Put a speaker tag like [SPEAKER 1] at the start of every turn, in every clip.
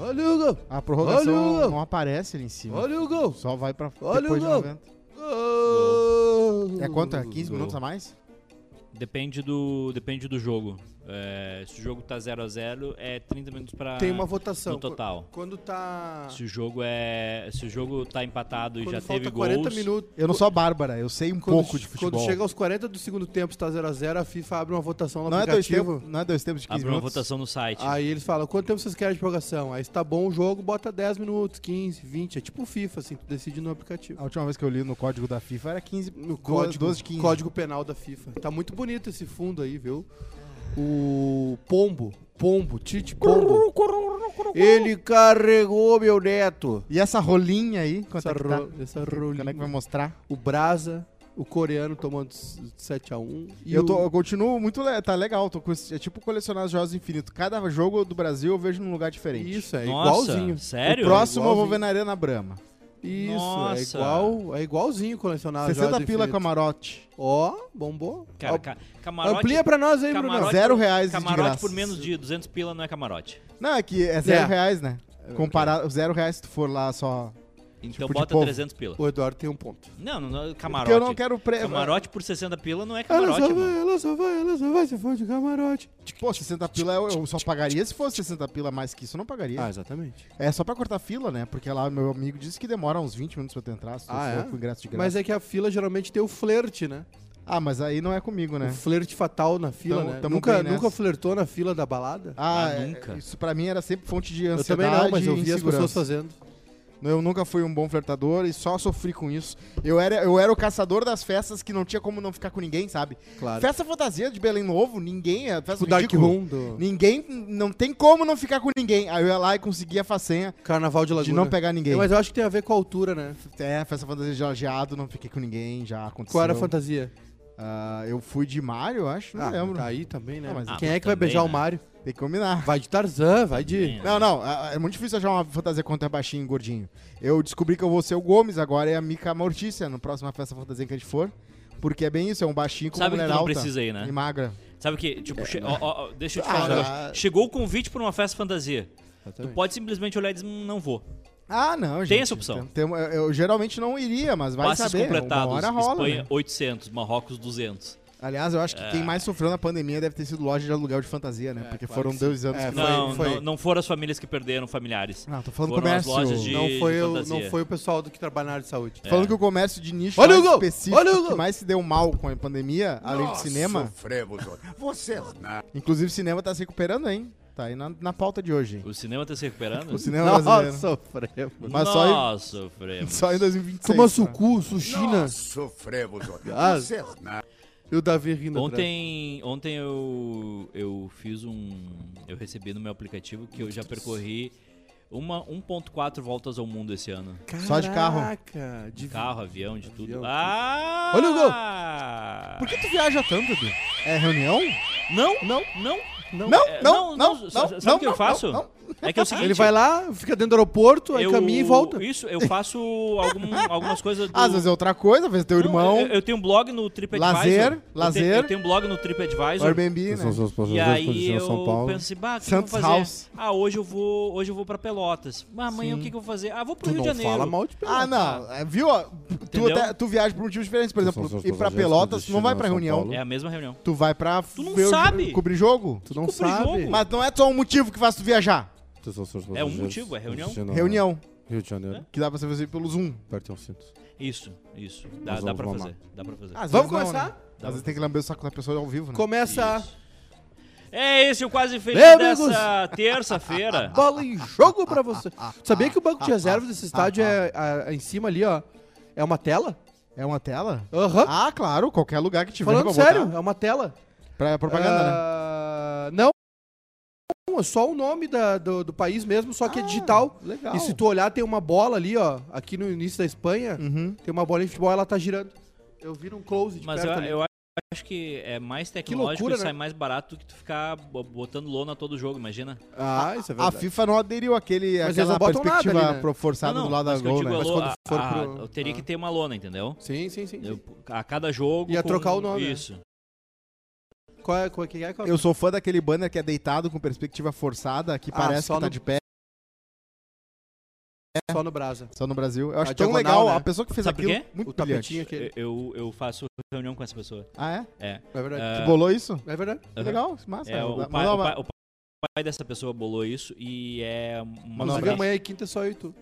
[SPEAKER 1] Olha o gol!
[SPEAKER 2] A prorrogação
[SPEAKER 1] Olha o gol!
[SPEAKER 2] não aparece ali em cima.
[SPEAKER 1] Olha o gol!
[SPEAKER 2] Só vai pra
[SPEAKER 1] Olha
[SPEAKER 2] depois
[SPEAKER 1] o
[SPEAKER 2] de
[SPEAKER 1] gol!
[SPEAKER 2] 90.
[SPEAKER 1] Gol!
[SPEAKER 2] É quanto? É 15
[SPEAKER 1] Gol.
[SPEAKER 2] minutos a mais?
[SPEAKER 3] Depende do, depende do jogo. É, se o jogo tá 0x0, é 30 minutos pra.
[SPEAKER 4] Tem uma votação.
[SPEAKER 3] No total.
[SPEAKER 4] Quando
[SPEAKER 2] Ah.
[SPEAKER 4] tá.
[SPEAKER 3] Se o jogo é. Se o jogo tá empatado
[SPEAKER 4] Quando
[SPEAKER 3] e já
[SPEAKER 4] falta
[SPEAKER 3] teve
[SPEAKER 4] 40
[SPEAKER 3] gols.
[SPEAKER 4] minutos.
[SPEAKER 2] Eu não sou a Bárbara, eu sei um
[SPEAKER 4] Quando,
[SPEAKER 2] pouco de futebol.
[SPEAKER 4] quando chega aos 40 do segundo tempo, está 0x0, a, FIFA abre uma votação no
[SPEAKER 2] não, é dois
[SPEAKER 4] aplicativo.
[SPEAKER 2] tempos, não é dois tempos de 15
[SPEAKER 3] Abre uma
[SPEAKER 2] minutos? Ah,
[SPEAKER 3] votação no site.
[SPEAKER 4] Aí eles falam, quanto tempo vocês querem de prorrogação? Aí se tá bom o jogo, bota 10 minutos, 15, 20. É tipo FIFA, assim, tu decide no aplicativo.
[SPEAKER 2] A última vez que eu li no código da FIFA era 15.
[SPEAKER 4] No
[SPEAKER 2] duas-
[SPEAKER 4] código,
[SPEAKER 2] 12 de 15.
[SPEAKER 4] código penal da FIFA. Tá muito bonito esse fundo aí, viu? O Pombo, Pombo, Tite Pombo. Ele carregou meu neto.
[SPEAKER 2] E essa rolinha aí, quanto
[SPEAKER 4] Essa,
[SPEAKER 2] é que tá?
[SPEAKER 4] ro essa
[SPEAKER 2] Quando é
[SPEAKER 4] rolinha.
[SPEAKER 2] que vai mostrar?
[SPEAKER 4] O Brasa, o coreano tomando 7x1. E
[SPEAKER 2] eu,
[SPEAKER 4] o-
[SPEAKER 2] tô, eu continuo muito. le- Tá legal. Tô com esse- é tipo colecionar os jogos do infinito. Cada jogo do Brasil eu vejo num lugar diferente.
[SPEAKER 4] Isso, é
[SPEAKER 3] Nossa,
[SPEAKER 4] igualzinho.
[SPEAKER 3] Sério?
[SPEAKER 2] o próximo eu vou
[SPEAKER 4] Igualzinho.
[SPEAKER 2] ver na Arena Brama.
[SPEAKER 4] Isso, é
[SPEAKER 3] Nossa.
[SPEAKER 4] igual, é igualzinho colecionar
[SPEAKER 2] 60
[SPEAKER 4] jogos
[SPEAKER 2] pila
[SPEAKER 4] infinitos.
[SPEAKER 2] camarote.
[SPEAKER 4] Ó, bombou.
[SPEAKER 3] Cara,
[SPEAKER 4] Ó,
[SPEAKER 3] ca- camarote.
[SPEAKER 4] Amplia pra nós aí,
[SPEAKER 3] camarote-
[SPEAKER 4] Bruno.
[SPEAKER 2] Zero reais de
[SPEAKER 3] Camarote
[SPEAKER 2] graça.
[SPEAKER 3] por menos de 200 pila não é camarote.
[SPEAKER 2] Não, é que é zero
[SPEAKER 4] É.
[SPEAKER 2] reais, né? Comparar zero reais se tu for lá só.
[SPEAKER 3] Então
[SPEAKER 2] Tipo de
[SPEAKER 3] bota
[SPEAKER 2] povo.
[SPEAKER 3] 300 pila.
[SPEAKER 4] O Eduardo tem um ponto.
[SPEAKER 3] Não, não, não,
[SPEAKER 2] Porque
[SPEAKER 3] camarote.
[SPEAKER 2] eu Ah, não quero pre...
[SPEAKER 3] Camarote por 60 pila não é camarote,
[SPEAKER 4] ela só
[SPEAKER 3] mano.
[SPEAKER 4] vai, ela só vai, ela só vai se for de camarote.
[SPEAKER 2] Tipo, Pô, 60 pila eu, eu só pagaria se fosse 60 pila mais que isso, eu não pagaria.
[SPEAKER 3] Ah,
[SPEAKER 4] Ah. exatamente.
[SPEAKER 2] É só pra cortar fila, né? Porque lá meu amigo disse que demora uns 20 minutos pra tu entrar, se tu
[SPEAKER 4] Ah,
[SPEAKER 2] for
[SPEAKER 4] é?
[SPEAKER 2] com ingresso de graça.
[SPEAKER 4] Mas é que a fila geralmente tem o flerte, né?
[SPEAKER 2] Ah, mas aí não é comigo, né?
[SPEAKER 4] O flerte fatal na fila,
[SPEAKER 2] Tamo-
[SPEAKER 4] né?
[SPEAKER 2] tamo
[SPEAKER 4] nunca,
[SPEAKER 2] bem nessa.
[SPEAKER 4] nunca flertou na fila da balada?
[SPEAKER 2] Ah,
[SPEAKER 3] Ah,
[SPEAKER 2] é-
[SPEAKER 3] nunca.
[SPEAKER 2] Isso pra mim era sempre fonte de
[SPEAKER 4] eu
[SPEAKER 2] ansiedade
[SPEAKER 4] também não, mas eu vi
[SPEAKER 2] e
[SPEAKER 4] as
[SPEAKER 2] insegurança.
[SPEAKER 4] pessoas fazendo.
[SPEAKER 2] Eu nunca fui um bom flertador e só sofri com isso. Eu era, eu era o caçador das festas que não tinha como não ficar com ninguém, sabe?
[SPEAKER 4] Claro.
[SPEAKER 2] Festa fantasia de Belém Novo, ninguém. É festa
[SPEAKER 4] o Dark
[SPEAKER 2] ridícula.
[SPEAKER 4] Room do
[SPEAKER 2] Ninguém. Não tem como não ficar com ninguém. Aí eu ia lá e conseguia a façanha
[SPEAKER 4] Carnaval de
[SPEAKER 2] de
[SPEAKER 4] Laguna.
[SPEAKER 2] não pegar ninguém.
[SPEAKER 4] É, mas eu acho que tem a ver com a altura, né?
[SPEAKER 2] É, festa fantasia de lajeado, não fiquei com ninguém, já aconteceu.
[SPEAKER 4] Qual era a fantasia?
[SPEAKER 2] Ah, eu fui de Mario, eu acho, não
[SPEAKER 4] Ah,
[SPEAKER 2] lembro.
[SPEAKER 4] tá Aí também, né?
[SPEAKER 2] Ah, mas-
[SPEAKER 4] Quem
[SPEAKER 3] Ah,
[SPEAKER 4] é que vai
[SPEAKER 3] também,
[SPEAKER 4] beijar o
[SPEAKER 3] né?
[SPEAKER 4] Mario?
[SPEAKER 2] Tem que combinar.
[SPEAKER 4] Vai de Tarzan, vai de...
[SPEAKER 3] Bem,
[SPEAKER 2] Não, não, é é muito difícil achar uma fantasia contra baixinho e gordinho. Eu descobri que eu vou ser o Gomes agora e a Mica Mortícia na próxima festa fantasia que a gente for. Porque é bem isso, é um baixinho com uma
[SPEAKER 3] Sabe que
[SPEAKER 2] mulher
[SPEAKER 3] tu não
[SPEAKER 2] alta
[SPEAKER 3] precisa ir, né?
[SPEAKER 2] e magra.
[SPEAKER 3] Sabe o que? Tipo, che- ó, ó, ó, deixa eu te
[SPEAKER 2] Ah,
[SPEAKER 3] falar um
[SPEAKER 2] já.
[SPEAKER 3] negócio. Chegou o convite pra uma festa fantasia. Tu
[SPEAKER 4] Exatamente.
[SPEAKER 3] pode simplesmente olhar e dizer, "Hum, não vou.
[SPEAKER 2] Ah, não, gente.
[SPEAKER 3] essa opção.
[SPEAKER 2] Tem- tem- eu, eu geralmente não iria, mas vai
[SPEAKER 3] Passes
[SPEAKER 2] saber.
[SPEAKER 3] completados,
[SPEAKER 2] Uma hora rola.
[SPEAKER 3] Espanha
[SPEAKER 2] né?
[SPEAKER 3] 800, Marrocos 200.
[SPEAKER 2] Aliás, eu acho que quem mais sofreu na pandemia deve ter sido loja de aluguel de fantasia, né? porque
[SPEAKER 4] claro
[SPEAKER 2] foram
[SPEAKER 4] que
[SPEAKER 2] dois anos
[SPEAKER 4] É,
[SPEAKER 2] que
[SPEAKER 4] foi-
[SPEAKER 3] não,
[SPEAKER 4] foi-
[SPEAKER 3] não, não foram as famílias que perderam familiares.
[SPEAKER 2] Não, tô falando
[SPEAKER 3] Foram as
[SPEAKER 2] comércio.
[SPEAKER 3] lojas de-
[SPEAKER 4] Não foi, o,
[SPEAKER 3] fantasia.
[SPEAKER 4] não foi o pessoal do que trabalha na área de saúde.
[SPEAKER 2] Falando que o comércio de nicho
[SPEAKER 4] Olha o
[SPEAKER 2] mais
[SPEAKER 4] gol!
[SPEAKER 2] específico
[SPEAKER 4] Olha o
[SPEAKER 2] que
[SPEAKER 4] gol!
[SPEAKER 2] mais se deu mal com a pandemia, além do cinema,
[SPEAKER 5] Sofremos. Vocês não.
[SPEAKER 2] inclusive o cinema tá se recuperando, hein? Tá aí na, na pauta de hoje. hein?
[SPEAKER 3] O cinema tá se recuperando?
[SPEAKER 2] O cinema
[SPEAKER 4] Nossa,
[SPEAKER 2] brasileiro.
[SPEAKER 4] sofremos.
[SPEAKER 2] Mas só em-
[SPEAKER 3] Nós sofremos.
[SPEAKER 2] Só em 2026.
[SPEAKER 4] Toma
[SPEAKER 2] né?
[SPEAKER 4] sucu, sushina.
[SPEAKER 5] Nós sofremos.
[SPEAKER 4] Ah.
[SPEAKER 5] Vocês não.
[SPEAKER 4] né? E o Davi rindo atrás.
[SPEAKER 3] Ontem, ontem eu, eu fiz um. Eu recebi no meu aplicativo que eu já percorri uma 1.4 voltas ao mundo esse ano.
[SPEAKER 2] Só de carro.
[SPEAKER 4] Caraca, de
[SPEAKER 3] Carro, avião, de tudo.
[SPEAKER 4] Avião,
[SPEAKER 3] Ah!
[SPEAKER 4] Olha o gol!
[SPEAKER 2] Por que tu viaja tanto, Edu? É reunião?
[SPEAKER 3] Não, não, não.
[SPEAKER 4] Não,
[SPEAKER 3] É,
[SPEAKER 2] não, não,
[SPEAKER 3] sa-
[SPEAKER 2] não,
[SPEAKER 3] Sabe o que
[SPEAKER 2] não,
[SPEAKER 3] eu faço?
[SPEAKER 2] não,
[SPEAKER 3] É que é o seguinte.
[SPEAKER 4] Ele vai lá, fica dentro do aeroporto, aí
[SPEAKER 3] eu,
[SPEAKER 4] caminha e volta.
[SPEAKER 3] Isso, eu faço algum- algumas coisas do...
[SPEAKER 2] Às vezes é outra coisa, às vezes é teu
[SPEAKER 3] Não,
[SPEAKER 2] irmão,
[SPEAKER 3] Eu, eu tenho um blog no TripAdvisor.
[SPEAKER 2] Lazer,
[SPEAKER 3] Eu tenho-
[SPEAKER 2] lazer.
[SPEAKER 3] Eu tenho um blog no
[SPEAKER 2] o
[SPEAKER 3] TripAdvisor.
[SPEAKER 2] Airbnb, né?
[SPEAKER 3] E aí eu penso assim, bah, o que que eu vou
[SPEAKER 2] Santos
[SPEAKER 3] fazer?
[SPEAKER 2] House.
[SPEAKER 3] Ah, hoje eu vou, hoje eu vou pra Pelotas. Mas amanhã o que, que eu vou fazer? Ah, vou pro
[SPEAKER 4] Tu
[SPEAKER 3] Rio
[SPEAKER 4] não
[SPEAKER 3] de Janeiro.
[SPEAKER 4] fala mal de Pelotas.
[SPEAKER 2] Ah, não. é, Viu? ó, Tu,
[SPEAKER 3] Entendeu?
[SPEAKER 2] até- tu viaja por motivos diferentes. Por
[SPEAKER 6] São
[SPEAKER 2] exemplo,
[SPEAKER 6] seus
[SPEAKER 2] ir pra
[SPEAKER 6] passageiros
[SPEAKER 2] Pelotas,
[SPEAKER 6] com
[SPEAKER 2] tu não vai
[SPEAKER 6] destino
[SPEAKER 2] pra
[SPEAKER 6] a São
[SPEAKER 2] reunião.
[SPEAKER 6] Paulo.
[SPEAKER 3] É a mesma reunião.
[SPEAKER 2] Tu vai pra
[SPEAKER 3] não
[SPEAKER 2] ver o-
[SPEAKER 3] sabe.
[SPEAKER 2] cobrir jogo.
[SPEAKER 4] Tu não
[SPEAKER 3] Desculpa o
[SPEAKER 4] sabe.
[SPEAKER 3] jogo.
[SPEAKER 2] Mas não é só um motivo que faz tu viajar.
[SPEAKER 3] É um motivo, é reunião.
[SPEAKER 2] Reunião.
[SPEAKER 6] Rio de Janeiro.
[SPEAKER 2] Que dá pra você fazer pelo Zoom.
[SPEAKER 5] um
[SPEAKER 6] Apertem os
[SPEAKER 4] um
[SPEAKER 6] cintos.
[SPEAKER 3] Isso, isso. Dá,
[SPEAKER 6] Nós
[SPEAKER 3] dá
[SPEAKER 6] vamos
[SPEAKER 3] pra
[SPEAKER 6] mamar.
[SPEAKER 3] fazer. Dá pra fazer.
[SPEAKER 2] Às
[SPEAKER 4] Vamos
[SPEAKER 2] vezes não,
[SPEAKER 4] começar?
[SPEAKER 2] né? Às vezes tem que lamber o saco da pessoa ao vivo, né?
[SPEAKER 4] Começa
[SPEAKER 3] Isso. É esse o quase feliz
[SPEAKER 4] Bem, amigos.
[SPEAKER 3] dessa terça-feira.
[SPEAKER 4] bola em jogo pra você. Sabia que o banco de reservas desse estádio é a- em cima ali, ó? É uma tela?
[SPEAKER 2] É uma tela?
[SPEAKER 4] Aham.
[SPEAKER 2] Ah, claro, qualquer lugar que tiver.
[SPEAKER 4] Falando
[SPEAKER 2] pra
[SPEAKER 4] sério,
[SPEAKER 2] botar.
[SPEAKER 4] é uma tela.
[SPEAKER 2] Pra propaganda, né?
[SPEAKER 4] Ah, Não. Não, é só o nome da- do, do país mesmo, só
[SPEAKER 3] Ah,
[SPEAKER 4] que é digital.
[SPEAKER 2] Legal.
[SPEAKER 4] E se tu olhar, tem uma bola ali, ó. Aqui no início da Espanha,
[SPEAKER 2] Uhum.
[SPEAKER 4] tem uma bola de futebol, ela tá girando. Eu vi num close de
[SPEAKER 3] Hum. Mas eu,
[SPEAKER 4] perto ali.
[SPEAKER 3] eu acho que é mais tecnológico
[SPEAKER 4] loucura,
[SPEAKER 3] e sai
[SPEAKER 4] né?
[SPEAKER 3] mais barato do que tu ficar bo- botando lona todo jogo, imagina.
[SPEAKER 4] Ah, isso é
[SPEAKER 2] A
[SPEAKER 4] verdade.
[SPEAKER 2] FIFA não aderiu àquele,
[SPEAKER 4] Mas
[SPEAKER 2] àquela
[SPEAKER 4] eles não botam
[SPEAKER 2] perspectiva
[SPEAKER 4] nada ali, né?
[SPEAKER 2] pro- forçada do lado da
[SPEAKER 3] mas que eu
[SPEAKER 2] gol,
[SPEAKER 3] digo, é
[SPEAKER 2] né?
[SPEAKER 3] a
[SPEAKER 4] Mas
[SPEAKER 3] lo-
[SPEAKER 4] quando for
[SPEAKER 3] a-
[SPEAKER 4] pro-
[SPEAKER 3] eu teria
[SPEAKER 4] Ah.
[SPEAKER 3] que ter uma lona, entendeu?
[SPEAKER 4] Sim, sim, sim. sim.
[SPEAKER 3] Eu- a cada jogo.
[SPEAKER 4] Ia trocar o nome, né?
[SPEAKER 3] Isso.
[SPEAKER 4] Qual é, qual é que é? Qual é?
[SPEAKER 2] Eu sou fã daquele banner que é deitado com perspectiva forçada, que
[SPEAKER 4] Ah,
[SPEAKER 2] parece
[SPEAKER 4] só
[SPEAKER 2] que tá
[SPEAKER 4] no-
[SPEAKER 2] de pé.
[SPEAKER 4] Só no Brasa.
[SPEAKER 2] Só no Brasil. Eu acho
[SPEAKER 4] A
[SPEAKER 2] tão
[SPEAKER 4] diagonal,
[SPEAKER 2] legal
[SPEAKER 4] né?
[SPEAKER 2] a pessoa que fez
[SPEAKER 3] Sabe por
[SPEAKER 2] aquilo.
[SPEAKER 3] quê?
[SPEAKER 2] Muito
[SPEAKER 4] O tapetinho
[SPEAKER 2] brilhante.
[SPEAKER 4] aqui. É
[SPEAKER 3] Eu, eu faço reunião com essa pessoa.
[SPEAKER 2] Ah, é?
[SPEAKER 3] É.
[SPEAKER 4] verdade.
[SPEAKER 2] Tu bolou isso?
[SPEAKER 4] É verdade.
[SPEAKER 3] Aham.
[SPEAKER 2] Legal, massa.
[SPEAKER 3] É, o,
[SPEAKER 2] Manda
[SPEAKER 3] pai,
[SPEAKER 2] uma-
[SPEAKER 3] o pai- o pai dessa pessoa bolou isso e é uma,
[SPEAKER 2] Mandar um
[SPEAKER 4] Inclusive,
[SPEAKER 2] abraço.
[SPEAKER 4] amanhã e quinta é só eu e tu.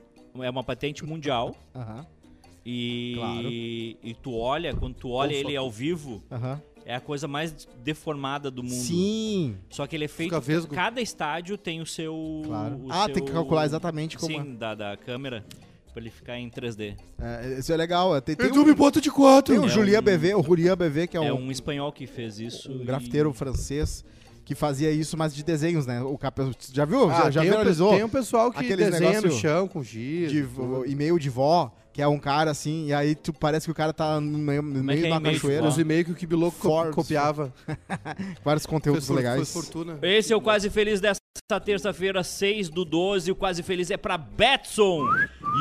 [SPEAKER 3] é uma patente mundial.
[SPEAKER 2] Aham,
[SPEAKER 3] E,
[SPEAKER 2] Claro.
[SPEAKER 3] e tu olha, quando tu olha
[SPEAKER 4] Ou só
[SPEAKER 3] ele ao vivo,
[SPEAKER 2] aham.
[SPEAKER 3] é a coisa mais deformada do mundo.
[SPEAKER 2] Sim,
[SPEAKER 3] Só que ele é feito.
[SPEAKER 4] Fica vesgo.
[SPEAKER 3] Cada estádio tem o seu.
[SPEAKER 2] claro.
[SPEAKER 3] o
[SPEAKER 2] Ah,
[SPEAKER 3] seu-
[SPEAKER 2] tem que calcular exatamente como
[SPEAKER 3] Sim, da, da câmera. Pra ele ficar em 3D.
[SPEAKER 2] é. é. Isso é legal. é, Tem, tem,
[SPEAKER 4] E tu me
[SPEAKER 2] um,
[SPEAKER 4] bota de quatro.
[SPEAKER 2] tem o
[SPEAKER 3] É
[SPEAKER 2] Julia
[SPEAKER 3] um-
[SPEAKER 2] BV, o Julia BV, que é,
[SPEAKER 3] É
[SPEAKER 2] um,
[SPEAKER 3] um espanhol que fez isso.
[SPEAKER 2] um
[SPEAKER 3] e-
[SPEAKER 2] grafiteiro francês que fazia isso, mas de desenhos, né? O cap... Já viu?
[SPEAKER 4] Ah,
[SPEAKER 2] já já
[SPEAKER 4] tem, um,
[SPEAKER 2] viralizou?
[SPEAKER 4] tem um pessoal que
[SPEAKER 2] Aqueles
[SPEAKER 4] desenha no
[SPEAKER 2] negócio
[SPEAKER 4] chão com giz.
[SPEAKER 2] de
[SPEAKER 4] tudo.
[SPEAKER 2] vo- e-mail de vó, que é um cara assim, e aí tu parece que o cara tá no meio, no
[SPEAKER 3] é
[SPEAKER 2] meio
[SPEAKER 3] que é
[SPEAKER 2] de uma
[SPEAKER 3] e-mail de
[SPEAKER 2] cachoeira,
[SPEAKER 3] vó?
[SPEAKER 4] Os e-mails que o Kibiloco co
[SPEAKER 2] Forbes.
[SPEAKER 4] copiava.
[SPEAKER 2] vários conteúdos
[SPEAKER 4] Fez for-
[SPEAKER 2] legais.
[SPEAKER 4] fez fortuna.
[SPEAKER 3] Esse é o Quase Feliz desta terça-feira, 6 do 12. O Quase Feliz é pra Betson.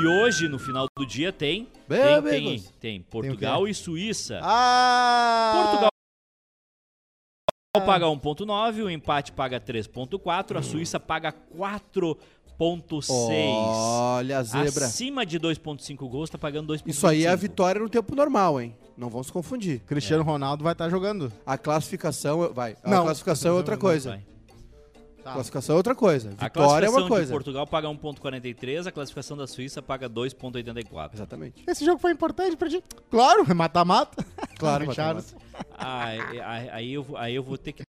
[SPEAKER 3] E hoje, no final do dia, tem.
[SPEAKER 4] Bem,
[SPEAKER 3] Tem, tem,
[SPEAKER 4] amigos.
[SPEAKER 3] tem Portugal e Suíça.
[SPEAKER 2] Ah!
[SPEAKER 3] Portugal paga 1.9, o empate paga
[SPEAKER 2] Hum.
[SPEAKER 3] 3.4, a Suíça paga 4.6.
[SPEAKER 4] Olha a zebra.
[SPEAKER 3] Acima de 2.5 gols, tá pagando 2.5.
[SPEAKER 4] Assim, Isso aí é a vitória no tempo normal, hein? Não vamos se confundir.
[SPEAKER 2] Cristiano
[SPEAKER 3] É.
[SPEAKER 2] Ronaldo vai estar jogando.
[SPEAKER 4] A classificação vai. A
[SPEAKER 2] Não.
[SPEAKER 4] classificação é outra coisa.
[SPEAKER 3] Vai.
[SPEAKER 4] A Classificação é outra coisa. Vitória
[SPEAKER 3] A
[SPEAKER 4] é
[SPEAKER 3] classificação
[SPEAKER 4] uma
[SPEAKER 3] de
[SPEAKER 4] coisa.
[SPEAKER 3] Portugal paga 1.43, a classificação da Suíça paga 2.84.
[SPEAKER 4] Exatamente.
[SPEAKER 2] Esse jogo foi importante pra ti? Claro, é mata-mata.
[SPEAKER 4] Claro,
[SPEAKER 2] Charles.
[SPEAKER 4] matemática.
[SPEAKER 3] Ah, é- é- aí, eu, vou- aí eu vou ter que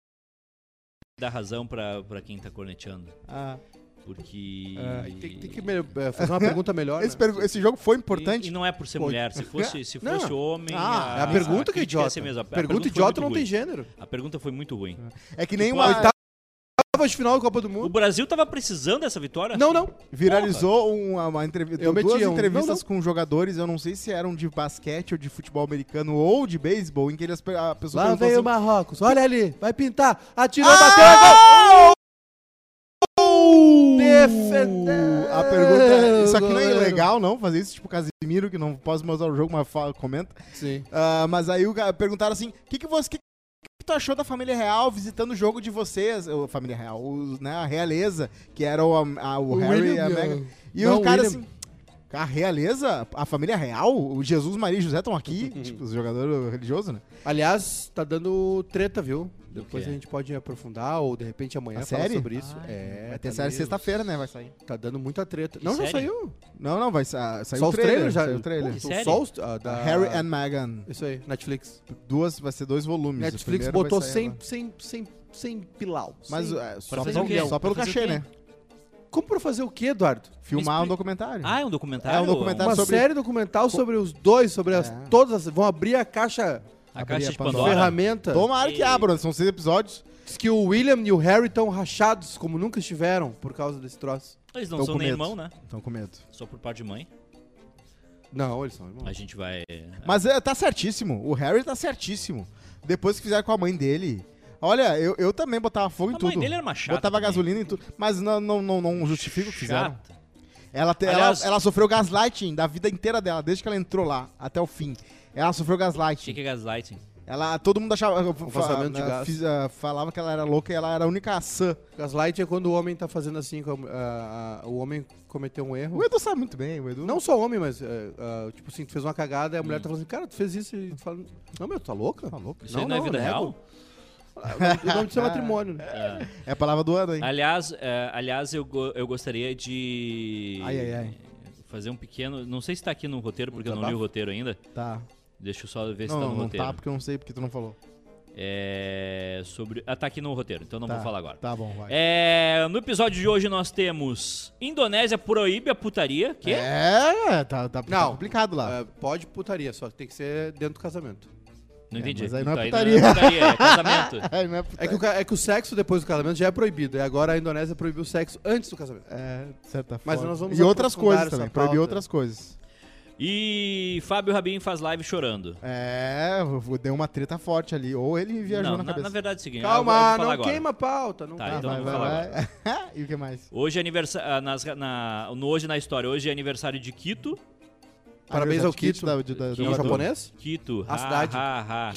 [SPEAKER 3] dar razão pra, pra quem tá corneteando.
[SPEAKER 2] Ah,
[SPEAKER 3] Porque.
[SPEAKER 4] Aí tem, tem que me- é, fazer uma pergunta melhor.
[SPEAKER 2] esse,
[SPEAKER 4] né?
[SPEAKER 2] per- esse jogo foi importante?
[SPEAKER 3] E, e não é por ser
[SPEAKER 4] Pode.
[SPEAKER 3] mulher. Se fosse, se
[SPEAKER 4] Não.
[SPEAKER 3] fosse homem.
[SPEAKER 2] Ah,
[SPEAKER 4] É a pergunta que é
[SPEAKER 3] crítica ia
[SPEAKER 4] idiota.
[SPEAKER 3] ser a mesma. A
[SPEAKER 4] Pergunta,
[SPEAKER 3] foi
[SPEAKER 4] idiota
[SPEAKER 3] muito
[SPEAKER 4] não tem Hum?
[SPEAKER 3] ruim.
[SPEAKER 4] gênero.
[SPEAKER 3] A pergunta foi muito ruim.
[SPEAKER 2] É que nem
[SPEAKER 3] Tipo,
[SPEAKER 2] uma...
[SPEAKER 3] oitava-
[SPEAKER 4] Tava de final da Copa do
[SPEAKER 3] O
[SPEAKER 4] Mundo.
[SPEAKER 3] Brasil tava precisando dessa vitória?
[SPEAKER 4] Não, não.
[SPEAKER 2] Viralizou uma, uma entrevista,
[SPEAKER 4] Eu
[SPEAKER 2] duas
[SPEAKER 4] meti um.
[SPEAKER 2] entrevistas
[SPEAKER 4] Não, não.
[SPEAKER 2] com jogadores, eu não sei se eram de basquete ou de futebol americano ou de beisebol, em que eles, a pessoa
[SPEAKER 4] Lá
[SPEAKER 2] perguntou
[SPEAKER 4] veio o
[SPEAKER 2] assim,
[SPEAKER 4] Marrocos. Olha ali. Vai pintar. Atirou, bateu. é gol! Defendeu.
[SPEAKER 2] A pergunta é, isso aqui não é ilegal, não? Fazer isso tipo Casimiro, que não posso mostrar o jogo, mas fala- comenta.
[SPEAKER 4] Sim.
[SPEAKER 2] Ah, mas aí o cara- perguntaram assim: o que, que você. que que tu achou da família real visitando o jogo de vocês? Ô, família real, os, né, a realeza, que era o, a- o
[SPEAKER 4] O
[SPEAKER 2] Harry e
[SPEAKER 4] William,
[SPEAKER 2] a
[SPEAKER 4] é.
[SPEAKER 2] Meghan. E
[SPEAKER 4] Não,
[SPEAKER 2] o cara
[SPEAKER 4] William.
[SPEAKER 2] assim. A realeza? A família real? O Jesus, Maria e José estão aqui? tipo, os jogadores religiosos, né?
[SPEAKER 4] Aliás, tá dando treta, viu? Depois
[SPEAKER 3] quê?
[SPEAKER 4] a gente pode aprofundar ou de repente amanhã
[SPEAKER 2] A
[SPEAKER 4] falar
[SPEAKER 2] série? Ah,
[SPEAKER 4] sobre isso. é,
[SPEAKER 2] Vai ter
[SPEAKER 4] tá
[SPEAKER 2] série
[SPEAKER 4] meio-
[SPEAKER 2] sexta-feira, né? Vai sair.
[SPEAKER 4] Tá dando muita treta. Não, já
[SPEAKER 3] série?
[SPEAKER 4] saiu.
[SPEAKER 2] Não, não, vai sa sair
[SPEAKER 4] Só
[SPEAKER 2] o
[SPEAKER 4] os
[SPEAKER 2] trailer.
[SPEAKER 4] trailers já.
[SPEAKER 2] saiu o trailer.
[SPEAKER 3] Que série?
[SPEAKER 4] Só os, ah, da,
[SPEAKER 2] Harry é and Meghan.
[SPEAKER 4] Isso aí, Netflix.
[SPEAKER 2] Duas, vai ser dois volumes. O
[SPEAKER 4] Netflix
[SPEAKER 2] primeiro
[SPEAKER 4] botou
[SPEAKER 2] vai sair
[SPEAKER 4] 100,
[SPEAKER 2] agora.
[SPEAKER 4] 100, 100, 100 pilau.
[SPEAKER 2] Mas
[SPEAKER 4] Cem-
[SPEAKER 2] é, só,
[SPEAKER 3] fazer
[SPEAKER 2] pelo-
[SPEAKER 3] o quê?
[SPEAKER 2] só pelo
[SPEAKER 3] Pra fazer
[SPEAKER 2] cachê,
[SPEAKER 3] o
[SPEAKER 2] né?
[SPEAKER 4] Como pra fazer o quê, Eduardo?
[SPEAKER 2] Filmar
[SPEAKER 3] Me
[SPEAKER 2] um documentário.
[SPEAKER 3] Ah, é um documentário?
[SPEAKER 2] É um documentário. Tá
[SPEAKER 4] Uma
[SPEAKER 2] sobre-
[SPEAKER 4] série documental sobre os dois, sobre as,
[SPEAKER 2] É.
[SPEAKER 4] todas as... Vão abrir a caixa
[SPEAKER 3] A caixa de
[SPEAKER 2] Abrir a
[SPEAKER 3] Pandora.
[SPEAKER 4] ferramenta.
[SPEAKER 2] Tomara que
[SPEAKER 3] E-
[SPEAKER 2] abram, são seis episódios.
[SPEAKER 4] Diz que o William e o Harry estão rachados como nunca estiveram por causa desse troço.
[SPEAKER 3] Eles não
[SPEAKER 2] Tô
[SPEAKER 3] são
[SPEAKER 2] com
[SPEAKER 3] nem
[SPEAKER 2] medo.
[SPEAKER 3] irmão, né?
[SPEAKER 2] Estão com medo.
[SPEAKER 3] Só por parte de mãe.
[SPEAKER 4] Não, eles são irmãos.
[SPEAKER 3] A gente vai.
[SPEAKER 2] Mas é, tá certíssimo. O Harry tá certíssimo. Depois que fizeram com a mãe dele. Olha, eu, eu também botava fogo em
[SPEAKER 3] a
[SPEAKER 2] tudo.
[SPEAKER 3] mãe dele era uma chata.
[SPEAKER 2] botava
[SPEAKER 3] também.
[SPEAKER 2] gasolina em tudo. Mas não, não, não, não justifica o que fizeram.
[SPEAKER 3] Chata.
[SPEAKER 2] Ela, te-
[SPEAKER 3] Aliás-
[SPEAKER 2] ela, ela sofreu gaslighting da vida inteira dela, desde que ela entrou lá até o fim. Ela sofreu
[SPEAKER 3] Achei
[SPEAKER 2] gaslighting.
[SPEAKER 3] que é gaslighting.
[SPEAKER 2] Ela, todo mundo achava. fa-
[SPEAKER 4] vazamento de
[SPEAKER 2] ah,
[SPEAKER 4] gás.
[SPEAKER 2] fiz- ah, falava que ela era louca e ela era a única sã.
[SPEAKER 4] Gaslight é quando o homem tá fazendo assim, como, ah, ah, o homem cometeu um erro.
[SPEAKER 2] O Edu sabe muito bem, o Edu.
[SPEAKER 4] Não só o homem, mas, ah, ah, tipo assim, tu fez uma cagada e a mulher tá falando assim, cara, tu fez isso e tu fala, não, meu, tu tá louca? Tá louca.
[SPEAKER 3] Isso aí não é vida real?
[SPEAKER 4] O nome disso é matrimônio, né?
[SPEAKER 2] É a palavra do ano, hein?
[SPEAKER 3] Aliás, é, aliás eu, go- eu gostaria de.
[SPEAKER 2] Ai, ai, ai.
[SPEAKER 3] Fazer um pequeno. Não sei se tá aqui no roteiro, porque eu não li o
[SPEAKER 4] desabafo?
[SPEAKER 3] roteiro ainda.
[SPEAKER 2] Tá.
[SPEAKER 3] Deixa eu só ver se
[SPEAKER 2] Não,
[SPEAKER 3] tá
[SPEAKER 2] não,
[SPEAKER 3] no
[SPEAKER 2] não
[SPEAKER 3] roteiro.
[SPEAKER 2] tá, porque eu não sei porque tu não falou.
[SPEAKER 3] É. Sobre. Ah, tá aqui no roteiro, então não
[SPEAKER 2] Tá,
[SPEAKER 3] vou falar agora.
[SPEAKER 2] Tá bom, vai.
[SPEAKER 3] É, no episódio de hoje nós temos Indonésia proíbe a putaria, que é,
[SPEAKER 2] É, tá, tá, tá
[SPEAKER 4] Não.
[SPEAKER 2] complicado lá.
[SPEAKER 4] Ah, pode putaria, só que tem que ser dentro do casamento.
[SPEAKER 3] não
[SPEAKER 2] é,
[SPEAKER 3] entendi.
[SPEAKER 2] mas aí não é
[SPEAKER 3] Então
[SPEAKER 2] putaria.
[SPEAKER 3] é casamento.
[SPEAKER 2] É, não é,
[SPEAKER 4] É que, o, ca- é que o sexo depois do casamento já é proibido, e agora a Indonésia proibiu o sexo antes do casamento.
[SPEAKER 2] É, de certa forma.
[SPEAKER 4] Mas nós vamos
[SPEAKER 2] e outras
[SPEAKER 4] aprofundar
[SPEAKER 2] coisas
[SPEAKER 4] essa
[SPEAKER 2] também, proibir
[SPEAKER 4] pauta.
[SPEAKER 2] outras coisas.
[SPEAKER 3] E Fábio Rabin faz live chorando.
[SPEAKER 2] É, eu- deu uma treta forte ali. Ou ele viajou
[SPEAKER 3] não,
[SPEAKER 2] na cabeça.
[SPEAKER 3] verdade é o seguinte. eu vou
[SPEAKER 4] Calma,
[SPEAKER 3] falar
[SPEAKER 4] não
[SPEAKER 3] agora.
[SPEAKER 4] queima a pauta. Não
[SPEAKER 3] Tá,
[SPEAKER 4] queima.
[SPEAKER 3] então
[SPEAKER 2] vai,
[SPEAKER 3] vamos
[SPEAKER 2] vai,
[SPEAKER 3] falar
[SPEAKER 2] vai. e o que mais?
[SPEAKER 3] Hoje é aniversário. na, no Hoje na História, hoje é aniversário de Quito.
[SPEAKER 4] Parabéns ao
[SPEAKER 2] Kit
[SPEAKER 4] Kito.
[SPEAKER 2] da- de- da-
[SPEAKER 4] É
[SPEAKER 2] da-
[SPEAKER 4] um japonês?
[SPEAKER 3] Quito,
[SPEAKER 4] A
[SPEAKER 3] ha,
[SPEAKER 4] cidade.
[SPEAKER 3] ha, ha.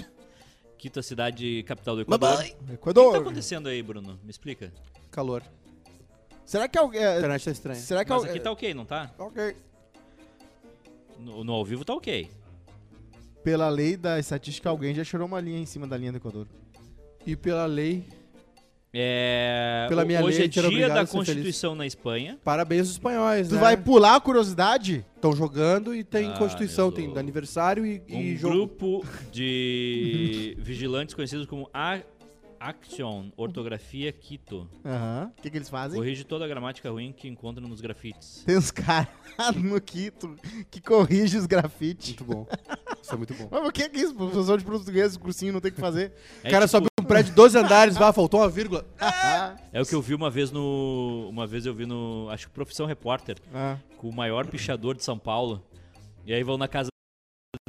[SPEAKER 3] Quito, a cidade capital do Equador. O que
[SPEAKER 2] Equador.
[SPEAKER 3] tá acontecendo aí, Bruno? Me explica.
[SPEAKER 4] Calor.
[SPEAKER 2] Será que alguém.
[SPEAKER 4] A
[SPEAKER 2] é,
[SPEAKER 4] internet tá estranha.
[SPEAKER 2] Será que
[SPEAKER 3] Mas
[SPEAKER 2] alguém.
[SPEAKER 3] aqui tá ok, não tá?
[SPEAKER 2] Ok.
[SPEAKER 3] No, no ao vivo tá ok. um-
[SPEAKER 2] Pela lei da estatística, alguém já chorou uma linha em cima da linha do Equador.
[SPEAKER 4] E pela lei,
[SPEAKER 3] É,
[SPEAKER 4] Pela
[SPEAKER 3] ho-
[SPEAKER 4] minha lei,
[SPEAKER 3] hoje é
[SPEAKER 4] a gente era
[SPEAKER 3] dia
[SPEAKER 4] obrigado
[SPEAKER 3] da
[SPEAKER 4] a ser feliz.
[SPEAKER 3] Constituição na Espanha.
[SPEAKER 4] parabéns aos espanhóis,
[SPEAKER 2] Tu
[SPEAKER 4] né?
[SPEAKER 2] vai pular a curiosidade?
[SPEAKER 4] Estão jogando e tem
[SPEAKER 3] Ah,
[SPEAKER 4] Constituição,
[SPEAKER 3] meu
[SPEAKER 4] tem
[SPEAKER 3] Deus.
[SPEAKER 4] do aniversário e, e
[SPEAKER 3] Um
[SPEAKER 4] jogo.
[SPEAKER 3] grupo de vigilantes conhecidos como A- Action Ortografia Quito.
[SPEAKER 2] Aham. O que, que eles fazem?
[SPEAKER 3] Corrige toda a gramática ruim que encontram nos grafites.
[SPEAKER 2] Tem uns caras no Quito que corrige os grafites.
[SPEAKER 4] Muito bom. Isso é muito bom.
[SPEAKER 2] Mas o que que é isso? Professor de português, cursinho, não tem o que fazer.
[SPEAKER 4] o
[SPEAKER 3] tipo-
[SPEAKER 4] cara sobe um prédio de 12 andares, vai, faltou uma vírgula. Ah!
[SPEAKER 3] É o que eu vi uma vez no. Uma vez eu vi no. Acho que Profissão Repórter,
[SPEAKER 2] Ah.
[SPEAKER 3] com o maior pichador de São Paulo. E aí vão na casa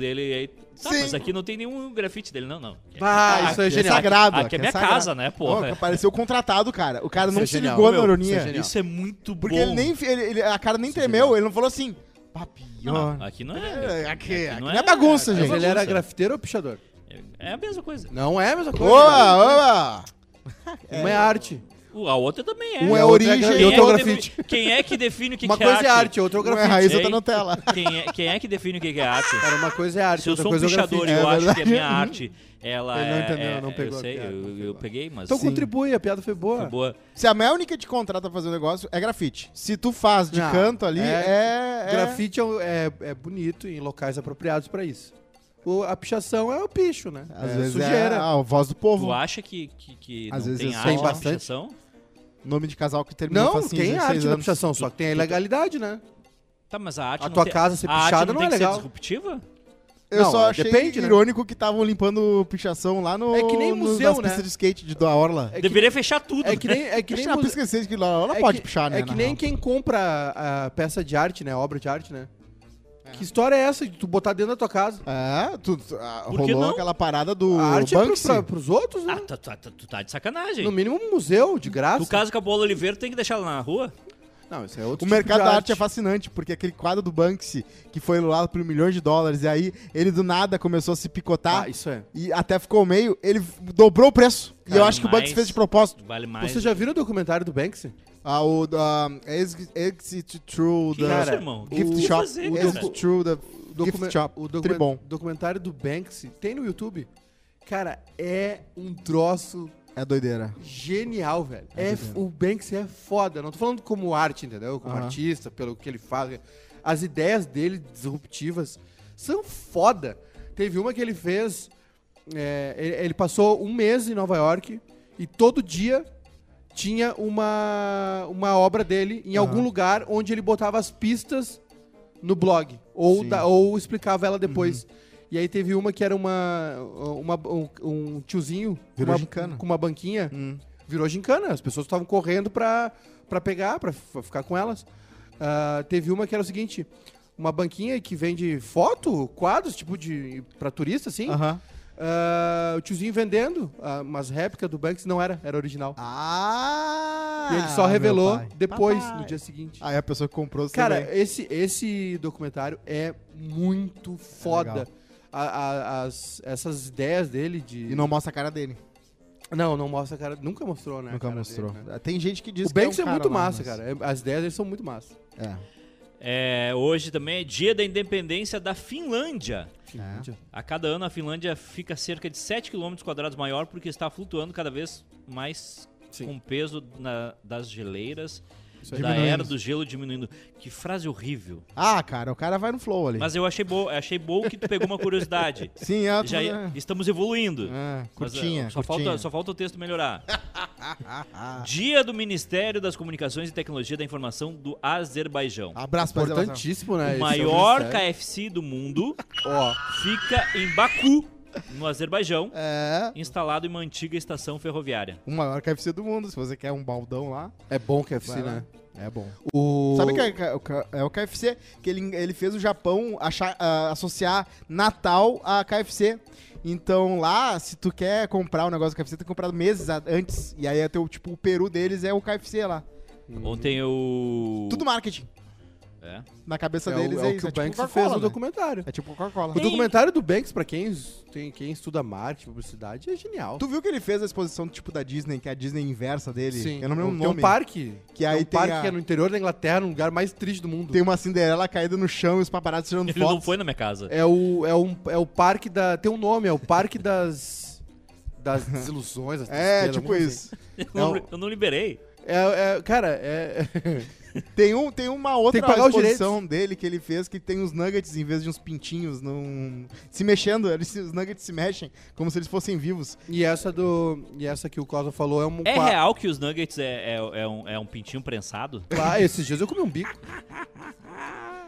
[SPEAKER 3] dele e aí. Tá,
[SPEAKER 2] Sim.
[SPEAKER 3] mas aqui não tem nenhum grafite dele, não, não.
[SPEAKER 4] Ah, isso é
[SPEAKER 2] aqui
[SPEAKER 4] genial.
[SPEAKER 2] sagrado.
[SPEAKER 3] Aqui é minha
[SPEAKER 2] sagrado.
[SPEAKER 3] casa, né,
[SPEAKER 2] Ó,
[SPEAKER 3] porra?
[SPEAKER 2] apareceu contratado, cara. O cara
[SPEAKER 4] Isso
[SPEAKER 2] não
[SPEAKER 4] é
[SPEAKER 2] se
[SPEAKER 4] genial.
[SPEAKER 2] ligou na
[SPEAKER 4] Meu,
[SPEAKER 2] ironia.
[SPEAKER 4] isso é genial.
[SPEAKER 3] Isso é muito
[SPEAKER 2] Porque
[SPEAKER 3] bom.
[SPEAKER 2] ele nem. ele- ele- a cara nem
[SPEAKER 4] Isso é
[SPEAKER 2] tremeu,
[SPEAKER 4] genial.
[SPEAKER 2] ele não falou assim.
[SPEAKER 3] Não,
[SPEAKER 2] Papião.
[SPEAKER 3] não, aqui não é.
[SPEAKER 2] É, Aqui, aqui
[SPEAKER 3] não
[SPEAKER 2] não
[SPEAKER 3] é-
[SPEAKER 2] é bagunça,
[SPEAKER 3] aqui
[SPEAKER 4] Mas
[SPEAKER 3] é
[SPEAKER 2] gente.
[SPEAKER 4] ele era
[SPEAKER 3] bagunça.
[SPEAKER 4] grafiteiro ou pichador?
[SPEAKER 3] É a mesma coisa.
[SPEAKER 4] Não é a mesma coisa. cara.
[SPEAKER 2] Oa, oa!
[SPEAKER 4] Uma é arte.
[SPEAKER 3] O- A outra também é.
[SPEAKER 2] Um é
[SPEAKER 4] outra
[SPEAKER 2] origem
[SPEAKER 4] grande-
[SPEAKER 2] e
[SPEAKER 4] e
[SPEAKER 2] outro
[SPEAKER 4] outra
[SPEAKER 2] é
[SPEAKER 3] que
[SPEAKER 4] grafite.
[SPEAKER 3] define- quem é que define o que,
[SPEAKER 4] uma
[SPEAKER 3] que é
[SPEAKER 4] coisa é arte,
[SPEAKER 3] arte?
[SPEAKER 4] outra é o
[SPEAKER 2] Não é
[SPEAKER 4] grafite.
[SPEAKER 2] raiz,
[SPEAKER 3] Ei.
[SPEAKER 2] outra Nutella.
[SPEAKER 3] Quem é, quem é que define o que que é arte?
[SPEAKER 4] Cara, uma coisa é arte,
[SPEAKER 3] Se eu
[SPEAKER 4] outra
[SPEAKER 3] sou um
[SPEAKER 4] coisa é o
[SPEAKER 3] pichador
[SPEAKER 4] grafite.
[SPEAKER 3] e eu
[SPEAKER 2] É
[SPEAKER 3] acho que a
[SPEAKER 2] verdade.
[SPEAKER 3] minha arte, ela
[SPEAKER 4] Ele não
[SPEAKER 3] é-
[SPEAKER 4] entendeu,
[SPEAKER 3] é-
[SPEAKER 4] não pegou
[SPEAKER 3] Eu
[SPEAKER 4] a
[SPEAKER 3] sei,
[SPEAKER 4] piada, não
[SPEAKER 3] eu,
[SPEAKER 4] pegou.
[SPEAKER 3] eu peguei, mas...
[SPEAKER 4] Então
[SPEAKER 3] Sim.
[SPEAKER 4] contribui, a piada foi boa.
[SPEAKER 3] Foi boa.
[SPEAKER 2] Se a Mel única te contrata pra fazer um negócio, é grafite. Se tu faz de
[SPEAKER 4] Não,
[SPEAKER 2] canto ali, é.
[SPEAKER 4] é-
[SPEAKER 2] é-
[SPEAKER 4] Grafite é, o- é- é bonito em locais apropriados pra isso. O- a pichação é o picho, né?
[SPEAKER 2] Às
[SPEAKER 4] É
[SPEAKER 2] vezes é
[SPEAKER 4] sujeira.
[SPEAKER 2] a voz do povo.
[SPEAKER 3] Tu acha que, que, que
[SPEAKER 2] Às
[SPEAKER 3] não
[SPEAKER 2] vezes
[SPEAKER 3] tem
[SPEAKER 2] eu
[SPEAKER 3] arte
[SPEAKER 4] sei
[SPEAKER 3] na
[SPEAKER 4] bastante.
[SPEAKER 3] pichação?
[SPEAKER 2] Nome de casal que terminou
[SPEAKER 4] Não,
[SPEAKER 2] faz assim,
[SPEAKER 4] tem
[SPEAKER 2] 16
[SPEAKER 4] arte na
[SPEAKER 2] anos.
[SPEAKER 4] pichação, só que tem a ilegalidade, né?
[SPEAKER 3] Tá, mas a arte
[SPEAKER 4] A
[SPEAKER 3] não
[SPEAKER 4] tua
[SPEAKER 3] tem-
[SPEAKER 4] casa ser
[SPEAKER 3] a arte
[SPEAKER 4] pichada
[SPEAKER 3] não,
[SPEAKER 4] não é
[SPEAKER 3] tem que
[SPEAKER 4] legal.
[SPEAKER 3] ser disruptiva?
[SPEAKER 2] Eu
[SPEAKER 4] Não,
[SPEAKER 2] só achei
[SPEAKER 4] depende, né?
[SPEAKER 2] irônico que estavam limpando pichação lá no.
[SPEAKER 4] É que nem
[SPEAKER 2] no-
[SPEAKER 4] museu,
[SPEAKER 2] nas
[SPEAKER 4] né?
[SPEAKER 2] pistas de skate de, da Orla.
[SPEAKER 4] É que-
[SPEAKER 3] Deveria fechar tudo,
[SPEAKER 4] É que
[SPEAKER 3] né?
[SPEAKER 4] nem, é que nem
[SPEAKER 2] Puxar a
[SPEAKER 4] muse-
[SPEAKER 2] pista de skate que lá, ela
[SPEAKER 4] é
[SPEAKER 2] pode
[SPEAKER 4] que-
[SPEAKER 2] puxar, né?
[SPEAKER 4] É que
[SPEAKER 2] na
[SPEAKER 4] nem
[SPEAKER 2] real.
[SPEAKER 4] quem compra a, a peça de arte, né? Obra de arte, né? Que história é essa de tu botar dentro da tua casa?
[SPEAKER 2] É, tu, tu- ah,
[SPEAKER 3] Por que
[SPEAKER 2] rolou
[SPEAKER 3] não?
[SPEAKER 2] aquela parada do
[SPEAKER 4] a arte é
[SPEAKER 2] Banksy.
[SPEAKER 4] pro, pra, pros outros, né?
[SPEAKER 3] Ah, tu, tu- tu- tu tá de
[SPEAKER 4] No
[SPEAKER 3] sacanagem.
[SPEAKER 4] mínimo um museu, de graça.
[SPEAKER 3] No caso com a bola Oliveira, tu tem que deixar ela na rua?
[SPEAKER 4] Não, isso é outro
[SPEAKER 2] O
[SPEAKER 4] tipo
[SPEAKER 2] mercado
[SPEAKER 4] de
[SPEAKER 2] da arte é fascinante, porque aquele quadro do Banksy, que foi lulado por milhões de dólares, e aí ele do nada começou a se picotar,
[SPEAKER 4] Ah, isso é.
[SPEAKER 2] e até ficou ao meio, ele dobrou o preço. e eu
[SPEAKER 3] Cara,
[SPEAKER 2] acho que o Banksy
[SPEAKER 3] mas-
[SPEAKER 2] fez de propósito.
[SPEAKER 3] Vale mais.
[SPEAKER 4] Você já viu o documentário do Banksy?
[SPEAKER 2] Ah, o da Exit, Exit Through
[SPEAKER 3] Que
[SPEAKER 2] the
[SPEAKER 3] isso, irmão?
[SPEAKER 2] Gift
[SPEAKER 3] O que
[SPEAKER 2] Shop.
[SPEAKER 3] fazer,
[SPEAKER 4] é
[SPEAKER 3] cara?
[SPEAKER 2] Exit Through the Gift Shop.
[SPEAKER 4] O
[SPEAKER 2] Tri
[SPEAKER 4] documen-
[SPEAKER 2] bom.
[SPEAKER 4] documentário do Banksy tem no YouTube. Cara, é um troço
[SPEAKER 2] É doideira.
[SPEAKER 4] genial, velho.
[SPEAKER 2] É
[SPEAKER 4] É,
[SPEAKER 2] doideira.
[SPEAKER 4] o Banksy é foda. Não tô falando como arte, entendeu? Como
[SPEAKER 2] Aham.
[SPEAKER 4] artista, pelo que ele faz. As ideias dele disruptivas são foda. Teve uma que ele fez. é, ele, ele passou um mês em Nova York e todo dia tinha uma, uma obra dele em algum lugar onde ele botava as pistas no blog. Ou,
[SPEAKER 2] Sim. Uhum.
[SPEAKER 4] da- ou explicava ela depois. E aí teve uma que era uma, uma- um, um tiozinho
[SPEAKER 2] Virou
[SPEAKER 4] uma-
[SPEAKER 2] gincana.
[SPEAKER 4] com uma banquinha
[SPEAKER 2] Hum.
[SPEAKER 4] virou gincana. As pessoas estavam correndo pra, pra pegar, pra f- ficar com elas. Ah, teve uma que era o seguinte: uma banquinha que vende foto, quadros, tipo de. pra turista, assim.
[SPEAKER 2] Aham.
[SPEAKER 4] Ah, o tiozinho vendendo, ah, umas réplicas do Banks não era, era original.
[SPEAKER 2] Ah!
[SPEAKER 4] e ele só
[SPEAKER 2] meu
[SPEAKER 4] revelou
[SPEAKER 2] pai.
[SPEAKER 4] depois,
[SPEAKER 2] Papai.
[SPEAKER 4] no dia seguinte.
[SPEAKER 2] Aí a pessoa que comprou você
[SPEAKER 4] Cara, esse, esse documentário é muito foda.
[SPEAKER 2] É legal.
[SPEAKER 4] A- a- as- essas ideias dele de.
[SPEAKER 2] E não mostra a cara dele.
[SPEAKER 4] não, não mostra a cara. Nunca mostrou, né? a
[SPEAKER 2] Nunca
[SPEAKER 4] cara
[SPEAKER 2] mostrou.
[SPEAKER 4] dele, né?
[SPEAKER 2] Tem gente que diz
[SPEAKER 4] o
[SPEAKER 2] que
[SPEAKER 4] Banks é,
[SPEAKER 2] um cara
[SPEAKER 4] muito
[SPEAKER 2] lá,
[SPEAKER 4] massa,
[SPEAKER 2] mas-
[SPEAKER 4] cara. É- As ideias dele são muito massa.
[SPEAKER 2] É.
[SPEAKER 3] É, hoje também é dia da independência da Finlândia.
[SPEAKER 2] É.
[SPEAKER 3] A cada ano a Finlândia fica cerca de 7 km quadrados maior porque está flutuando cada vez mais
[SPEAKER 4] Sim.
[SPEAKER 3] com o peso na- das geleiras,
[SPEAKER 2] aí.
[SPEAKER 3] da
[SPEAKER 2] Diminuindo.
[SPEAKER 3] era do gelo diminuindo. Que frase horrível.
[SPEAKER 2] Ah, cara, o cara vai no flow ali.
[SPEAKER 3] Mas eu achei bom, achei bom que tu pegou uma curiosidade.
[SPEAKER 2] Sim, é.
[SPEAKER 3] Já
[SPEAKER 2] é.
[SPEAKER 3] estamos evoluindo.
[SPEAKER 4] é,
[SPEAKER 2] Ah,
[SPEAKER 3] Mas,
[SPEAKER 2] curtinha,
[SPEAKER 3] eh, só,
[SPEAKER 2] curtinha.
[SPEAKER 3] Falta, só falta o texto melhorar. Dia do Ministério das Comunicações e Tecnologia da Informação do Azerbaijão.
[SPEAKER 2] Abraço pra Importante.
[SPEAKER 4] Importantíssimo, né?
[SPEAKER 3] o
[SPEAKER 4] esse
[SPEAKER 3] maior
[SPEAKER 4] ministério.
[SPEAKER 3] KFC do mundo
[SPEAKER 4] Ó,
[SPEAKER 3] fica em Baku, no Azerbaijão,
[SPEAKER 2] É.
[SPEAKER 3] instalado em uma antiga estação ferroviária.
[SPEAKER 2] O maior KFC do mundo. Se você quer um baldão lá,
[SPEAKER 4] é bom que FC,
[SPEAKER 2] Vai lá.
[SPEAKER 4] né?
[SPEAKER 2] é bom.
[SPEAKER 4] O...
[SPEAKER 2] Sabe que é, que é o K- é o KFC que ele, ele fez o Japão achar- ah, associar Natal a KFC. Então lá, se tu quer comprar um negócio do KFC, tem que comprar meses a- antes. E aí é até o tipo, o peru deles é o KFC lá.
[SPEAKER 3] Ontem eu.
[SPEAKER 2] Tudo marketing.
[SPEAKER 3] É.
[SPEAKER 2] Na cabeça
[SPEAKER 4] É o,
[SPEAKER 2] deles
[SPEAKER 4] é o
[SPEAKER 2] é,
[SPEAKER 4] que
[SPEAKER 2] isso.
[SPEAKER 4] o
[SPEAKER 2] É tipo
[SPEAKER 4] Banks fez
[SPEAKER 2] Coca-Cola,
[SPEAKER 4] no
[SPEAKER 2] né?
[SPEAKER 4] documentário.
[SPEAKER 2] É tipo Coca-Cola.
[SPEAKER 4] O documentário do Banks, pra quem, es- tem, quem estuda marketing, publicidade, é genial.
[SPEAKER 2] Tu viu que ele fez a exposição tipo da Disney, que é a Disney inversa dele? Eu não me lembro o
[SPEAKER 4] Tem
[SPEAKER 2] nome.
[SPEAKER 4] um parque.
[SPEAKER 2] Que aí
[SPEAKER 4] um
[SPEAKER 2] tem
[SPEAKER 4] parque
[SPEAKER 2] a-
[SPEAKER 4] que é no interior da Inglaterra, num lugar mais triste do mundo.
[SPEAKER 2] Tem uma Cinderela caída no chão e os paparazzi tirando
[SPEAKER 3] Ele
[SPEAKER 2] fotos.
[SPEAKER 3] não foi na minha casa.
[SPEAKER 4] É o, é, um, é o parque da. Tem um nome, é o parque das. Das desilusões, das
[SPEAKER 2] É,
[SPEAKER 4] tristezas,
[SPEAKER 2] tipo
[SPEAKER 4] alguma coisa
[SPEAKER 2] isso.
[SPEAKER 3] Eu
[SPEAKER 4] não.
[SPEAKER 3] não, eu não liberei.
[SPEAKER 4] assim. É, é, cara, é.
[SPEAKER 2] Tem, um, tem uma outra
[SPEAKER 4] Tem que pagar os
[SPEAKER 2] exposição dele que ele fez que tem uns nuggets em vez de uns pintinhos num... se mexendo. Eles, se- os nuggets se mexem como se eles fossem vivos.
[SPEAKER 4] E essa do. E essa que o Cosa falou é um.
[SPEAKER 3] É
[SPEAKER 4] qua-
[SPEAKER 3] real que os nuggets é, é, é um, é um pintinho prensado?
[SPEAKER 4] Lá, esses dias eu comi um bico.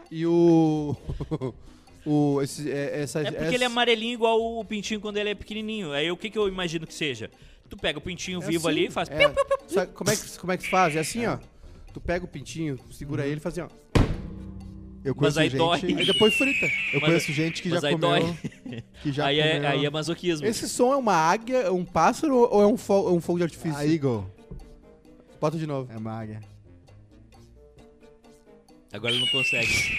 [SPEAKER 4] E o. o esse, é, essa,
[SPEAKER 3] É porque
[SPEAKER 4] essa-
[SPEAKER 3] ele é amarelinho igual o pintinho quando ele é pequenininho. Aí o que, que eu imagino que seja? Tu pega o pintinho
[SPEAKER 4] é
[SPEAKER 3] vivo
[SPEAKER 4] assim,
[SPEAKER 3] ali e faz...
[SPEAKER 4] é.
[SPEAKER 3] piu, piu, piu.
[SPEAKER 4] Sabe como, é que, como é que faz? É assim, ó. Tu pega o pintinho, segura ele e faz assim, ó.
[SPEAKER 2] Uhum. Eu
[SPEAKER 3] Mas
[SPEAKER 2] conheço
[SPEAKER 3] aí
[SPEAKER 2] gente,
[SPEAKER 3] dói.
[SPEAKER 4] Aí depois frita.
[SPEAKER 2] Eu
[SPEAKER 3] Mas-
[SPEAKER 2] conheço gente que já
[SPEAKER 3] Mas aí
[SPEAKER 2] comeu.
[SPEAKER 3] dói.
[SPEAKER 2] Que já
[SPEAKER 3] aí, é,
[SPEAKER 2] comeu-
[SPEAKER 3] aí é masoquismo.
[SPEAKER 4] Esse som é uma águia, é um pássaro ou é um, fo- é um fogo de artifício?
[SPEAKER 2] A Eagle
[SPEAKER 4] Bota de novo.
[SPEAKER 2] é uma águia.
[SPEAKER 3] Agora ele não consegue.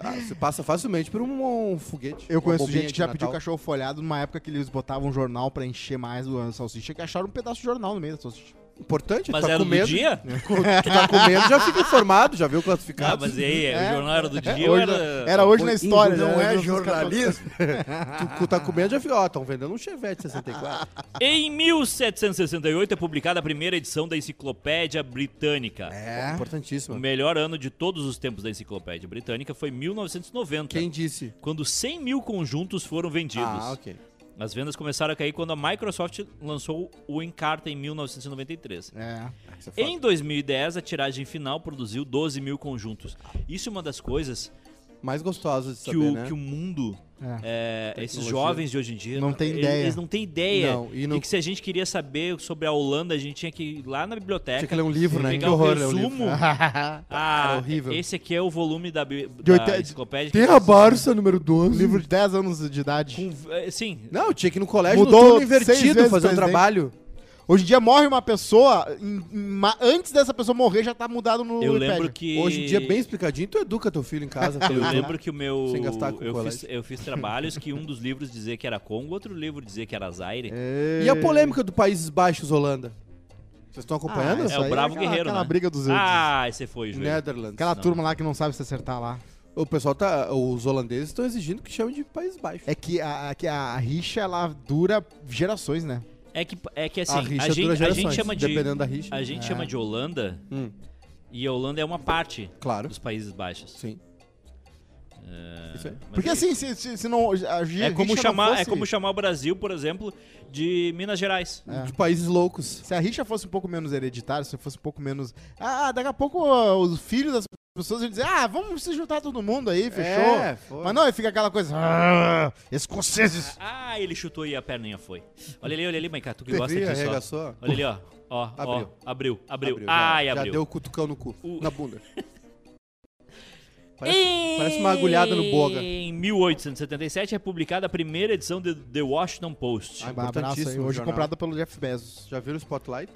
[SPEAKER 4] Ah, você passa facilmente por um, um foguete.
[SPEAKER 2] Eu
[SPEAKER 4] uma
[SPEAKER 2] conheço
[SPEAKER 4] bombinha
[SPEAKER 2] gente que
[SPEAKER 4] de
[SPEAKER 2] já
[SPEAKER 4] Natal.
[SPEAKER 2] pediu cachorro folhado numa época que eles botavam um jornal pra encher mais a salsicha, que acharam um pedaço de jornal no meio da salsicha.
[SPEAKER 4] Importante,
[SPEAKER 3] Mas é
[SPEAKER 4] tu tá
[SPEAKER 3] era
[SPEAKER 4] com
[SPEAKER 3] do
[SPEAKER 4] medo.
[SPEAKER 3] dia?
[SPEAKER 4] Tu tá com medo, já fica informado, já viu o
[SPEAKER 3] Ah,
[SPEAKER 4] classificado.
[SPEAKER 3] mas e aí,
[SPEAKER 2] É.
[SPEAKER 3] o jornal era do dia
[SPEAKER 2] É,
[SPEAKER 3] ou
[SPEAKER 2] hoje-
[SPEAKER 3] era...
[SPEAKER 2] Era hoje na história, né?
[SPEAKER 5] Não
[SPEAKER 2] Hoje
[SPEAKER 5] é
[SPEAKER 2] nós vamos ficar
[SPEAKER 5] jornalismo.
[SPEAKER 4] Tu, tu tá com medo, já fica, ó, estão vendendo um Chevette 64.
[SPEAKER 3] Em 1768 é publicada a primeira edição da Enciclopédia Britânica.
[SPEAKER 2] É.
[SPEAKER 3] O
[SPEAKER 4] Importantíssimo.
[SPEAKER 3] melhor ano de todos os tempos da Enciclopédia Britânica foi 1990,
[SPEAKER 4] Quem disse?
[SPEAKER 3] quando 100 mil conjuntos foram vendidos.
[SPEAKER 4] Ah, ok.
[SPEAKER 3] As vendas começaram a cair quando a Microsoft lançou o Encarta em 1993.
[SPEAKER 2] É.
[SPEAKER 4] Isso é foda.
[SPEAKER 3] Em 2010, a tiragem final produziu 12 mil conjuntos. Isso é uma das coisas
[SPEAKER 4] Mais gostoso de
[SPEAKER 3] que,
[SPEAKER 4] saber,
[SPEAKER 3] o,
[SPEAKER 4] né?
[SPEAKER 3] que o mundo, é, esses
[SPEAKER 4] Tecnologia.
[SPEAKER 3] jovens de hoje em dia,
[SPEAKER 2] Não tem
[SPEAKER 3] eles,
[SPEAKER 2] ideia.
[SPEAKER 3] eles não têm ideia.
[SPEAKER 4] Não, e
[SPEAKER 3] e,
[SPEAKER 4] não-
[SPEAKER 3] que se a gente queria saber sobre a Holanda, a gente tinha que ir lá na biblioteca.
[SPEAKER 4] Tinha que ler um livro, né? Que
[SPEAKER 3] Pegar o
[SPEAKER 4] horror ler um livro.
[SPEAKER 3] resumo. ah,
[SPEAKER 4] Cara, horrível.
[SPEAKER 3] Esse aqui é o volume da, bi-
[SPEAKER 2] De
[SPEAKER 3] da
[SPEAKER 2] oitenta-
[SPEAKER 3] enciclopédia.
[SPEAKER 4] Tem
[SPEAKER 3] que-
[SPEAKER 4] a Barça número 12.
[SPEAKER 2] Livro de 10 anos de idade.
[SPEAKER 3] com- eh, Sim.
[SPEAKER 4] Não, tinha que ir no colégio
[SPEAKER 2] Mudou
[SPEAKER 4] no turno
[SPEAKER 2] seis
[SPEAKER 4] invertido
[SPEAKER 2] vezes
[SPEAKER 4] fazer um
[SPEAKER 2] presidente.
[SPEAKER 4] trabalho.
[SPEAKER 2] Hoje em dia morre uma pessoa, em- em ma- antes dessa pessoa morrer já tá mudado no
[SPEAKER 3] Eu
[SPEAKER 2] Wikipedia.
[SPEAKER 3] lembro que...
[SPEAKER 4] Hoje em dia, é bem explicadinho, tu educa teu filho em casa. pelo
[SPEAKER 3] Eu
[SPEAKER 4] YouTube.
[SPEAKER 3] lembro que o meu.
[SPEAKER 4] Sem gastar com
[SPEAKER 3] eu,
[SPEAKER 4] colégio.
[SPEAKER 3] fiz, eu fiz trabalhos que um dos livros dizia que era Congo, outro livro dizia que era Zaire. É,
[SPEAKER 4] E a polêmica do Países Baixos, Holanda? Vocês estão acompanhando?
[SPEAKER 3] isso É o aí. bravo
[SPEAKER 2] aquela,
[SPEAKER 3] guerreiro,
[SPEAKER 2] Aquela
[SPEAKER 3] né?
[SPEAKER 2] briga dos euros.
[SPEAKER 3] ah, esse foi o joelho.
[SPEAKER 4] Netherlands.
[SPEAKER 2] aquela
[SPEAKER 3] não.
[SPEAKER 2] turma lá que não sabe se acertar lá.
[SPEAKER 4] O pessoal tá. Os holandeses estão exigindo que chamem de Países Baixos.
[SPEAKER 2] É que a, a- que a rixa, ela dura gerações, né?
[SPEAKER 3] É que, é que assim,
[SPEAKER 4] a
[SPEAKER 3] a,
[SPEAKER 4] rixa dura
[SPEAKER 3] gente, a
[SPEAKER 4] gerações,
[SPEAKER 3] gente chama de.
[SPEAKER 4] dependendo da rixa.
[SPEAKER 3] A gente
[SPEAKER 2] É.
[SPEAKER 3] chama de Holanda
[SPEAKER 4] Hum,
[SPEAKER 3] e a Holanda é uma parte
[SPEAKER 4] claro,
[SPEAKER 3] dos Países Baixos.
[SPEAKER 4] sim.
[SPEAKER 3] É,
[SPEAKER 4] Isso aí.
[SPEAKER 3] mas
[SPEAKER 2] Porque
[SPEAKER 3] é
[SPEAKER 2] assim, se, se, se não. A gi-
[SPEAKER 3] É como,
[SPEAKER 2] rixa
[SPEAKER 3] chamar,
[SPEAKER 2] não fosse-
[SPEAKER 3] é como chamar o Brasil, por exemplo, de Minas Gerais.
[SPEAKER 2] É.
[SPEAKER 4] De países loucos.
[SPEAKER 2] Se a rixa fosse um pouco menos hereditária, se fosse um pouco menos. Ah, daqui a pouco ah, os filhos das pessoas iam dizer: ah, vamos se juntar todo mundo aí, fechou.
[SPEAKER 4] É, foi.
[SPEAKER 2] Mas não, aí fica aquela coisa. Ah, escoceses.
[SPEAKER 3] Ah, ele chutou e a perninha foi. Olha ali, olha ali, Maiká, tu que
[SPEAKER 4] Você
[SPEAKER 3] gosta
[SPEAKER 4] viu,
[SPEAKER 3] disso.
[SPEAKER 4] arregaçou.
[SPEAKER 3] ó. Olha ali, ó. Ó,
[SPEAKER 4] Abriu.
[SPEAKER 3] abriu. ó, abriu, abriu.
[SPEAKER 4] já-
[SPEAKER 3] Ai,
[SPEAKER 4] já,
[SPEAKER 3] abriu.
[SPEAKER 4] deu o cutucão no cu.
[SPEAKER 3] O-
[SPEAKER 4] Na bunda. Parece- parece uma agulhada no boga.
[SPEAKER 3] Em 1877 é publicada a primeira edição de The Washington Post.
[SPEAKER 4] Ah,
[SPEAKER 2] Um abraço aí.
[SPEAKER 4] importantíssimo
[SPEAKER 2] Hoje
[SPEAKER 4] jornal.
[SPEAKER 2] comprada pelo Jeff Bezos.
[SPEAKER 4] Já viram o Spotlight?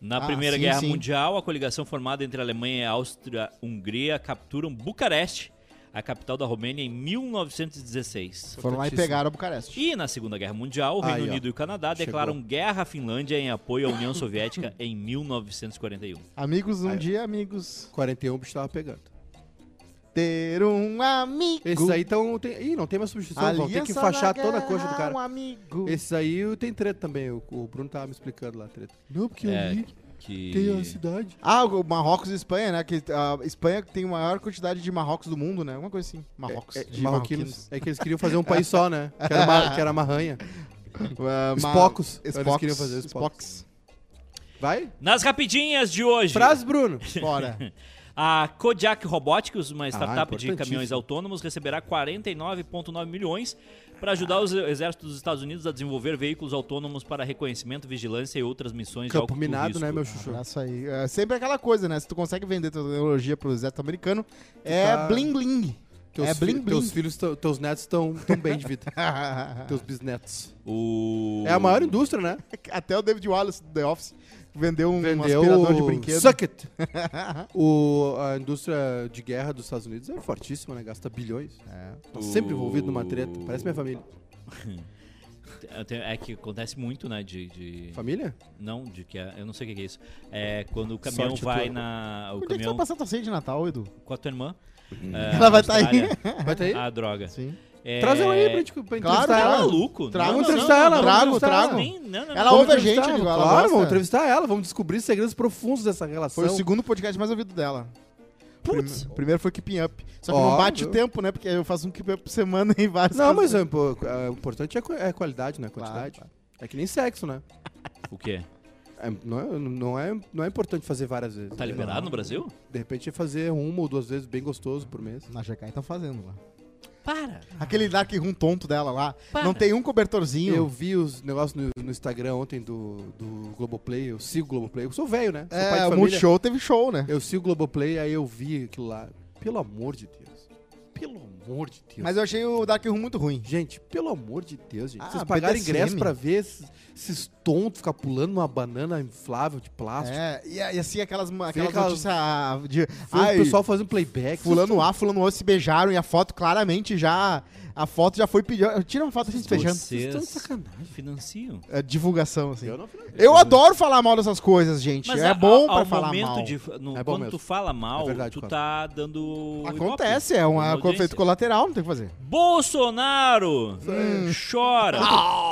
[SPEAKER 3] Na
[SPEAKER 2] Ah,
[SPEAKER 3] Primeira
[SPEAKER 2] sim,
[SPEAKER 3] Guerra
[SPEAKER 2] sim.
[SPEAKER 3] Mundial, a coligação formada entre a Alemanha e a Áustria-Hungria capturam Bucareste, a capital da Romênia, em 1916.
[SPEAKER 2] Foram lá e pegaram a Bucareste.
[SPEAKER 3] E na Segunda Guerra Mundial, o
[SPEAKER 4] Aí,
[SPEAKER 3] Reino
[SPEAKER 4] ó.
[SPEAKER 3] Unido e o Canadá
[SPEAKER 4] Chegou.
[SPEAKER 3] declaram guerra à Finlândia em apoio à União Soviética em 1941.
[SPEAKER 2] Amigos um dia, amigos.
[SPEAKER 4] 41 o bicho tava pegando.
[SPEAKER 2] Ter um amigo.
[SPEAKER 4] Esses aí tão. Tem... Ih, não tem mais substituição. Vão ter que
[SPEAKER 2] Aliança
[SPEAKER 4] enfaixar
[SPEAKER 2] na
[SPEAKER 4] toda a coxa do
[SPEAKER 2] guerra, Um
[SPEAKER 4] cara.
[SPEAKER 2] amigo.
[SPEAKER 4] Esses aí tem treta também. O, o Bruno tava me explicando lá a treta. Não, porque
[SPEAKER 3] É,
[SPEAKER 4] eu li,
[SPEAKER 3] Que...
[SPEAKER 4] tem a cidade.
[SPEAKER 2] Ah, o Marrocos e Espanha, né? Que a Espanha tem a maior quantidade de Marrocos do mundo, né? Alguma coisa assim. Marrocos.
[SPEAKER 4] É, é,
[SPEAKER 2] de
[SPEAKER 4] marroquinos. É que eles queriam fazer um país só, né? Que era, uma, que era marranha.
[SPEAKER 2] Uh,
[SPEAKER 4] Os
[SPEAKER 2] ma-
[SPEAKER 4] pocos. Eles
[SPEAKER 2] Spocks.
[SPEAKER 4] queriam fazer os pocos.
[SPEAKER 2] Spocks.
[SPEAKER 4] Vai?
[SPEAKER 3] Nas rapidinhas de hoje.
[SPEAKER 4] Frase, Bruno.
[SPEAKER 2] Bora.
[SPEAKER 3] A Kodiak Robotics, uma startup de
[SPEAKER 4] Ah, importantíssimo.
[SPEAKER 3] caminhões autônomos, receberá 49,9 milhões para ajudar os exércitos dos Estados Unidos a desenvolver veículos autônomos para reconhecimento, vigilância e outras missões de
[SPEAKER 4] Campo
[SPEAKER 3] alto
[SPEAKER 4] minado,
[SPEAKER 3] risco.
[SPEAKER 4] né, meu
[SPEAKER 2] Um
[SPEAKER 4] chuchu?
[SPEAKER 2] abraço aí. É sempre aquela coisa, né? Se tu consegue vender tua tecnologia pro exército americano, é
[SPEAKER 4] tá-
[SPEAKER 2] bling bling.
[SPEAKER 4] Teus,
[SPEAKER 2] é
[SPEAKER 4] fi-
[SPEAKER 2] bling bling.
[SPEAKER 4] teus filhos, tão- teus netos estão tão bem de vida. teus bisnetos.
[SPEAKER 3] O...
[SPEAKER 4] É a maior indústria, né?
[SPEAKER 2] Até o David Wallace do The Office Vendeu um
[SPEAKER 4] Vendeu
[SPEAKER 2] aspirador de
[SPEAKER 4] o
[SPEAKER 2] brinquedo.
[SPEAKER 4] Suck it. o, a indústria de guerra dos Estados Unidos é fortíssima, né? Gasta bilhões. Tá sempre envolvido numa treta. Parece minha família.
[SPEAKER 3] Eu tenho- É que acontece muito, né? De. de-
[SPEAKER 4] Família?
[SPEAKER 3] Não, de que é- eu não sei o que que é isso. É quando o caminhão
[SPEAKER 4] Sorte
[SPEAKER 3] vai
[SPEAKER 4] tua.
[SPEAKER 3] na.
[SPEAKER 2] Onde
[SPEAKER 3] O
[SPEAKER 2] é que tu
[SPEAKER 3] caminhão
[SPEAKER 2] vai passar tua ceia de Natal, Edu?
[SPEAKER 3] com a tua irmã. é,
[SPEAKER 2] Ela vai
[SPEAKER 3] na
[SPEAKER 2] tá aí.
[SPEAKER 3] Austrália.
[SPEAKER 4] Uhum. Vai ter aí?
[SPEAKER 3] Ah, droga.
[SPEAKER 2] Sim.
[SPEAKER 3] É,
[SPEAKER 4] Traz ela aí pra gente pra entrevistar
[SPEAKER 2] claro.
[SPEAKER 3] Tá
[SPEAKER 4] ela.
[SPEAKER 3] maluco?
[SPEAKER 2] Trago, um
[SPEAKER 3] Não,
[SPEAKER 4] Vamos
[SPEAKER 3] não,
[SPEAKER 4] entrevistar
[SPEAKER 3] não,
[SPEAKER 4] ela,
[SPEAKER 3] não,
[SPEAKER 4] vamos
[SPEAKER 2] trago,
[SPEAKER 4] entrevistar
[SPEAKER 2] trago.
[SPEAKER 4] ela.
[SPEAKER 3] nem- não, não,
[SPEAKER 2] Ela
[SPEAKER 3] não.
[SPEAKER 2] ouve a gente,
[SPEAKER 4] entrevistar
[SPEAKER 2] Diego, ela
[SPEAKER 4] Claro,
[SPEAKER 2] gosta.
[SPEAKER 4] vamos entrevistar ela, vamos descobrir segredos profundos dessa relação.
[SPEAKER 2] Foi o segundo podcast mais ouvido dela.
[SPEAKER 3] Putz.
[SPEAKER 2] Prime- Primeiro foi Keeping Up. Só que
[SPEAKER 4] Ó,
[SPEAKER 2] não bate
[SPEAKER 4] viu?
[SPEAKER 2] o tempo, né? Porque eu faço um Keeping Up por semana em vários.
[SPEAKER 4] Não, mas é, pô, é, o importante é a qua- é a qualidade, né? A quantidade.
[SPEAKER 2] Claro,
[SPEAKER 4] É que nem sexo, né?
[SPEAKER 3] O quê?
[SPEAKER 4] É, não, é, não, é, não é importante fazer várias vezes.
[SPEAKER 3] Tá liberado no Brasil?
[SPEAKER 4] De repente é fazer uma ou duas vezes bem gostoso por mês.
[SPEAKER 2] Na GK estão fazendo lá.
[SPEAKER 3] Para!
[SPEAKER 2] Aquele dark room tonto dela lá.
[SPEAKER 3] Para.
[SPEAKER 2] Não tem um cobertorzinho.
[SPEAKER 4] Eu vi os negócios no, no Instagram ontem do, do Globoplay, eu sigo o Globoplay. Eu sou velho, né? Sou pai de
[SPEAKER 2] É, o
[SPEAKER 4] família.
[SPEAKER 2] Multishow teve show, né?
[SPEAKER 4] Eu sigo o Globoplay, aí eu vi aquilo lá. Pelo amor de Deus. Pelo amor de Deus.
[SPEAKER 2] Mas eu achei o Dark Room muito ruim.
[SPEAKER 4] Gente, pelo amor de Deus, gente.
[SPEAKER 2] Ah,
[SPEAKER 4] Vocês pagaram
[SPEAKER 2] BDSM.
[SPEAKER 4] ingresso pra ver esses, esses tontos ficar pulando uma banana inflável de plástico.
[SPEAKER 2] É, e, e assim aquelas, aquelas
[SPEAKER 4] aquelas-
[SPEAKER 2] notícias ah, de.
[SPEAKER 4] Foi
[SPEAKER 2] Ai,
[SPEAKER 4] o pessoal fazendo playback.
[SPEAKER 2] Fulano A, fulano O se beijaram e a foto claramente já. A foto já foi pedindo. Tira uma foto a gente beijando.
[SPEAKER 3] Vocês
[SPEAKER 4] Vocês estão de sacanagem.
[SPEAKER 3] financiam.
[SPEAKER 2] É, divulgação, assim.
[SPEAKER 4] Eu
[SPEAKER 2] Eu,
[SPEAKER 4] não fiz nada.
[SPEAKER 2] adoro falar mal dessas coisas, gente. é
[SPEAKER 3] a-
[SPEAKER 2] bom
[SPEAKER 3] ao
[SPEAKER 2] pra falar
[SPEAKER 3] momento
[SPEAKER 2] mal.
[SPEAKER 3] de fa- no-
[SPEAKER 4] É bom
[SPEAKER 3] quando
[SPEAKER 4] mesmo.
[SPEAKER 3] tu fala mal,
[SPEAKER 4] É verdade,
[SPEAKER 3] tu
[SPEAKER 4] Cosmo.
[SPEAKER 3] tá dando.
[SPEAKER 2] Acontece, é um
[SPEAKER 3] uma
[SPEAKER 2] efeito colateral, não tem o que fazer.
[SPEAKER 3] Bolsonaro hum, chora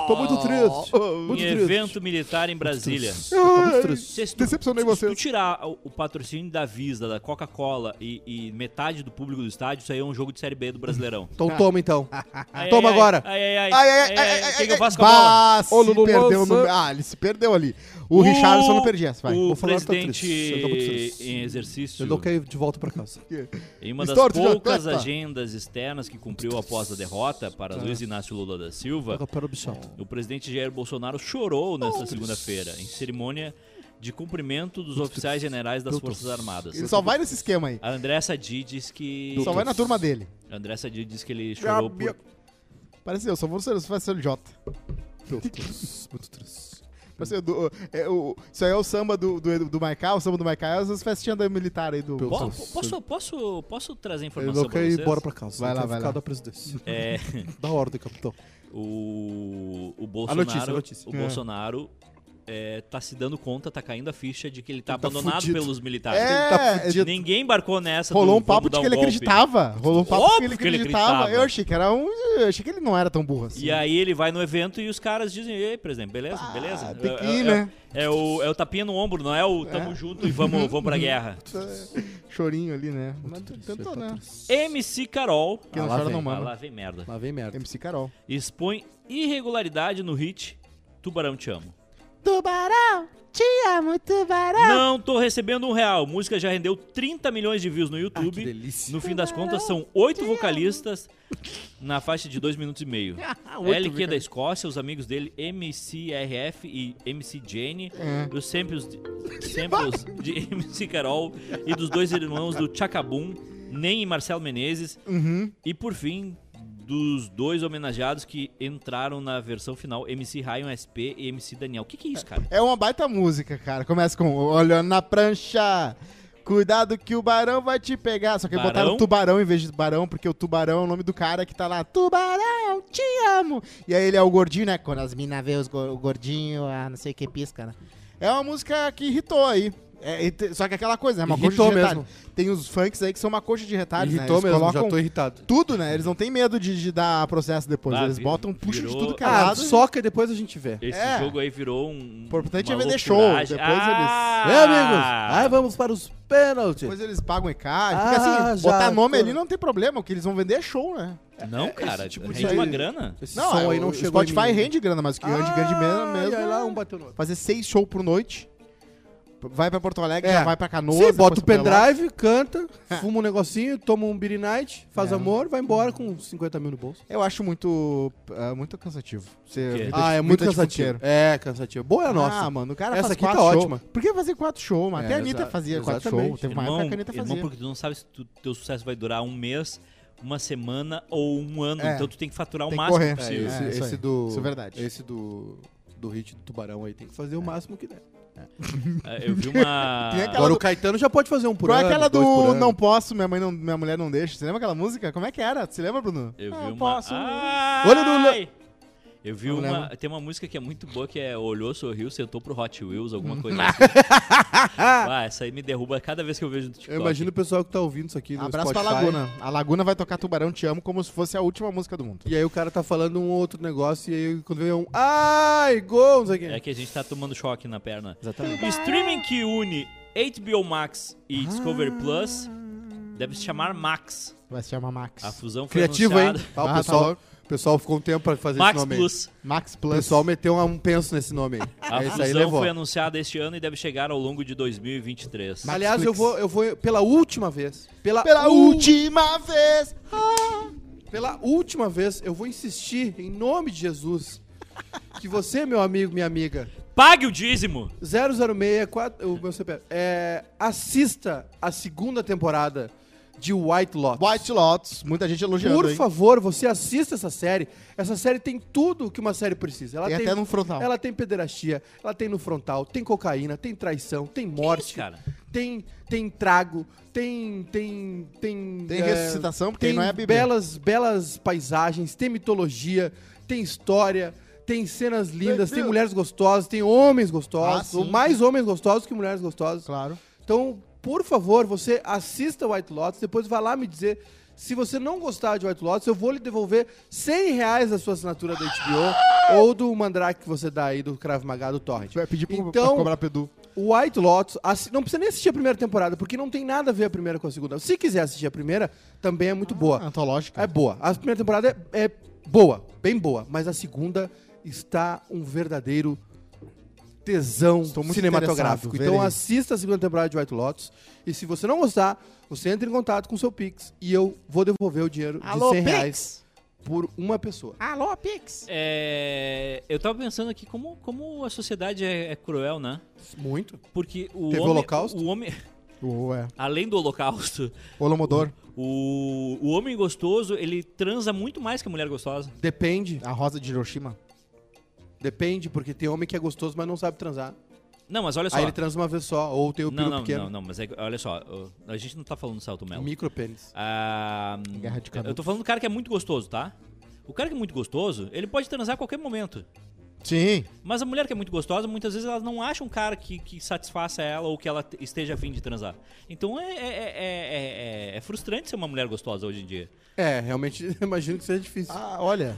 [SPEAKER 4] Tô muito triste.
[SPEAKER 3] em
[SPEAKER 4] Muito triste.
[SPEAKER 3] evento militar em Brasília.
[SPEAKER 4] Tô muito triste.
[SPEAKER 3] Se tu-
[SPEAKER 2] Decepcionei
[SPEAKER 3] se tu-
[SPEAKER 2] vocês.
[SPEAKER 3] Se tu tirar o, o patrocínio da Visa, da Coca-Cola e, e metade do público do estádio, isso aí é um jogo de Série B do Brasileirão.
[SPEAKER 4] Então toma, então.
[SPEAKER 3] Ai,
[SPEAKER 4] Toma
[SPEAKER 3] ai,
[SPEAKER 4] agora.
[SPEAKER 3] Ai, ai,
[SPEAKER 2] Ai,
[SPEAKER 3] ai.
[SPEAKER 2] ai,
[SPEAKER 3] ai,
[SPEAKER 2] ai,
[SPEAKER 3] ai,
[SPEAKER 2] ai,
[SPEAKER 3] É, O que, que
[SPEAKER 2] ai,
[SPEAKER 3] eu faço com a bola?
[SPEAKER 2] Bah, se
[SPEAKER 4] Ô, Lulu,
[SPEAKER 2] perdeu no...
[SPEAKER 4] você-
[SPEAKER 2] Ah, ele se perdeu ali. O, Richardson não perdia essa, vai.
[SPEAKER 3] O
[SPEAKER 4] Vou falar que tá
[SPEAKER 3] presidente
[SPEAKER 4] triste, eu tô muito triste.
[SPEAKER 3] em exercício,
[SPEAKER 4] Eu não quero ir de volta pra casa.
[SPEAKER 3] em uma das
[SPEAKER 2] História de
[SPEAKER 3] poucas
[SPEAKER 4] tá.
[SPEAKER 2] atleta.
[SPEAKER 3] agendas externas que cumpriu após a derrota para Luiz Inácio Lula da Silva,
[SPEAKER 4] Tá. Toca para o bichão.
[SPEAKER 3] O presidente Jair Bolsonaro chorou nesta segunda-feira, em cerimônia de cumprimento dos oficiais generais das Forças Armadas.
[SPEAKER 2] Ele só vai nesse esquema aí.
[SPEAKER 3] A Andressa Di diz que.
[SPEAKER 2] Só vai na turma dele.
[SPEAKER 3] A Andressa Di diz que ele chorou por.
[SPEAKER 2] Parece eu, só vou ser, só ser idiota.
[SPEAKER 4] Meu Deus, muito triste.
[SPEAKER 2] Parece eu do- é, o- isso aí é o samba do, do, do Maiká, o samba do Maiká é essas festinhas da militar aí do...
[SPEAKER 4] Pelo-
[SPEAKER 3] Po-
[SPEAKER 4] Nossa.
[SPEAKER 3] Posso, posso, posso trazer
[SPEAKER 4] Eu
[SPEAKER 3] informação
[SPEAKER 4] não
[SPEAKER 3] para
[SPEAKER 4] quero
[SPEAKER 3] vocês?
[SPEAKER 4] ir embora pra casa.
[SPEAKER 2] Vai
[SPEAKER 4] Eu
[SPEAKER 2] lá,
[SPEAKER 4] quero
[SPEAKER 2] vai
[SPEAKER 4] ficar
[SPEAKER 2] lá.
[SPEAKER 4] da presidência.
[SPEAKER 3] É,
[SPEAKER 4] Da ordem, capitão.
[SPEAKER 3] o, o Bolsonaro,
[SPEAKER 4] notícia, a notícia.
[SPEAKER 3] o
[SPEAKER 2] É.
[SPEAKER 3] Bolsonaro é, tá se dando conta, tá caindo a ficha de que ele tá
[SPEAKER 4] Ele tá
[SPEAKER 3] abandonado
[SPEAKER 4] fudido.
[SPEAKER 3] pelos militares.
[SPEAKER 2] É,
[SPEAKER 4] Tá fudido.
[SPEAKER 3] Ninguém embarcou nessa. do
[SPEAKER 2] rolou um
[SPEAKER 3] vamos
[SPEAKER 2] papo
[SPEAKER 3] dar
[SPEAKER 2] de que ele
[SPEAKER 3] golpe.
[SPEAKER 2] acreditava. Rolou um papo de que ele
[SPEAKER 3] Óbvio que ele
[SPEAKER 2] acreditava.
[SPEAKER 3] acreditava.
[SPEAKER 2] Eu achei que era um... Eu achei que ele não era tão burro assim.
[SPEAKER 3] E aí ele vai no evento e os caras dizem, ei, presidente, beleza, beleza.
[SPEAKER 2] Ah, tem que
[SPEAKER 3] É-
[SPEAKER 2] ir,
[SPEAKER 3] é-
[SPEAKER 2] né?
[SPEAKER 3] É, o, é o tapinha no ombro, não é o tamo junto e vamos, vamos pra guerra.
[SPEAKER 2] Chorinho ali, né? Mas
[SPEAKER 4] Muito
[SPEAKER 2] tanto, né?
[SPEAKER 4] triste.
[SPEAKER 3] MC Carol.
[SPEAKER 2] Quem não
[SPEAKER 4] Ah, lá
[SPEAKER 2] chora
[SPEAKER 4] vem,
[SPEAKER 2] não
[SPEAKER 3] é Ah,
[SPEAKER 2] mama.
[SPEAKER 3] lá vem merda.
[SPEAKER 4] Lá vem merda.
[SPEAKER 2] MC Carol.
[SPEAKER 3] Expõe irregularidade no hit Tubarão Te Amo.
[SPEAKER 2] Tubarão, te amo, tubarão.
[SPEAKER 3] Não tô recebendo um real. Música já rendeu 30 milhões de views no
[SPEAKER 2] Ah,
[SPEAKER 4] que
[SPEAKER 3] YouTube.
[SPEAKER 4] delícia.
[SPEAKER 3] no fim das contas, são oito vocalistas na faixa de dois minutos e meio.
[SPEAKER 2] Ah,
[SPEAKER 3] LQ da Escócia, os amigos dele MCRF e MC Jenny, os samples, de- samples de MC Carol e dos dois irmãos do Chacabum, Nem e Marcelo Menezes,
[SPEAKER 2] Uhum.
[SPEAKER 3] e por fim dos dois homenageados que entraram na versão final, MC Ryan SP e MC Daniel. O que, que é isso, cara?
[SPEAKER 2] É uma baita música, cara. Começa com olhando na prancha. Cuidado que o barão vai te pegar. Só que
[SPEAKER 3] Barão?
[SPEAKER 2] botaram tubarão em vez de barão, porque o tubarão é o nome do cara que tá lá. Tubarão, te amo. E aí ele é o gordinho, né? Quando as minas vê os go- o gordinho, a não sei o que pisca, né? É uma música que irritou aí. É, e te- só que aquela coisa, né? Uma
[SPEAKER 4] Irritou
[SPEAKER 2] coxa de retalho.
[SPEAKER 4] mesmo.
[SPEAKER 2] Tem os funks aí que são uma coxa de retalho, né?
[SPEAKER 4] Irritou
[SPEAKER 2] Eles
[SPEAKER 4] mesmo, já
[SPEAKER 2] colocam
[SPEAKER 4] tô irritado.
[SPEAKER 2] tudo, né? Eles não têm medo de, de dar processo depois.
[SPEAKER 3] Ah,
[SPEAKER 2] Eles
[SPEAKER 3] virou-
[SPEAKER 2] botam, puxa de
[SPEAKER 3] virou-
[SPEAKER 2] tudo que é
[SPEAKER 4] Ah,
[SPEAKER 2] lado.
[SPEAKER 4] soca e depois a gente vê.
[SPEAKER 3] Esse
[SPEAKER 2] É.
[SPEAKER 3] jogo aí virou um.
[SPEAKER 2] Importante
[SPEAKER 3] uma
[SPEAKER 2] é vender show,
[SPEAKER 3] loucuragem.
[SPEAKER 2] depois eles-
[SPEAKER 3] Ah!
[SPEAKER 4] É, amigos? Aí vamos para os pênaltis.
[SPEAKER 2] Depois eles pagam EK. fica
[SPEAKER 4] Ah,
[SPEAKER 2] assim,
[SPEAKER 4] já,
[SPEAKER 2] botar nome
[SPEAKER 4] tô-
[SPEAKER 2] ali não tem problema, o que eles vão vender é show, né?
[SPEAKER 3] Não, cara, rende
[SPEAKER 4] aí-
[SPEAKER 3] uma grana.
[SPEAKER 4] Esse
[SPEAKER 2] Não,
[SPEAKER 4] som
[SPEAKER 2] é,
[SPEAKER 4] aí não
[SPEAKER 2] o
[SPEAKER 4] chegou
[SPEAKER 2] Spotify
[SPEAKER 4] em mim.
[SPEAKER 2] rende grana, mas o que rende grande mesmo,
[SPEAKER 4] Ah,
[SPEAKER 2] mesmo
[SPEAKER 4] e aí
[SPEAKER 2] é
[SPEAKER 4] lá um bateu no outro.
[SPEAKER 2] fazer seis shows por noite. Vai pra Porto Alegre,
[SPEAKER 4] É.
[SPEAKER 2] já vai pra Canoas.
[SPEAKER 4] Sim,
[SPEAKER 2] depois
[SPEAKER 4] bota o
[SPEAKER 2] pra lá.
[SPEAKER 4] pendrive, canta, fuma um negocinho, toma um Beer Night, faz
[SPEAKER 2] É.
[SPEAKER 4] amor, vai embora com 50 mil no bolso.
[SPEAKER 2] Eu acho muito, ah, muito cansativo. Você
[SPEAKER 3] quê?
[SPEAKER 2] vida de-
[SPEAKER 4] Ah, é muito
[SPEAKER 2] vida de
[SPEAKER 4] cansativo.
[SPEAKER 2] funkeiro.
[SPEAKER 4] É, cansativo. Boa é a nossa.
[SPEAKER 2] Ah, mano, o cara
[SPEAKER 4] Essa
[SPEAKER 2] faz
[SPEAKER 4] aqui tá
[SPEAKER 2] quatro shows.
[SPEAKER 4] ótima.
[SPEAKER 2] Por que fazer quatro shows? mano?
[SPEAKER 4] É,
[SPEAKER 2] Até a Anitta
[SPEAKER 4] exa-
[SPEAKER 2] fazia quatro
[SPEAKER 4] exatamente.
[SPEAKER 2] shows. Teve uma época que
[SPEAKER 3] Irmão,
[SPEAKER 2] a Anitta
[SPEAKER 3] irmão,
[SPEAKER 2] fazia.
[SPEAKER 3] porque tu não sabe se tu, teu sucesso vai durar um mês, uma semana ou um ano.
[SPEAKER 2] É.
[SPEAKER 3] Então tu tem que
[SPEAKER 2] Tem
[SPEAKER 3] faturar o
[SPEAKER 2] que
[SPEAKER 3] máximo
[SPEAKER 2] correr.
[SPEAKER 4] É,
[SPEAKER 3] possível.
[SPEAKER 4] esse,
[SPEAKER 2] É, isso
[SPEAKER 4] esse
[SPEAKER 2] aí.
[SPEAKER 4] do.
[SPEAKER 2] Isso é verdade.
[SPEAKER 4] Esse do. Do hit do tubarão aí tem que fazer o máximo que der.
[SPEAKER 3] É, Eu vi uma.
[SPEAKER 2] Que nem aquela-
[SPEAKER 4] Agora
[SPEAKER 2] do-
[SPEAKER 4] o Caetano já pode fazer um por
[SPEAKER 2] Qual é
[SPEAKER 4] ano,
[SPEAKER 2] aquela
[SPEAKER 4] dois por
[SPEAKER 2] do
[SPEAKER 4] ano.
[SPEAKER 2] Não Posso, Minha Mãe não, Minha Mulher Não Deixa? Você lembra aquela música? Como é que era? Você lembra, Bruno?
[SPEAKER 3] Eu vi
[SPEAKER 2] Não Ah,
[SPEAKER 3] uma. Ah,
[SPEAKER 2] Posso.
[SPEAKER 3] Ai!
[SPEAKER 4] Olha no le-
[SPEAKER 3] Eu vi
[SPEAKER 2] Não
[SPEAKER 3] uma.
[SPEAKER 2] lembro.
[SPEAKER 3] Tem uma música que é muito boa que é Olhou, Sorriu, Sentou pro Hot Wheels, alguma coisa assim. ah, essa aí me derruba cada vez que eu vejo no TikTok.
[SPEAKER 4] Eu imagino o pessoal que tá ouvindo isso aqui no
[SPEAKER 2] Abraço
[SPEAKER 4] Spotify.
[SPEAKER 2] pra Laguna. A Laguna vai tocar Tubarão Te Amo como se fosse a última música do mundo.
[SPEAKER 4] E aí o cara tá falando um outro negócio e aí quando vem é um ai, gol, não sei o quê.
[SPEAKER 3] É que a gente tá tomando choque na perna.
[SPEAKER 4] Exatamente.
[SPEAKER 3] O Um streaming que une HBO Max e
[SPEAKER 4] Ah.
[SPEAKER 3] Discover Plus deve se chamar Max.
[SPEAKER 2] Vai se chamar Max.
[SPEAKER 3] A fusão foi
[SPEAKER 4] Criativo, hein?
[SPEAKER 3] anunciada.
[SPEAKER 4] Tá, o
[SPEAKER 2] Ah, tá
[SPEAKER 4] pessoal,
[SPEAKER 2] louco.
[SPEAKER 4] o pessoal ficou um tempo pra fazer
[SPEAKER 3] Max
[SPEAKER 4] esse nome. aí.
[SPEAKER 3] Plus.
[SPEAKER 2] Max
[SPEAKER 4] O
[SPEAKER 2] Plus.
[SPEAKER 4] pessoal meteu um penso nesse nome aí.
[SPEAKER 3] A
[SPEAKER 4] Aí isso aí
[SPEAKER 3] fusão
[SPEAKER 4] levou.
[SPEAKER 3] foi anunciada este ano e deve chegar ao longo de 2023.
[SPEAKER 2] Max
[SPEAKER 4] Aliás, eu
[SPEAKER 2] Flix.
[SPEAKER 4] vou, eu vou pela última vez. Pela,
[SPEAKER 2] Pela
[SPEAKER 4] ul-
[SPEAKER 2] última vez. Ah!
[SPEAKER 4] Pela última vez, eu vou insistir, em nome de Jesus, que você, meu amigo, minha amiga,
[SPEAKER 3] Pague o dízimo!
[SPEAKER 4] 006, quatro- o meu CPF, é, assista a segunda temporada de White Lotus.
[SPEAKER 2] White Lotus. Muita gente elogiando,
[SPEAKER 4] Por
[SPEAKER 2] hein?
[SPEAKER 4] favor, você assista essa série. Essa série tem tudo que uma série precisa. Ela
[SPEAKER 2] Tem
[SPEAKER 4] tem,
[SPEAKER 2] até no frontal.
[SPEAKER 4] Ela tem pederastia, ela tem no frontal, tem cocaína, tem traição, tem morte,
[SPEAKER 3] isso, cara?
[SPEAKER 4] tem tem trago, tem tem tem
[SPEAKER 2] Tem
[SPEAKER 4] é,
[SPEAKER 2] ressuscitação, porque
[SPEAKER 4] tem
[SPEAKER 2] não é a Bíblia.
[SPEAKER 4] belas belas paisagens, tem mitologia, tem história. Tem cenas lindas, tem
[SPEAKER 2] Deus.
[SPEAKER 4] mulheres gostosas, tem homens
[SPEAKER 2] Ah,
[SPEAKER 4] gostosos,
[SPEAKER 2] sim.
[SPEAKER 4] ou mais homens gostosos que mulheres gostosas.
[SPEAKER 2] Claro.
[SPEAKER 4] Então, por favor, você assista White Lotus, depois vai lá me dizer se você não gostar de White Lotus, eu vou lhe devolver 100 reais da sua assinatura da HBO ou do Mandrake que você dá aí do Krav Maga do Torrent.
[SPEAKER 2] Vai pedir pro, pra
[SPEAKER 4] Então,
[SPEAKER 2] cobrar Pedu.
[SPEAKER 4] o White Lotus, assi- não precisa nem assistir a primeira temporada, porque não tem nada a ver a primeira com a segunda. Se quiser assistir a primeira, também é muito boa.
[SPEAKER 2] Antológica.
[SPEAKER 4] É boa. A primeira temporada é, é boa, bem boa, mas a segunda está um verdadeiro tesão
[SPEAKER 2] Estou muito
[SPEAKER 4] cinematográfico.
[SPEAKER 2] interessado,
[SPEAKER 4] Então
[SPEAKER 2] verei.
[SPEAKER 4] assista a segunda temporada de White Lotus e se você não gostar, você entra em contato com o seu Pix e eu vou devolver o dinheiro
[SPEAKER 2] Alô,
[SPEAKER 4] de 100
[SPEAKER 2] Pix? Ah.
[SPEAKER 4] reais por uma pessoa.
[SPEAKER 2] Alô, Pix.
[SPEAKER 3] É, eu tava pensando aqui como, como a sociedade é, é cruel, né?
[SPEAKER 4] Muito.
[SPEAKER 3] Porque o
[SPEAKER 4] Teve
[SPEAKER 3] homem,
[SPEAKER 4] holocausto?
[SPEAKER 3] o homem,
[SPEAKER 4] É
[SPEAKER 2] Ué.
[SPEAKER 3] além do holocausto,
[SPEAKER 2] é. Olomodor.
[SPEAKER 3] o, o homem gostoso ele transa muito mais que a mulher gostosa.
[SPEAKER 4] Depende,
[SPEAKER 2] A Rosa de Hiroshima.
[SPEAKER 4] depende, porque tem homem que é gostoso, mas não sabe transar.
[SPEAKER 3] Não, mas olha só.
[SPEAKER 4] Aí ele transa uma vez só, ou tem o
[SPEAKER 3] não,
[SPEAKER 4] peru
[SPEAKER 3] não,
[SPEAKER 4] pequeno,
[SPEAKER 3] não, não, mas é, que- olha só, eu- a gente não tá falando do Salto Melo.
[SPEAKER 4] micro pênis.
[SPEAKER 3] Ah, hum,
[SPEAKER 2] Guerra de Canudos.
[SPEAKER 3] eu tô falando do cara que é muito gostoso, tá? O cara que é muito gostoso, ele pode transar a qualquer momento.
[SPEAKER 2] Sim.
[SPEAKER 3] Mas a mulher que é muito gostosa, muitas vezes ela não acha um cara que, que satisfaça ela ou que ela te- esteja afim de transar. Então é, é- é- é- é- é frustrante ser uma mulher gostosa hoje em dia.
[SPEAKER 4] É, realmente, imagino que seja difícil.
[SPEAKER 2] Ah, olha.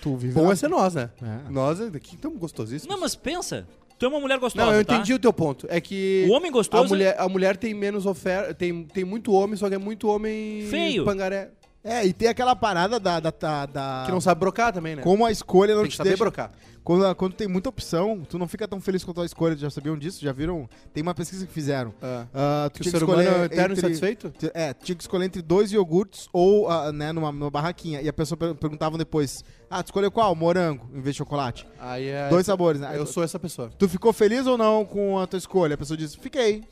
[SPEAKER 2] Tu vive.
[SPEAKER 4] Bom
[SPEAKER 2] na-
[SPEAKER 4] é ser nós, né?
[SPEAKER 2] É.
[SPEAKER 4] Nós aqui estamos gostosíssimos.
[SPEAKER 3] Não, mas pensa, tu é uma mulher gostosa.
[SPEAKER 4] Não, eu
[SPEAKER 3] tá?
[SPEAKER 4] entendi o teu ponto. É que
[SPEAKER 3] O homem gostoso.
[SPEAKER 4] a mulher, a mulher tem menos oferta, tem, tem muito homem, só que é muito homem
[SPEAKER 3] Feio.
[SPEAKER 4] pangaré,
[SPEAKER 2] É, e tem aquela parada da. da, da, da-
[SPEAKER 3] Ah.
[SPEAKER 4] que não sabe brocar também, né?
[SPEAKER 2] Como a escolha não
[SPEAKER 4] tem que
[SPEAKER 2] te
[SPEAKER 4] saber
[SPEAKER 2] deixa.
[SPEAKER 4] brocar.
[SPEAKER 2] Quando, a- quando tem muita opção, tu não fica tão feliz com a tua escolha. Já sabiam disso? Já viram? Tem uma pesquisa que fizeram.
[SPEAKER 4] Ah.
[SPEAKER 2] Ah,
[SPEAKER 4] Que o ser humano é eterno insatisfeito?
[SPEAKER 2] T- É, tinha que escolher entre dois iogurtes ou, ah, né, numa, numa barraquinha. E a pessoa per- perguntava depois, ah, tu escolheu qual? Morango, em vez de chocolate.
[SPEAKER 4] Aí é-
[SPEAKER 2] Dois sabores, né?
[SPEAKER 4] Eu sou essa pessoa.
[SPEAKER 2] Tu ficou feliz ou não com a tua escolha? A pessoa disse, fiquei.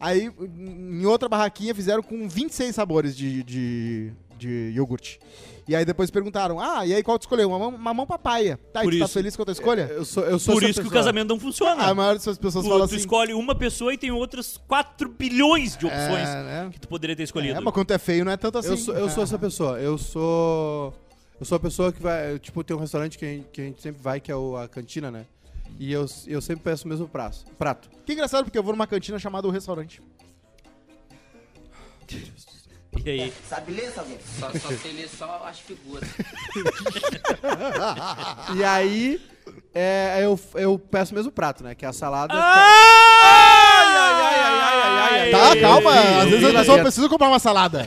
[SPEAKER 2] Aí, em outra barraquinha, fizeram com 26 sabores de, de, de iogurte. E aí depois perguntaram, ah, e aí qual tu escolheu? Mamão, mamão papaya. Tá,
[SPEAKER 3] Por
[SPEAKER 2] e tu tá
[SPEAKER 3] isso.
[SPEAKER 2] feliz com a tua escolha?
[SPEAKER 4] É, Eu sou, eu sou
[SPEAKER 3] Por
[SPEAKER 4] essa
[SPEAKER 3] isso que o
[SPEAKER 4] pessoa. Ah,
[SPEAKER 3] casamento não funciona.
[SPEAKER 2] A maioria das pessoas
[SPEAKER 3] tu,
[SPEAKER 2] fala
[SPEAKER 3] tu
[SPEAKER 2] assim...
[SPEAKER 3] escolhe uma pessoa e tem outras 4 bilhões de opções
[SPEAKER 2] É, né?
[SPEAKER 3] que tu poderia ter escolhido.
[SPEAKER 2] É, mas quando tu é feio não é tanto assim.
[SPEAKER 4] Eu sou, eu sou essa pessoa. Eu sou. Eu sou a pessoa que vai. Tipo, tem um restaurante que a gente, que a gente sempre vai, que é o- a cantina, né? E eu, eu sempre peço o mesmo prato. prato.
[SPEAKER 2] Que engraçado, porque eu vou numa cantina chamada O Restaurante.
[SPEAKER 3] E aí?
[SPEAKER 6] Sabe ler, Salgueiro?
[SPEAKER 7] Só, só sei ler só as figuras.
[SPEAKER 4] E aí, é, eu, eu peço o mesmo prato, né? Que é a salada.
[SPEAKER 3] Ai, ai, ai, ai, ai, ai, ai.
[SPEAKER 2] Tá,
[SPEAKER 4] Ei,
[SPEAKER 2] calma. Às
[SPEAKER 4] ei,
[SPEAKER 2] vezes
[SPEAKER 4] ei,
[SPEAKER 2] a pessoa
[SPEAKER 4] ei.
[SPEAKER 2] precisa comprar uma salada.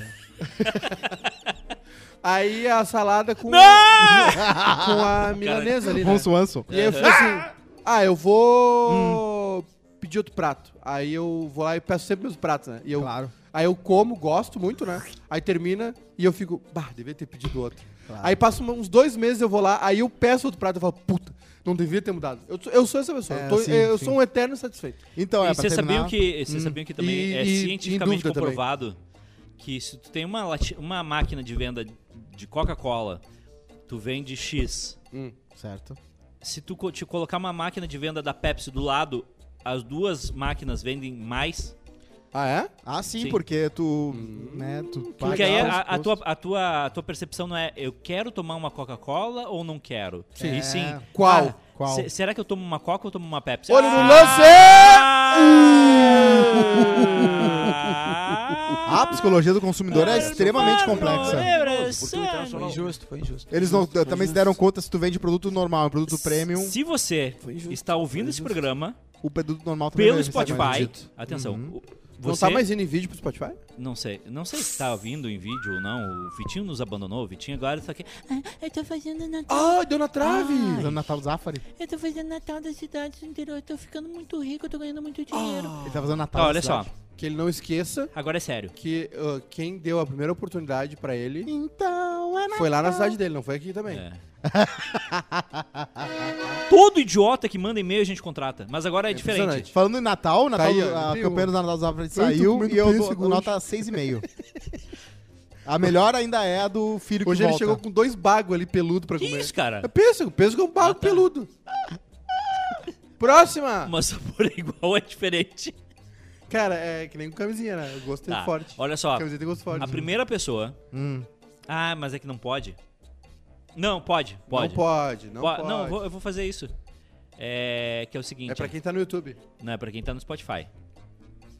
[SPEAKER 4] Aí a salada com,
[SPEAKER 3] Não!
[SPEAKER 4] com a milanesa ali, né?
[SPEAKER 2] Onso, onso.
[SPEAKER 4] E aí eu falei assim, ah, eu vou pedir outro prato. Aí eu vou lá e peço sempre meus pratos, né? E eu,
[SPEAKER 2] Claro.
[SPEAKER 4] Aí eu como, gosto muito, né? Aí termina e eu fico, bah, devia ter pedido outro. Aí passa uns dois meses, eu vou lá, aí eu peço outro prato, eu falo, puta, não devia ter mudado. Eu, sou- eu sou essa pessoa,
[SPEAKER 2] É,
[SPEAKER 4] eu, tô-
[SPEAKER 2] sim,
[SPEAKER 4] eu
[SPEAKER 2] sim.
[SPEAKER 4] sou um eterno satisfeito.
[SPEAKER 2] Então, é
[SPEAKER 3] e
[SPEAKER 2] pra
[SPEAKER 3] vocês
[SPEAKER 2] terminar...
[SPEAKER 3] sabiam que, vocês sabiam que também
[SPEAKER 4] E-
[SPEAKER 3] é
[SPEAKER 4] e- em
[SPEAKER 3] cientificamente
[SPEAKER 4] dúvida também.
[SPEAKER 3] comprovado que se tu tem uma, lati- uma máquina de venda de Coca-Cola, tu vende X.
[SPEAKER 2] Certo.
[SPEAKER 3] Se tu co- te colocar uma máquina de venda da Pepsi do lado, as duas máquinas vendem mais.
[SPEAKER 4] Ah, é?
[SPEAKER 2] Ah, sim,
[SPEAKER 3] Sim.
[SPEAKER 2] porque tu. Né, tu
[SPEAKER 3] Porque aí
[SPEAKER 2] paga os
[SPEAKER 3] a, a tua,
[SPEAKER 2] custos.
[SPEAKER 3] a, tua, a tua percepção não é eu quero tomar uma Coca-Cola ou não quero.
[SPEAKER 2] Sim.
[SPEAKER 3] E sim.
[SPEAKER 2] É.
[SPEAKER 4] Qual?
[SPEAKER 3] ah,
[SPEAKER 2] Qual?
[SPEAKER 3] se- será que eu tomo uma Coca ou tomo uma Pepsi?
[SPEAKER 4] Olho no
[SPEAKER 3] Ah!
[SPEAKER 4] lance! Ah!
[SPEAKER 3] Ah,
[SPEAKER 2] A psicologia do consumidor é extremamente complexa.
[SPEAKER 1] Foi injusto, foi injusto.
[SPEAKER 2] Eles não, também se deram conta se tu vende produto normal, é um produto premium,
[SPEAKER 3] Se você
[SPEAKER 1] injusto,
[SPEAKER 3] está ouvindo esse programa
[SPEAKER 2] o produto normal também
[SPEAKER 3] pelo
[SPEAKER 2] vai receber mais.
[SPEAKER 3] Spotify, atenção,
[SPEAKER 1] Uhum.
[SPEAKER 3] o-
[SPEAKER 4] Não
[SPEAKER 3] você
[SPEAKER 4] tá mais indo em vídeo pro Spotify?
[SPEAKER 3] Não sei, não sei se tá ouvindo em vídeo ou não. O Vitinho nos abandonou, o Vitinho agora está aqui. Tá,
[SPEAKER 6] Ah, eu tô fazendo Natal.
[SPEAKER 4] Ah, deu na trave!
[SPEAKER 2] Fazendo Natal do Zafari.
[SPEAKER 6] Eu tô fazendo Natal das cidades do interior. Eu tô ficando muito rico, eu tô ganhando muito dinheiro.
[SPEAKER 2] Ele tá fazendo Natal.
[SPEAKER 3] Tá,
[SPEAKER 2] na
[SPEAKER 3] olha só,
[SPEAKER 2] cidade.
[SPEAKER 4] Que ele não esqueça
[SPEAKER 3] agora é sério.
[SPEAKER 4] que ah, quem deu a primeira oportunidade pra ele
[SPEAKER 2] Então é
[SPEAKER 4] foi lá na cidade dele, não foi aqui também.
[SPEAKER 3] É. Todo idiota que manda e-mail a gente contrata, mas agora é, diferente.
[SPEAKER 4] impressionante.
[SPEAKER 2] Falando em Natal, Natal
[SPEAKER 4] aí,
[SPEAKER 2] do-
[SPEAKER 4] ó,
[SPEAKER 2] a
[SPEAKER 4] tem
[SPEAKER 2] campanha
[SPEAKER 4] um.
[SPEAKER 2] do Natal do Zafari
[SPEAKER 4] tô
[SPEAKER 2] saiu
[SPEAKER 4] comendo
[SPEAKER 2] e eu dou
[SPEAKER 4] pêssego hoje.
[SPEAKER 2] nota 6,5. A melhor ainda é a do filho
[SPEAKER 4] Hoje
[SPEAKER 2] que
[SPEAKER 4] ele
[SPEAKER 2] volta.
[SPEAKER 4] chegou com dois bagos ali peludo pra
[SPEAKER 3] Que
[SPEAKER 4] comer.
[SPEAKER 3] isso, cara?
[SPEAKER 4] É pêssego, pêssego é um bago
[SPEAKER 3] Ah, tá.
[SPEAKER 4] peludo. Próxima!
[SPEAKER 3] Mas sabor é igual é diferente.
[SPEAKER 4] Cara, é que nem com camisinha, né? O gosto
[SPEAKER 3] Tá,
[SPEAKER 4] é forte.
[SPEAKER 3] Olha só,
[SPEAKER 4] Camiseta tem gosto forte.
[SPEAKER 3] a primeira pessoa.
[SPEAKER 2] Hum.
[SPEAKER 3] Ah, mas é que não pode. Não, pode, pode.
[SPEAKER 4] Não pode, não
[SPEAKER 3] Po-
[SPEAKER 4] pode.
[SPEAKER 3] eu vou- eu vou fazer isso. É que é o seguinte.
[SPEAKER 4] É pra quem tá no YouTube.
[SPEAKER 3] Não, é pra quem tá no Spotify.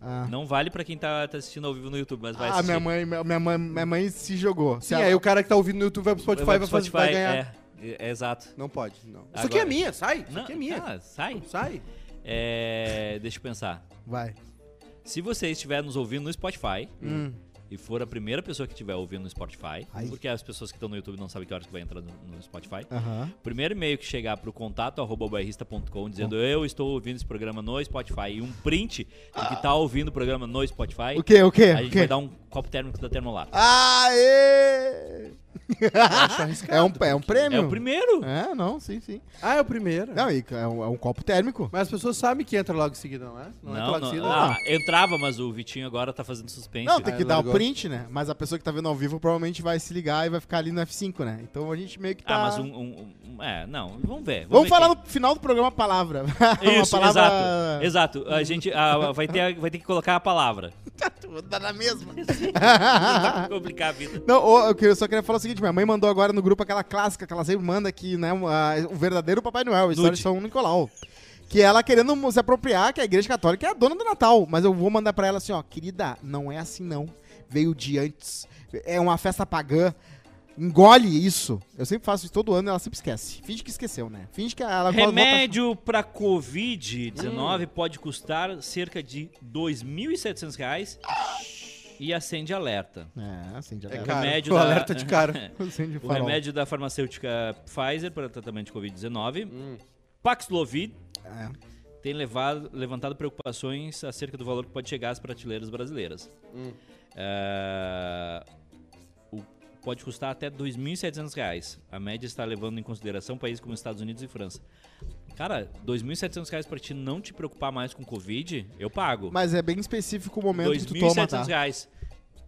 [SPEAKER 2] Ah.
[SPEAKER 3] Não vale pra quem tá, tá assistindo ao vivo no YouTube, mas vai
[SPEAKER 2] Ah,
[SPEAKER 3] assistir.
[SPEAKER 2] minha mãe, minha minha mãe, minha mãe se jogou.
[SPEAKER 4] Sim,
[SPEAKER 2] Se
[SPEAKER 4] aí o cara que tá ouvindo no YouTube vai pro Spotify
[SPEAKER 3] Vai
[SPEAKER 4] vai,
[SPEAKER 3] pro
[SPEAKER 4] fazer- vai ganhar.
[SPEAKER 3] É, é, é exato.
[SPEAKER 4] Não pode, não.
[SPEAKER 3] Agora-
[SPEAKER 4] Isso aqui é minha, sai. Isso
[SPEAKER 3] Não,
[SPEAKER 4] aqui é minha.
[SPEAKER 3] tá, sai.
[SPEAKER 4] Sai.
[SPEAKER 3] É, deixa eu pensar.
[SPEAKER 2] Vai.
[SPEAKER 3] Se você estiver nos ouvindo no Spotify
[SPEAKER 2] Hum.
[SPEAKER 3] e for a primeira pessoa que estiver ouvindo no Spotify,
[SPEAKER 2] Ai.
[SPEAKER 3] porque as pessoas que estão no YouTube não sabem que horas que vai entrar no, no Spotify.
[SPEAKER 2] Aham.
[SPEAKER 3] O Primeiro e-mail que chegar pro contato arroba bairrista.com dizendo eu estou ouvindo esse programa no Spotify e um print de que tá ouvindo o programa no Spotify,
[SPEAKER 2] O quê? O quê?
[SPEAKER 3] a
[SPEAKER 2] o
[SPEAKER 3] gente
[SPEAKER 2] quê? Ah,
[SPEAKER 3] vai dar um copo térmico da Termolab.
[SPEAKER 2] Aê! é, um, é um prêmio?
[SPEAKER 3] é o primeiro!
[SPEAKER 2] É, não, sim, sim.
[SPEAKER 4] Ah, é o primeiro.
[SPEAKER 2] Não, e é um, é um copo térmico.
[SPEAKER 4] Mas as pessoas sabem que entra logo em seguida, não é?
[SPEAKER 3] Não,
[SPEAKER 4] entra logo
[SPEAKER 3] não,
[SPEAKER 4] em seguida.
[SPEAKER 3] ah, entrava, mas o Vitinho agora tá fazendo suspense.
[SPEAKER 2] Não, tem
[SPEAKER 4] Ah,
[SPEAKER 2] que dar o
[SPEAKER 4] largou.
[SPEAKER 2] print, né? Mas a pessoa que tá vendo ao vivo provavelmente vai se ligar e vai ficar ali no F5, né? Então a gente meio que tá...
[SPEAKER 3] Ah, mas um, um- um- É, não, vamos ver.
[SPEAKER 2] Vamos
[SPEAKER 3] ver
[SPEAKER 2] falar
[SPEAKER 3] quem-
[SPEAKER 2] no final do programa a palavra. Uma
[SPEAKER 3] Isso,
[SPEAKER 2] palavra...
[SPEAKER 3] exato. Exato. A gente ah, vai, ter, vai ter que colocar a palavra.
[SPEAKER 2] Dá na mesma.
[SPEAKER 3] Complicar a vida.
[SPEAKER 2] Não, ô, eu queria- só queria falar o seguinte, minha mãe mandou agora no grupo aquela clássica que ela sempre manda que, né, um, ah, o verdadeiro Papai Noel, a história de
[SPEAKER 3] Nude.
[SPEAKER 2] São Nicolau. Que ela querendo se apropriar, que a igreja católica é a dona do Natal. Mas eu vou mandar pra ela assim, ó, querida, não é assim não. Veio de antes. É uma festa pagã. Engole isso. Eu sempre faço isso todo ano e ela sempre esquece. Finge que esqueceu, né? Finge que ela
[SPEAKER 3] Remédio pra Covid-19 pode custar cerca de R$ 2.700 reais e acende alerta.
[SPEAKER 2] É, acende a
[SPEAKER 4] É
[SPEAKER 2] vela.
[SPEAKER 4] caro.
[SPEAKER 3] remédio
[SPEAKER 4] o
[SPEAKER 3] da-
[SPEAKER 4] alerta de cara.
[SPEAKER 2] Acende
[SPEAKER 3] O
[SPEAKER 2] farol.
[SPEAKER 3] remédio da farmacêutica Pfizer para tratamento de Covid-19,
[SPEAKER 2] Hum.
[SPEAKER 3] Paxlovid,
[SPEAKER 2] É.
[SPEAKER 3] tem levado, levantado preocupações acerca do valor que pode chegar às prateleiras brasileiras.
[SPEAKER 2] Hum.
[SPEAKER 3] É, o- pode custar até R$ 2.700. reais. A média está levando em consideração países como Estados Unidos e França. Cara, R$ 2.700 reais para te não te preocupar mais com Covid, eu pago.
[SPEAKER 2] Mas é bem específico o
[SPEAKER 3] R$
[SPEAKER 2] momento que tu toma, tá?
[SPEAKER 3] 2.700 reais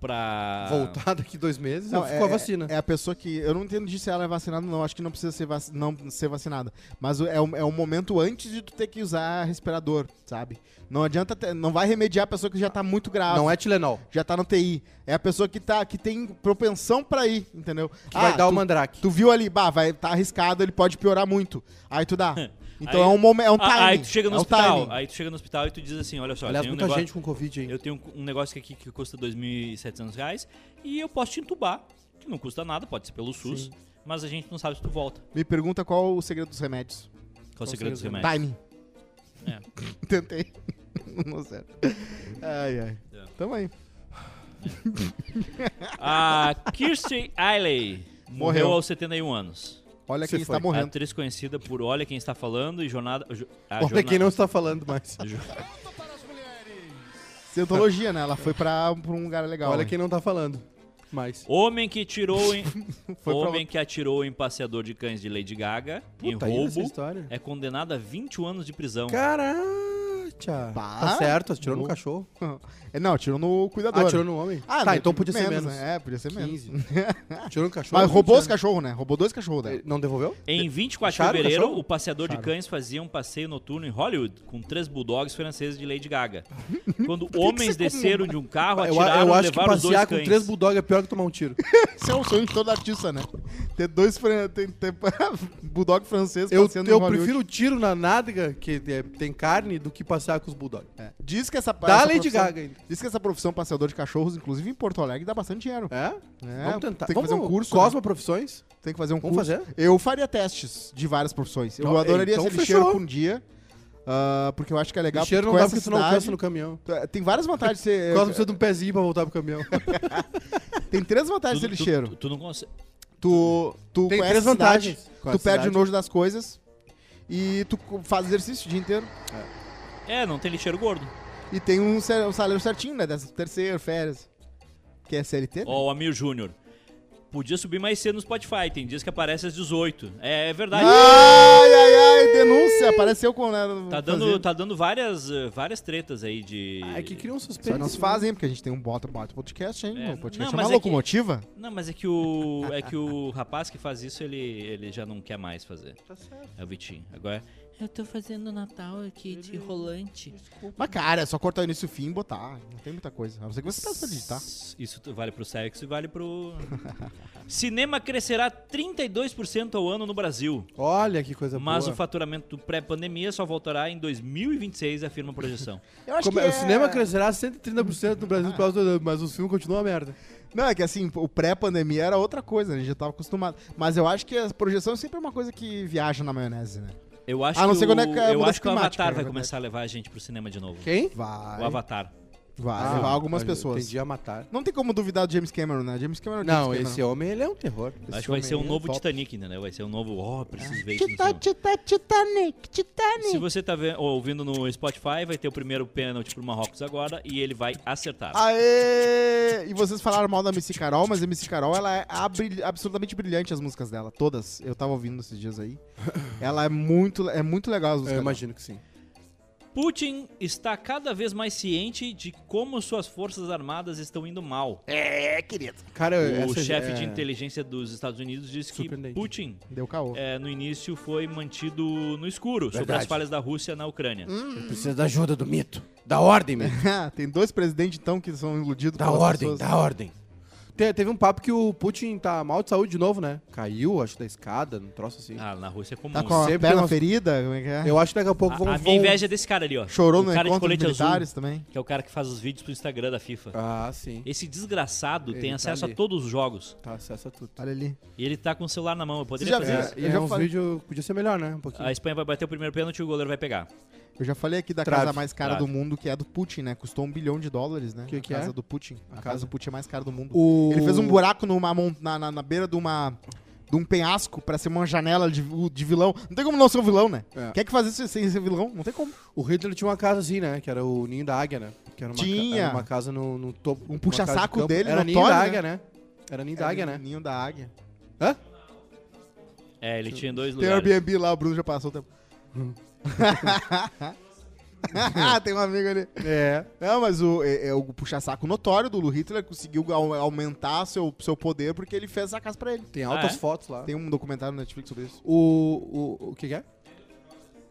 [SPEAKER 3] para
[SPEAKER 4] Voltar daqui dois meses,
[SPEAKER 2] Não,
[SPEAKER 4] eu fico com a
[SPEAKER 2] é-
[SPEAKER 4] vacina.
[SPEAKER 2] É a pessoa que. Eu não entendo de se ela é vacinada ou não. Acho que não precisa ser, vac, não ser vacinada. Mas o- é um, é um momento antes de tu ter que usar respirador, sabe? Não adianta. ter- não vai remediar a pessoa que já tá muito grave.
[SPEAKER 4] Não é Tilenol.
[SPEAKER 2] Já tá no TI. É a pessoa que, tá, que tem propensão pra ir, entendeu?
[SPEAKER 4] Que vai dar
[SPEAKER 2] Ah, tu,
[SPEAKER 4] o mandrake.
[SPEAKER 2] tu viu ali, bah, vai, tá arriscado, ele pode piorar muito. Aí tu dá. Então
[SPEAKER 3] Aí-
[SPEAKER 2] é um momento. É um timing.
[SPEAKER 3] Ah, aí tu chega no
[SPEAKER 2] é um
[SPEAKER 3] hospital,
[SPEAKER 2] timing.
[SPEAKER 3] aí tu chega no hospital e tu diz assim, olha só,
[SPEAKER 4] Aliás,
[SPEAKER 3] tem um
[SPEAKER 4] muita
[SPEAKER 3] negócio,
[SPEAKER 4] gente com Covid aí.
[SPEAKER 3] eu tenho um negócio aqui que custa R$ 2.700 reais e eu posso te entubar, que não custa nada, pode ser pelo SUS, mas a gente não sabe se tu volta.
[SPEAKER 2] Me pergunta qual o segredo dos remédios.
[SPEAKER 3] Qual o segredo dos remédios?
[SPEAKER 2] Timing.
[SPEAKER 3] É.
[SPEAKER 2] Tentei. Não deu certo. Ai, ai.
[SPEAKER 3] É.
[SPEAKER 2] Tamo aí.
[SPEAKER 3] A Kirstie Alley morreu
[SPEAKER 2] Morreu.
[SPEAKER 3] aos 71 anos.
[SPEAKER 2] Olha
[SPEAKER 4] Se
[SPEAKER 2] quem está
[SPEAKER 4] foi.
[SPEAKER 2] morrendo.
[SPEAKER 3] Atriz conhecida por Olha Quem Está Falando e Jornada... jo- a
[SPEAKER 4] Olha
[SPEAKER 3] jornada-
[SPEAKER 4] quem não está falando mais.
[SPEAKER 3] É.
[SPEAKER 2] Cientologia, né? Ela foi pra, pra um lugar legal.
[SPEAKER 4] Olha
[SPEAKER 2] né?
[SPEAKER 4] quem não tá falando mais.
[SPEAKER 3] Homem que atirou em...
[SPEAKER 2] pra-
[SPEAKER 3] Homem que atirou em passeador de cães de Lady Gaga em
[SPEAKER 4] ainda essa
[SPEAKER 3] roubo
[SPEAKER 4] história.
[SPEAKER 3] é condenado a 21 anos de um prisão.
[SPEAKER 4] Caralho! Tia.
[SPEAKER 2] Bah.
[SPEAKER 4] Tá certo, atirou no
[SPEAKER 2] Bom.
[SPEAKER 4] cachorro.
[SPEAKER 2] É, Não, tirou no cuidador.
[SPEAKER 4] Ah, atirou no homem.
[SPEAKER 2] Ah,
[SPEAKER 4] tá,
[SPEAKER 2] não,
[SPEAKER 4] então podia ser menos.
[SPEAKER 2] né? É, podia ser menos.
[SPEAKER 4] 15. Atirou no cachorro.
[SPEAKER 2] Mas roubou os
[SPEAKER 4] atirou-
[SPEAKER 2] cachorros, né? Roubou dois cachorros dela.
[SPEAKER 4] Não devolveu?
[SPEAKER 3] Em 24
[SPEAKER 4] Acharam é o
[SPEAKER 3] de fevereiro,
[SPEAKER 4] cachorro?
[SPEAKER 3] o passeador de cães fazia um passeio noturno em Hollywood com três bulldogs franceses de Lady Gaga. Quando homens desceram de um carro,
[SPEAKER 4] Eu, eu
[SPEAKER 3] atiraram e
[SPEAKER 4] acho que
[SPEAKER 3] levaram os dois
[SPEAKER 4] passear
[SPEAKER 3] cães.
[SPEAKER 4] com três bulldog é pior que tomar um tiro.
[SPEAKER 2] Esse é o sonho de todo artista, né? Ter dois fran... ter, ter... bulldog francês
[SPEAKER 4] Eu,
[SPEAKER 2] passeando em
[SPEAKER 4] eu
[SPEAKER 2] Hollywood.
[SPEAKER 4] prefiro o tiro na nádega, que é- tem carne, do que passear com os bulldog.
[SPEAKER 2] É. Diz que essa
[SPEAKER 4] Dá
[SPEAKER 2] essa
[SPEAKER 4] a Lady
[SPEAKER 2] profissão-
[SPEAKER 4] Gaga ainda.
[SPEAKER 2] Diz que essa profissão passeador de cachorros, inclusive em Porto Alegre, dá bastante dinheiro.
[SPEAKER 4] É?
[SPEAKER 2] É,
[SPEAKER 4] Vamos tentar.
[SPEAKER 2] Tem que
[SPEAKER 4] Vamos
[SPEAKER 2] fazer um curso. né?
[SPEAKER 4] Cosma Profissões?
[SPEAKER 2] Tem que fazer um
[SPEAKER 4] Vamos
[SPEAKER 2] curso.
[SPEAKER 4] fazer?
[SPEAKER 2] Eu faria testes de várias profissões. Eu
[SPEAKER 4] Não,
[SPEAKER 2] adoraria
[SPEAKER 4] então
[SPEAKER 2] ser lixeiro
[SPEAKER 4] fechou.
[SPEAKER 2] por um dia. ah, porque eu acho que é legal.
[SPEAKER 4] Lixeiro não
[SPEAKER 2] com
[SPEAKER 4] dá
[SPEAKER 2] essa
[SPEAKER 4] porque tu não
[SPEAKER 2] cidade- eh, É,
[SPEAKER 4] alcança no caminhão.
[SPEAKER 2] Tem várias vantagens de ser. eh,
[SPEAKER 4] Cosma precisa de um pezinho pra voltar pro caminhão.
[SPEAKER 2] Tem três
[SPEAKER 4] é
[SPEAKER 2] vantagens de ser
[SPEAKER 3] Tu- tu-
[SPEAKER 2] lixeiro.
[SPEAKER 3] Tu, tu não consegue.
[SPEAKER 2] Tu, tu
[SPEAKER 4] Tem
[SPEAKER 2] conhece
[SPEAKER 4] três
[SPEAKER 2] a cidade,
[SPEAKER 4] vantagens.
[SPEAKER 2] tu
[SPEAKER 4] Conhece a
[SPEAKER 2] perde o
[SPEAKER 4] cidade.
[SPEAKER 2] nojo das coisas e tu co- faz exercício o dia inteiro.
[SPEAKER 3] É, não tem lixeiro gordo.
[SPEAKER 2] E tem um, cer- um salário certinho, né? Dessa terceira, férias. Que é CLT? né?
[SPEAKER 3] Ó, o Amir Júnior. Podia subir mais cedo no Spotify, tem dias que aparece às 18. É, é verdade.
[SPEAKER 4] Ah,
[SPEAKER 2] Ai, ai, ai, denúncia. Apareceu com. né, fazendo.
[SPEAKER 3] Tá dando, tá dando várias, eh, várias tretas aí de.
[SPEAKER 4] Ah, é que criam suspense.
[SPEAKER 2] Só não se fazem, porque a gente tem um bota bota podcast, hein?
[SPEAKER 3] É,
[SPEAKER 2] o podcast
[SPEAKER 3] não,
[SPEAKER 2] é uma
[SPEAKER 3] mas é que-
[SPEAKER 2] locomotiva.
[SPEAKER 3] Não, mas é que o. É que o rapaz que faz isso, ele, ele já não quer mais fazer. Tá certo. É o Vitinho. Agora.
[SPEAKER 6] Eu tô fazendo Natal aqui de rolante.
[SPEAKER 2] Mas, cara, é só cortar o início e o fim e botar. Não tem muita coisa. A não ser que você tá possa digitar.
[SPEAKER 3] Isso tu- vale pro sexo e vale pro. Cinema crescerá 32% ao ano no Brasil.
[SPEAKER 4] Olha que
[SPEAKER 2] Tá
[SPEAKER 4] coisa
[SPEAKER 3] Mas
[SPEAKER 4] boa.
[SPEAKER 3] o faturamento pré-pandemia só voltará em 2026, afirma a projeção.
[SPEAKER 2] Eu acho
[SPEAKER 4] Como é- O cinema crescerá 130% no Brasil, nos próximos dois anos, mas os filmes continuam uma merda.
[SPEAKER 2] Não, é que assim, o pré-pandemia era outra coisa, né? a gente já tava acostumado. Mas eu acho que a projeção é sempre uma coisa que viaja na maionese, né?
[SPEAKER 3] Eu acho
[SPEAKER 2] A não
[SPEAKER 3] que
[SPEAKER 2] ser quando é que
[SPEAKER 3] o,
[SPEAKER 2] a
[SPEAKER 3] eu
[SPEAKER 2] mudança
[SPEAKER 3] acho que o
[SPEAKER 2] climática, na
[SPEAKER 3] Avatar vai
[SPEAKER 2] verdade.
[SPEAKER 3] começar a levar a gente pro cinema de novo.
[SPEAKER 4] Quem?
[SPEAKER 2] Vai.
[SPEAKER 3] O Avatar.
[SPEAKER 2] Vai levar Ah, algumas
[SPEAKER 4] Ah, eu
[SPEAKER 2] pessoas.
[SPEAKER 4] Entendi a matar.
[SPEAKER 2] Não tem como duvidar do James Cameron, né? James Cameron é o James
[SPEAKER 4] Não,
[SPEAKER 2] Cameron.
[SPEAKER 4] esse homem, ele é um terror.
[SPEAKER 3] acho que vai ser um
[SPEAKER 2] homem é
[SPEAKER 3] novo
[SPEAKER 2] top. Ah.
[SPEAKER 3] Titanic, entendeu? Vai ser um novo. Ó, preciso ver isso. no cinema.
[SPEAKER 6] Tita, Titanic, Titanic.
[SPEAKER 3] Se você tá ve- ouvindo no Spotify, vai ter o primeiro pênalti pro Marrocos agora e ele vai acertar.
[SPEAKER 2] Aê! E vocês falaram mal da MC Carol, mas a MC Carol, ela é abri- absolutamente brilhante as músicas dela, todas. Eu tava ouvindo esses dias aí. Ela é muito, é muito legal as músicas.
[SPEAKER 4] Eu
[SPEAKER 2] dela.
[SPEAKER 4] imagino que sim.
[SPEAKER 3] Putin está cada vez mais ciente de como suas forças armadas estão indo mal.
[SPEAKER 4] Cara,
[SPEAKER 3] o
[SPEAKER 4] essa-
[SPEAKER 3] chefe
[SPEAKER 4] é,
[SPEAKER 3] de inteligência dos Estados Unidos disse que
[SPEAKER 4] Surpreendente.
[SPEAKER 3] Putin,
[SPEAKER 2] Deu caô.
[SPEAKER 3] eh, no início, foi mantido no escuro sobre as
[SPEAKER 4] Verdade.
[SPEAKER 3] falhas da Rússia na Ucrânia.
[SPEAKER 2] Hum?
[SPEAKER 4] Precisa da ajuda do mito. Da ordem, mito.
[SPEAKER 2] Ah, tem dois presidentes, então, que são iludidos
[SPEAKER 4] Da
[SPEAKER 2] pelas
[SPEAKER 4] ordem,
[SPEAKER 2] pessoas.
[SPEAKER 4] da ordem. Te- teve um papo que o Putin tá mal de saúde de novo, né? Caiu, acho, da escada, um troço assim.
[SPEAKER 3] Ah, na Rússia é comum.
[SPEAKER 2] Tá com a
[SPEAKER 4] Sempre tem
[SPEAKER 2] perna
[SPEAKER 4] umas-
[SPEAKER 2] ferida? Como é que é?
[SPEAKER 4] Eu acho que daqui a pouco vão...
[SPEAKER 3] a, a
[SPEAKER 4] vão-
[SPEAKER 3] minha inveja é desse cara ali, ó.
[SPEAKER 2] Chorou
[SPEAKER 3] o
[SPEAKER 2] no
[SPEAKER 3] cara de
[SPEAKER 2] encontro dos
[SPEAKER 3] colete azul,
[SPEAKER 2] militares também?
[SPEAKER 3] que é o cara que faz os vídeos pro Instagram da FIFA.
[SPEAKER 4] Ah, sim.
[SPEAKER 3] Esse desgraçado
[SPEAKER 4] Ele
[SPEAKER 3] tem
[SPEAKER 4] tá
[SPEAKER 3] acesso
[SPEAKER 4] ali.
[SPEAKER 3] a todos os jogos.
[SPEAKER 4] Tá, acesso a tudo.
[SPEAKER 2] Olha ali.
[SPEAKER 3] E ele tá com o celular na mão. Eu
[SPEAKER 2] já
[SPEAKER 3] poderia fazer
[SPEAKER 2] viu?
[SPEAKER 3] isso.
[SPEAKER 4] É, e
[SPEAKER 2] eu já
[SPEAKER 4] é uns
[SPEAKER 2] falei-
[SPEAKER 4] vídeos... Podia ser melhor, né? Um pouquinho.
[SPEAKER 3] A Espanha vai bater o primeiro pênalti e o goleiro vai pegar.
[SPEAKER 2] Eu já falei aqui da
[SPEAKER 4] Trave,
[SPEAKER 2] casa mais cara
[SPEAKER 3] trave.
[SPEAKER 2] do mundo, que é a do Putin, né? Custou um bilhão de dólares, né?
[SPEAKER 4] Que que
[SPEAKER 2] a casa
[SPEAKER 4] é?
[SPEAKER 2] do Putin. A, casa
[SPEAKER 4] casa.
[SPEAKER 2] do Putin é mais cara do mundo.
[SPEAKER 4] O-
[SPEAKER 2] Ele fez um buraco numa, mon- na, na, na beira de uma... De um penhasco pra ser uma janela de, de vilão. Não tem como não ser um vilão, né?
[SPEAKER 4] É.
[SPEAKER 2] Quem é que faz isso sem ser vilão? Não tem como.
[SPEAKER 4] O Hitler tinha uma casa assim, né? Que era o ninho da águia, né? Que era uma, ca-
[SPEAKER 2] Tinha. Um
[SPEAKER 4] era uma casa no, no topo. uma
[SPEAKER 2] puxa-saco
[SPEAKER 4] casa de campo.
[SPEAKER 2] dele
[SPEAKER 4] Era ninho
[SPEAKER 2] notório,
[SPEAKER 4] da
[SPEAKER 2] né?
[SPEAKER 4] águia, né? Era ninho da águia, né?
[SPEAKER 2] Ninho da águia.
[SPEAKER 4] Hã?
[SPEAKER 3] É, ele tinha dois
[SPEAKER 2] Tem o
[SPEAKER 3] lugares.
[SPEAKER 2] Airbnb lá, o Bruno já passou o tempo. Ah, tem um amigo ali.
[SPEAKER 4] É.
[SPEAKER 2] Não, mas o, é, é o puxa-saco notório do Hitler conseguiu au- aumentar seu, seu poder porque ele fez essa casa pra ele.
[SPEAKER 4] Tem altas
[SPEAKER 3] Ah, é?
[SPEAKER 4] fotos lá.
[SPEAKER 2] Tem um documentário no Netflix sobre isso.
[SPEAKER 4] O, o. O que, que é?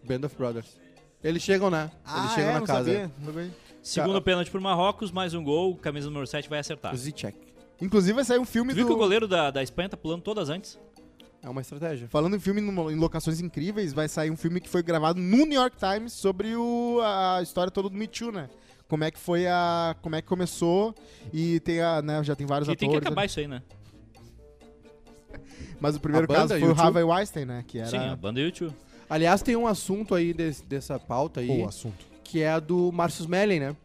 [SPEAKER 4] Band of Brothers. Eles chegam, né?
[SPEAKER 3] Ah,
[SPEAKER 2] Ah,
[SPEAKER 3] é?
[SPEAKER 4] Eles
[SPEAKER 2] é?
[SPEAKER 4] chegam na casa.
[SPEAKER 3] Segundo pênalti pro Marrocos, mais um gol. Camisa número 7 vai acertar.
[SPEAKER 4] O Z-Check.
[SPEAKER 2] Inclusive vai sair um filme
[SPEAKER 3] Tu viu que o
[SPEAKER 2] do...
[SPEAKER 3] goleiro da, da Espanha tá pulando todas antes?
[SPEAKER 4] É uma estratégia.
[SPEAKER 2] Falando em filme numa- em locações incríveis, vai sair um filme que foi gravado no New York Times sobre o, a história toda do Me Too, né? Como é que foi a... Como é que começou e tem a... Né, já tem vários
[SPEAKER 3] E tem que
[SPEAKER 2] atores.
[SPEAKER 3] acabar isso aí, né?
[SPEAKER 2] né? Mas o primeiro
[SPEAKER 4] A banda,
[SPEAKER 2] caso foi o
[SPEAKER 4] YouTube?
[SPEAKER 2] Harvey Weinstein, né? Que era
[SPEAKER 3] Sim, a banda YouTube.
[SPEAKER 4] Aliás, tem um assunto aí desse- dessa pauta aí,
[SPEAKER 2] o assunto.
[SPEAKER 4] que é a do Márcio Smelling, né?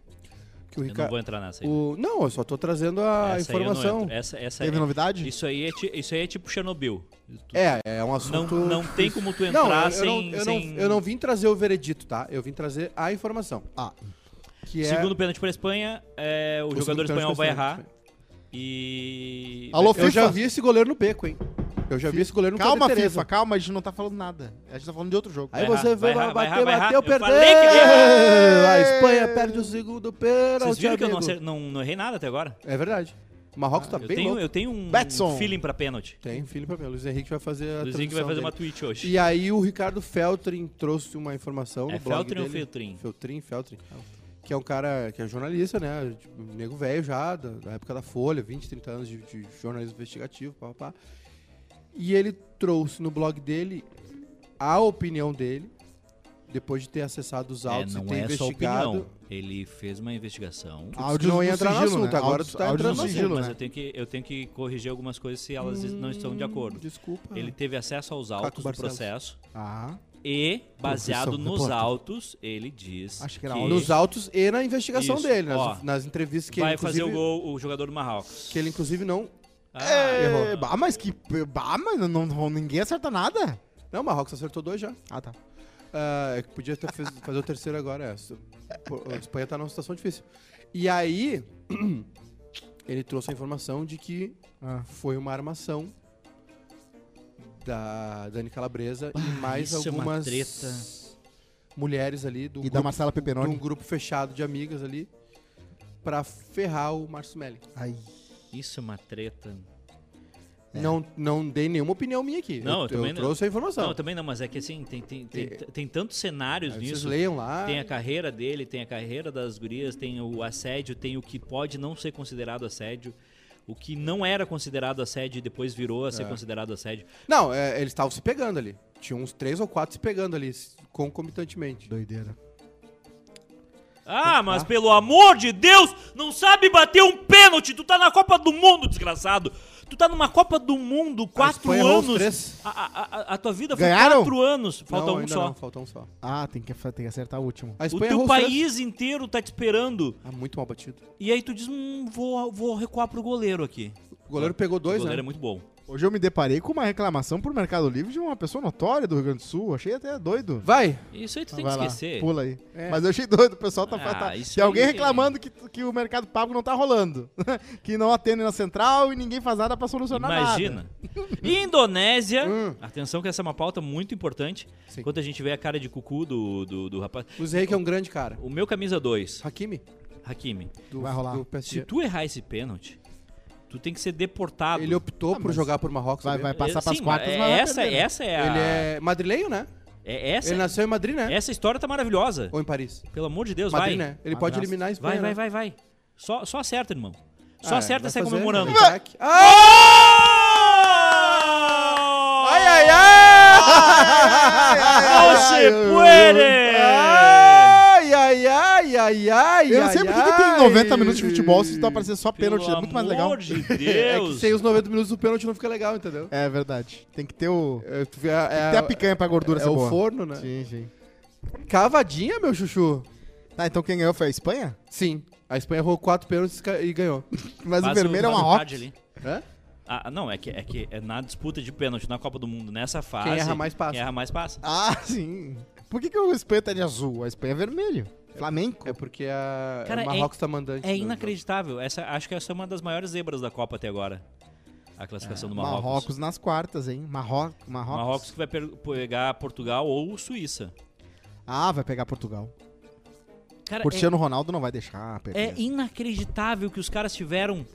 [SPEAKER 4] Que o
[SPEAKER 3] Eu não
[SPEAKER 4] Ricardo.
[SPEAKER 3] vou entrar nessa aí.
[SPEAKER 4] O... Não, eu só tô trazendo a
[SPEAKER 3] essa aí eu não
[SPEAKER 4] informação.
[SPEAKER 3] entro. essa, essa
[SPEAKER 2] Teve
[SPEAKER 3] é-
[SPEAKER 2] novidade?
[SPEAKER 3] isso, aí é, ti- isso aí é tipo Chernobyl. Tu-
[SPEAKER 4] É, é um
[SPEAKER 3] não,
[SPEAKER 4] assunto.
[SPEAKER 3] não tem como tu
[SPEAKER 4] Não,
[SPEAKER 3] entrar
[SPEAKER 4] eu, eu
[SPEAKER 3] sem.
[SPEAKER 4] não, eu,
[SPEAKER 3] sem-
[SPEAKER 4] não, eu não vim trazer o veredito, tá? Eu vim trazer a informação.
[SPEAKER 2] Ah.
[SPEAKER 4] Que é
[SPEAKER 3] Segundo pênalti pra Espanha, é, o,
[SPEAKER 4] segundo
[SPEAKER 3] jogador
[SPEAKER 4] pênalti
[SPEAKER 3] espanhol
[SPEAKER 4] pra
[SPEAKER 3] vai
[SPEAKER 4] Espanha.
[SPEAKER 3] errar. E.
[SPEAKER 2] Alô,
[SPEAKER 4] Eu já
[SPEAKER 2] FIFA?
[SPEAKER 4] vi esse goleiro no beco, hein? Eu já vi esse goleiro no
[SPEAKER 2] Calma,
[SPEAKER 4] Santa Teresa.
[SPEAKER 2] FIFA, calma, a gente não tá falando nada. A gente tá falando de outro jogo.
[SPEAKER 4] Aí
[SPEAKER 3] Vai
[SPEAKER 4] você
[SPEAKER 3] errar,
[SPEAKER 4] vai,
[SPEAKER 3] vai errar,
[SPEAKER 4] bater,
[SPEAKER 3] vai errar, vai
[SPEAKER 4] bateu,
[SPEAKER 3] errar. Eu
[SPEAKER 4] perdeu.
[SPEAKER 3] falei que
[SPEAKER 2] ia-
[SPEAKER 4] A Espanha perde o segundo pênalti.
[SPEAKER 3] Vocês viram que eu não,
[SPEAKER 4] amigo.
[SPEAKER 3] acer- não, não errei nada até agora?
[SPEAKER 4] É verdade. O Marrocos tá
[SPEAKER 3] Eu
[SPEAKER 4] bem
[SPEAKER 3] tenho,
[SPEAKER 4] louco.
[SPEAKER 3] eu tenho um
[SPEAKER 2] Betson.
[SPEAKER 3] feeling pra pênalti.
[SPEAKER 4] Tem filho pra mim. O Luiz Henrique vai fazer a
[SPEAKER 3] Luiz Henrique vai fazer
[SPEAKER 4] transmissão
[SPEAKER 3] uma
[SPEAKER 4] dele.
[SPEAKER 3] tweet hoje.
[SPEAKER 4] E aí o Ricardo Feltrin trouxe uma informação
[SPEAKER 3] É
[SPEAKER 4] no blog
[SPEAKER 3] Feltrin ou
[SPEAKER 4] dele.
[SPEAKER 3] Feltrin?
[SPEAKER 4] Feltrin, Feltrin. Que é um cara que é jornalista, né? Tipo, nego velho já, da, da época da Folha, 20, 30 anos de, de jornalismo investigativo, pá, pá, pá. E ele trouxe no blog dele a opinião dele, depois de ter acessado os
[SPEAKER 3] É,
[SPEAKER 4] áudios e
[SPEAKER 3] não
[SPEAKER 4] ter
[SPEAKER 3] é só
[SPEAKER 4] investigado.
[SPEAKER 3] opinião. Ele fez uma investigação.
[SPEAKER 2] Ah,
[SPEAKER 4] Áudio não ia entrar no assunto, um agora tu tá entrando
[SPEAKER 3] Não,
[SPEAKER 4] no
[SPEAKER 3] não,
[SPEAKER 4] sigilo,
[SPEAKER 3] mas eu,
[SPEAKER 2] né?
[SPEAKER 3] tenho que, eu tenho que corrigir algumas coisas se elas não estão de acordo.
[SPEAKER 4] Desculpa.
[SPEAKER 3] Ele teve acesso aos autos do
[SPEAKER 4] Ah. Barcelos.
[SPEAKER 3] processo
[SPEAKER 2] Ah,
[SPEAKER 3] e, baseado
[SPEAKER 4] Profissão,
[SPEAKER 3] nos
[SPEAKER 4] repórter.
[SPEAKER 3] autos, ele diz
[SPEAKER 2] Acho que era auto.
[SPEAKER 4] Nos autos e na investigação
[SPEAKER 3] Isso,
[SPEAKER 4] dele, nas,
[SPEAKER 3] ó.
[SPEAKER 4] nas entrevistas que
[SPEAKER 3] vai
[SPEAKER 4] ele
[SPEAKER 3] fazer o
[SPEAKER 4] inclusive-
[SPEAKER 3] gol o jogador do Marrocos.
[SPEAKER 4] Que ele inclusive não.
[SPEAKER 3] Ah,
[SPEAKER 2] é, bah, mas que. Bah, mas não, não- ninguém acerta nada.
[SPEAKER 4] Não, o Marrocos acertou dois já.
[SPEAKER 2] Ah, tá.
[SPEAKER 4] Ah, é que podia ter fez- fazer o terceiro agora. É. S- pô, A Espanha tá numa situação difícil. E aí, ele trouxe a informação de que
[SPEAKER 2] Ah.
[SPEAKER 4] foi uma armação da Dani Calabresa e mais
[SPEAKER 3] isso é uma
[SPEAKER 4] algumas
[SPEAKER 3] treta.
[SPEAKER 4] mulheres ali do
[SPEAKER 2] E da Marcela
[SPEAKER 4] de um
[SPEAKER 2] Peperoni.
[SPEAKER 4] grupo fechado de amigas ali pra ferrar o Márcio Melli.
[SPEAKER 2] Aí.
[SPEAKER 3] Isso é uma treta.
[SPEAKER 2] É.
[SPEAKER 4] Não, não dei nenhuma opinião minha aqui.
[SPEAKER 3] Não, eu também não.
[SPEAKER 4] trouxe a informação.
[SPEAKER 3] Não, também não, mas é que assim, tem, tem, tem, tem tantos cenários
[SPEAKER 4] Aí Vocês
[SPEAKER 3] nisso.
[SPEAKER 4] leiam lá.
[SPEAKER 3] Tem a carreira dele, tem a carreira das gurias, tem o assédio, tem o que pode não ser considerado assédio, o que não era considerado assédio e depois virou a ser
[SPEAKER 4] É.
[SPEAKER 3] considerado assédio.
[SPEAKER 4] Não, é, eles estavam se pegando ali. Tinha uns três ou quatro se pegando ali, s- concomitantemente.
[SPEAKER 2] Doideira.
[SPEAKER 3] Ah,
[SPEAKER 4] tá?
[SPEAKER 3] mas pelo amor de Deus, não sabe bater um pênalti. Tu tá na Copa do Mundo, desgraçado. Tu tá numa Copa do Mundo, quatro
[SPEAKER 4] Espanha errou os
[SPEAKER 3] anos.
[SPEAKER 4] três.
[SPEAKER 3] A, a- a- a tua vida foi
[SPEAKER 2] Ganharam?
[SPEAKER 3] quatro anos. Falta
[SPEAKER 4] Não,
[SPEAKER 3] um
[SPEAKER 4] ainda
[SPEAKER 3] só.
[SPEAKER 4] Não, falta um só.
[SPEAKER 2] Ah, tem que, tem que acertar o último.
[SPEAKER 4] A
[SPEAKER 3] O
[SPEAKER 4] Espanha errou
[SPEAKER 3] teu
[SPEAKER 4] os três.
[SPEAKER 3] país inteiro tá te esperando.
[SPEAKER 4] Ah, muito mal batido.
[SPEAKER 3] E aí tu diz, hum, vou, vou recuar pro goleiro aqui.
[SPEAKER 4] O goleiro pegou
[SPEAKER 3] O
[SPEAKER 4] dois,
[SPEAKER 3] goleiro é
[SPEAKER 4] né?
[SPEAKER 3] muito bom.
[SPEAKER 2] Hoje eu me deparei com uma reclamação por Mercado Livre de uma pessoa notória do Rio Grande do Sul. Achei até doido.
[SPEAKER 4] Vai!
[SPEAKER 3] Isso aí tu
[SPEAKER 2] Mas
[SPEAKER 3] tem que
[SPEAKER 2] vai lá,
[SPEAKER 3] esquecer.
[SPEAKER 2] pula aí.
[SPEAKER 4] É.
[SPEAKER 2] Mas eu achei doido, o pessoal tá.
[SPEAKER 3] Ah,
[SPEAKER 2] tá-
[SPEAKER 3] isso
[SPEAKER 2] tem alguém
[SPEAKER 3] aí.
[SPEAKER 2] reclamando que, que o mercado pago não tá rolando. que não atende na central e ninguém faz nada pra solucionar nada.
[SPEAKER 3] Imagina. Indonésia.
[SPEAKER 4] Hum.
[SPEAKER 3] Atenção que essa é uma pauta muito importante.
[SPEAKER 4] Sim.
[SPEAKER 3] Enquanto a gente vê a cara de cucu do, do, do rapaz.
[SPEAKER 4] Luiz Henrique é um grande cara.
[SPEAKER 3] O meu camisa 2,
[SPEAKER 4] Hakimi,
[SPEAKER 3] Hakimi.
[SPEAKER 4] do,
[SPEAKER 2] Vai rolar.
[SPEAKER 4] do
[SPEAKER 3] Se
[SPEAKER 4] PSG.
[SPEAKER 3] tu errar esse pênalti, tu tem que ser deportado.
[SPEAKER 4] Ele optou por
[SPEAKER 2] Ah, mas-
[SPEAKER 4] jogar por Marrocos.
[SPEAKER 2] Vai,
[SPEAKER 4] sabia?
[SPEAKER 2] vai passar
[SPEAKER 3] Sim,
[SPEAKER 2] pras
[SPEAKER 3] mas
[SPEAKER 2] quartas,
[SPEAKER 3] é-
[SPEAKER 2] mas vai
[SPEAKER 3] essa,
[SPEAKER 2] perder, né?
[SPEAKER 3] essa é a...
[SPEAKER 4] Ele é madrilenho, né?
[SPEAKER 3] é- essa,
[SPEAKER 4] Ele nasceu em Madrid, né?
[SPEAKER 3] essa história tá maravilhosa.
[SPEAKER 4] Ou em Paris?
[SPEAKER 3] Pelo amor de Deus,
[SPEAKER 4] Madrid,
[SPEAKER 3] vai.
[SPEAKER 4] né? Ele pode
[SPEAKER 2] Madrasta.
[SPEAKER 4] eliminar a Espanha.
[SPEAKER 3] Vai, vai,
[SPEAKER 4] né?
[SPEAKER 3] vai, vai. Só, só acerta, irmão. Só
[SPEAKER 4] Ah,
[SPEAKER 3] acerta
[SPEAKER 4] vai
[SPEAKER 3] e sai
[SPEAKER 4] fazer,
[SPEAKER 3] comemorando.
[SPEAKER 4] vai craque. Ah! Ai, ai, ai!
[SPEAKER 2] Ai, ai,
[SPEAKER 3] Você
[SPEAKER 2] ai,
[SPEAKER 3] puede!
[SPEAKER 4] Ai, ai, ai, ai, ai,
[SPEAKER 2] Eu não sei
[SPEAKER 4] ai,
[SPEAKER 2] porque que tem
[SPEAKER 4] ai.
[SPEAKER 2] 90 minutos de futebol se dá pra ser só
[SPEAKER 3] Pelo
[SPEAKER 2] pênalti. É muito mais legal.
[SPEAKER 3] amor de
[SPEAKER 4] É que
[SPEAKER 3] Deus.
[SPEAKER 4] sem os 90 minutos o pênalti não fica legal, entendeu?
[SPEAKER 2] É verdade. Tem que ter o.
[SPEAKER 4] É, tu vê a- é a-
[SPEAKER 2] Tem que ter a picanha pra gordura
[SPEAKER 4] é
[SPEAKER 2] ser
[SPEAKER 4] o
[SPEAKER 2] boa.
[SPEAKER 4] forno, né?
[SPEAKER 2] Sim, sim.
[SPEAKER 4] Cavadinha, meu chuchu.
[SPEAKER 2] Tá, então quem ganhou foi a Espanha?
[SPEAKER 4] Sim, a Espanha errou quatro pênaltis ca- e ganhou.
[SPEAKER 2] Mas
[SPEAKER 3] Faz
[SPEAKER 2] o vermelho é
[SPEAKER 3] faz
[SPEAKER 2] uma
[SPEAKER 3] o
[SPEAKER 2] rock.
[SPEAKER 3] card um ali.
[SPEAKER 4] Hã?
[SPEAKER 3] Ah, não, é que, é que é na disputa de pênalti na Copa do Mundo, nessa fase.
[SPEAKER 4] erra mais passa.
[SPEAKER 3] Ah, Quem erra mais passa.
[SPEAKER 2] Ah, sim. Por que, que o Espanha tá de azul? A Espanha é vermelho. Flamengo.
[SPEAKER 4] É porque a
[SPEAKER 3] Cara,
[SPEAKER 4] o Marrocos tá mandante.
[SPEAKER 3] É
[SPEAKER 4] no
[SPEAKER 3] inacreditável. Essa, acho que essa é uma das maiores zebras da Copa até agora. A classificação do Marrocos. Marrocos.
[SPEAKER 2] Marrocos nas quartas, hein? Marro... Marrocos.
[SPEAKER 3] que vai pe- pegar Portugal ou Suíça.
[SPEAKER 2] Ah, vai pegar Portugal.
[SPEAKER 3] Cara,
[SPEAKER 2] Cristiano Ronaldo não vai deixar
[SPEAKER 3] é, é
[SPEAKER 2] perder.
[SPEAKER 3] inacreditável que os caras tiveram.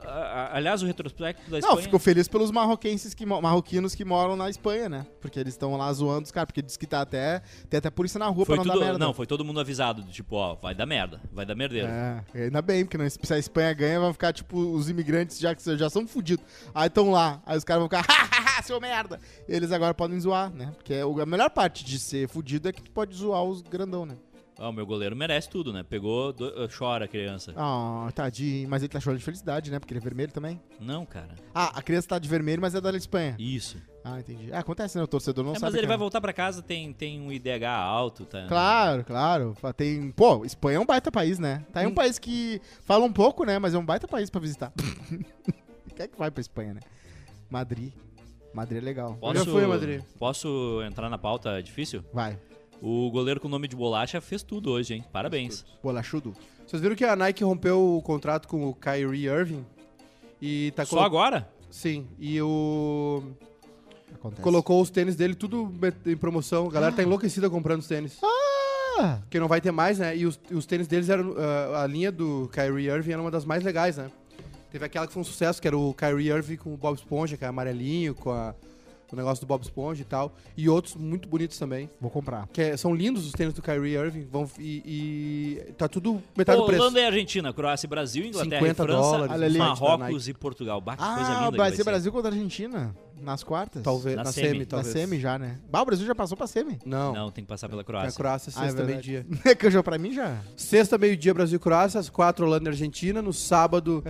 [SPEAKER 3] a- a- aliás, o retrospecto da
[SPEAKER 2] não,
[SPEAKER 3] Espanha.
[SPEAKER 2] fico feliz pelos marroquenses que, mo- marroquinos que moram na Espanha, né? Porque eles estão lá zoando os caras, porque diz que tá até, tem até polícia na rua
[SPEAKER 3] foi
[SPEAKER 2] pra não
[SPEAKER 3] tudo-
[SPEAKER 2] dar merda.
[SPEAKER 3] não, foi todo mundo avisado. do Tipo, ó, vai dar merda. Vai dar merdeiro.
[SPEAKER 2] É, ainda bem, porque não, se a Espanha ganha, vão ficar, tipo, os imigrantes já, que já são fudidos. Aí estão lá, aí os caras vão ficar, hahaha, seu merda! Eles agora podem zoar, né? Porque é o- a melhor parte de ser fudido é que tu pode zoar os grandão, né?
[SPEAKER 3] Ah, o meu goleiro merece tudo, né? Pegou, do- chora a criança.
[SPEAKER 2] Ah, tadinho, mas ele tá chorando de felicidade, né? Porque ele é vermelho também.
[SPEAKER 3] Não, cara.
[SPEAKER 2] Ah, a criança tá de vermelho, mas é da Espanha.
[SPEAKER 3] Isso.
[SPEAKER 2] Ah, entendi. Ah, acontece, né? O torcedor não
[SPEAKER 3] É,
[SPEAKER 2] sabe.
[SPEAKER 3] mas ele
[SPEAKER 2] cara.
[SPEAKER 3] vai voltar pra casa, tem, tem um IDH alto, tá?
[SPEAKER 2] Claro, claro. Fa- Tem. Pô, Espanha é um baita país, né? Tá aí um país que fala um pouco, né? Mas é um baita país pra visitar. Quem é que vai pra Espanha, né? Madrid. Madrid é legal.
[SPEAKER 3] Posso,
[SPEAKER 4] Eu já fui a Madrid.
[SPEAKER 3] Posso entrar na pauta difícil?
[SPEAKER 2] Vai.
[SPEAKER 3] O goleiro com nome de bolacha fez tudo hoje, hein? Parabéns.
[SPEAKER 2] Bolachudo.
[SPEAKER 4] jogo. Vocês viram que a Nike rompeu o contrato com o Kyrie Irving? E tá
[SPEAKER 3] Só
[SPEAKER 4] colo-
[SPEAKER 3] agora?
[SPEAKER 4] Sim, e o.
[SPEAKER 2] Acontece.
[SPEAKER 4] Colocou os tênis dele tudo met- em promoção. A galera tá enlouquecida comprando os tênis.
[SPEAKER 2] Ah,
[SPEAKER 4] Porque não vai ter mais, né? E os, e os tênis deles eram. ah, a linha do Kyrie Irving era uma das mais legais, né? Teve aquela que foi um sucesso, que era o Kyrie Irving com o Bob Esponja, que é amarelinho, com a- o negócio do Bob Esponja e tal. E outros muito bonitos também.
[SPEAKER 2] vou comprar.
[SPEAKER 4] Que é- são lindos os tênis do Kyrie Irving. Vão, e, e tá tudo metade do preço.
[SPEAKER 3] Holanda e Argentina, Croácia e Brasil, Inglaterra e
[SPEAKER 4] 50
[SPEAKER 3] França,
[SPEAKER 4] dólares,
[SPEAKER 2] Olha ali.
[SPEAKER 3] Marrocos e Portugal. Bah, que coisa linda
[SPEAKER 2] Ah,
[SPEAKER 3] que
[SPEAKER 2] vai ser
[SPEAKER 3] vai ser.
[SPEAKER 2] Brasil contra a Argentina. Nas quartas?
[SPEAKER 4] Talvez.
[SPEAKER 3] Na
[SPEAKER 4] Na,
[SPEAKER 3] semi.
[SPEAKER 4] semi,
[SPEAKER 3] Na
[SPEAKER 2] Na
[SPEAKER 4] talvez.
[SPEAKER 2] semi já, né? Bah, o Brasil já passou pra semi.
[SPEAKER 4] Não.
[SPEAKER 3] Não, tem que passar pela
[SPEAKER 4] Na
[SPEAKER 3] Croácia.
[SPEAKER 4] Croácia,
[SPEAKER 2] Ah, é
[SPEAKER 4] sexta,
[SPEAKER 2] verdade.
[SPEAKER 4] meio-dia.
[SPEAKER 2] que já, pra mim já.
[SPEAKER 4] Sexta, meio-dia, Brasil e Croácia. Às quatro, Holanda e Argentina. No sábado,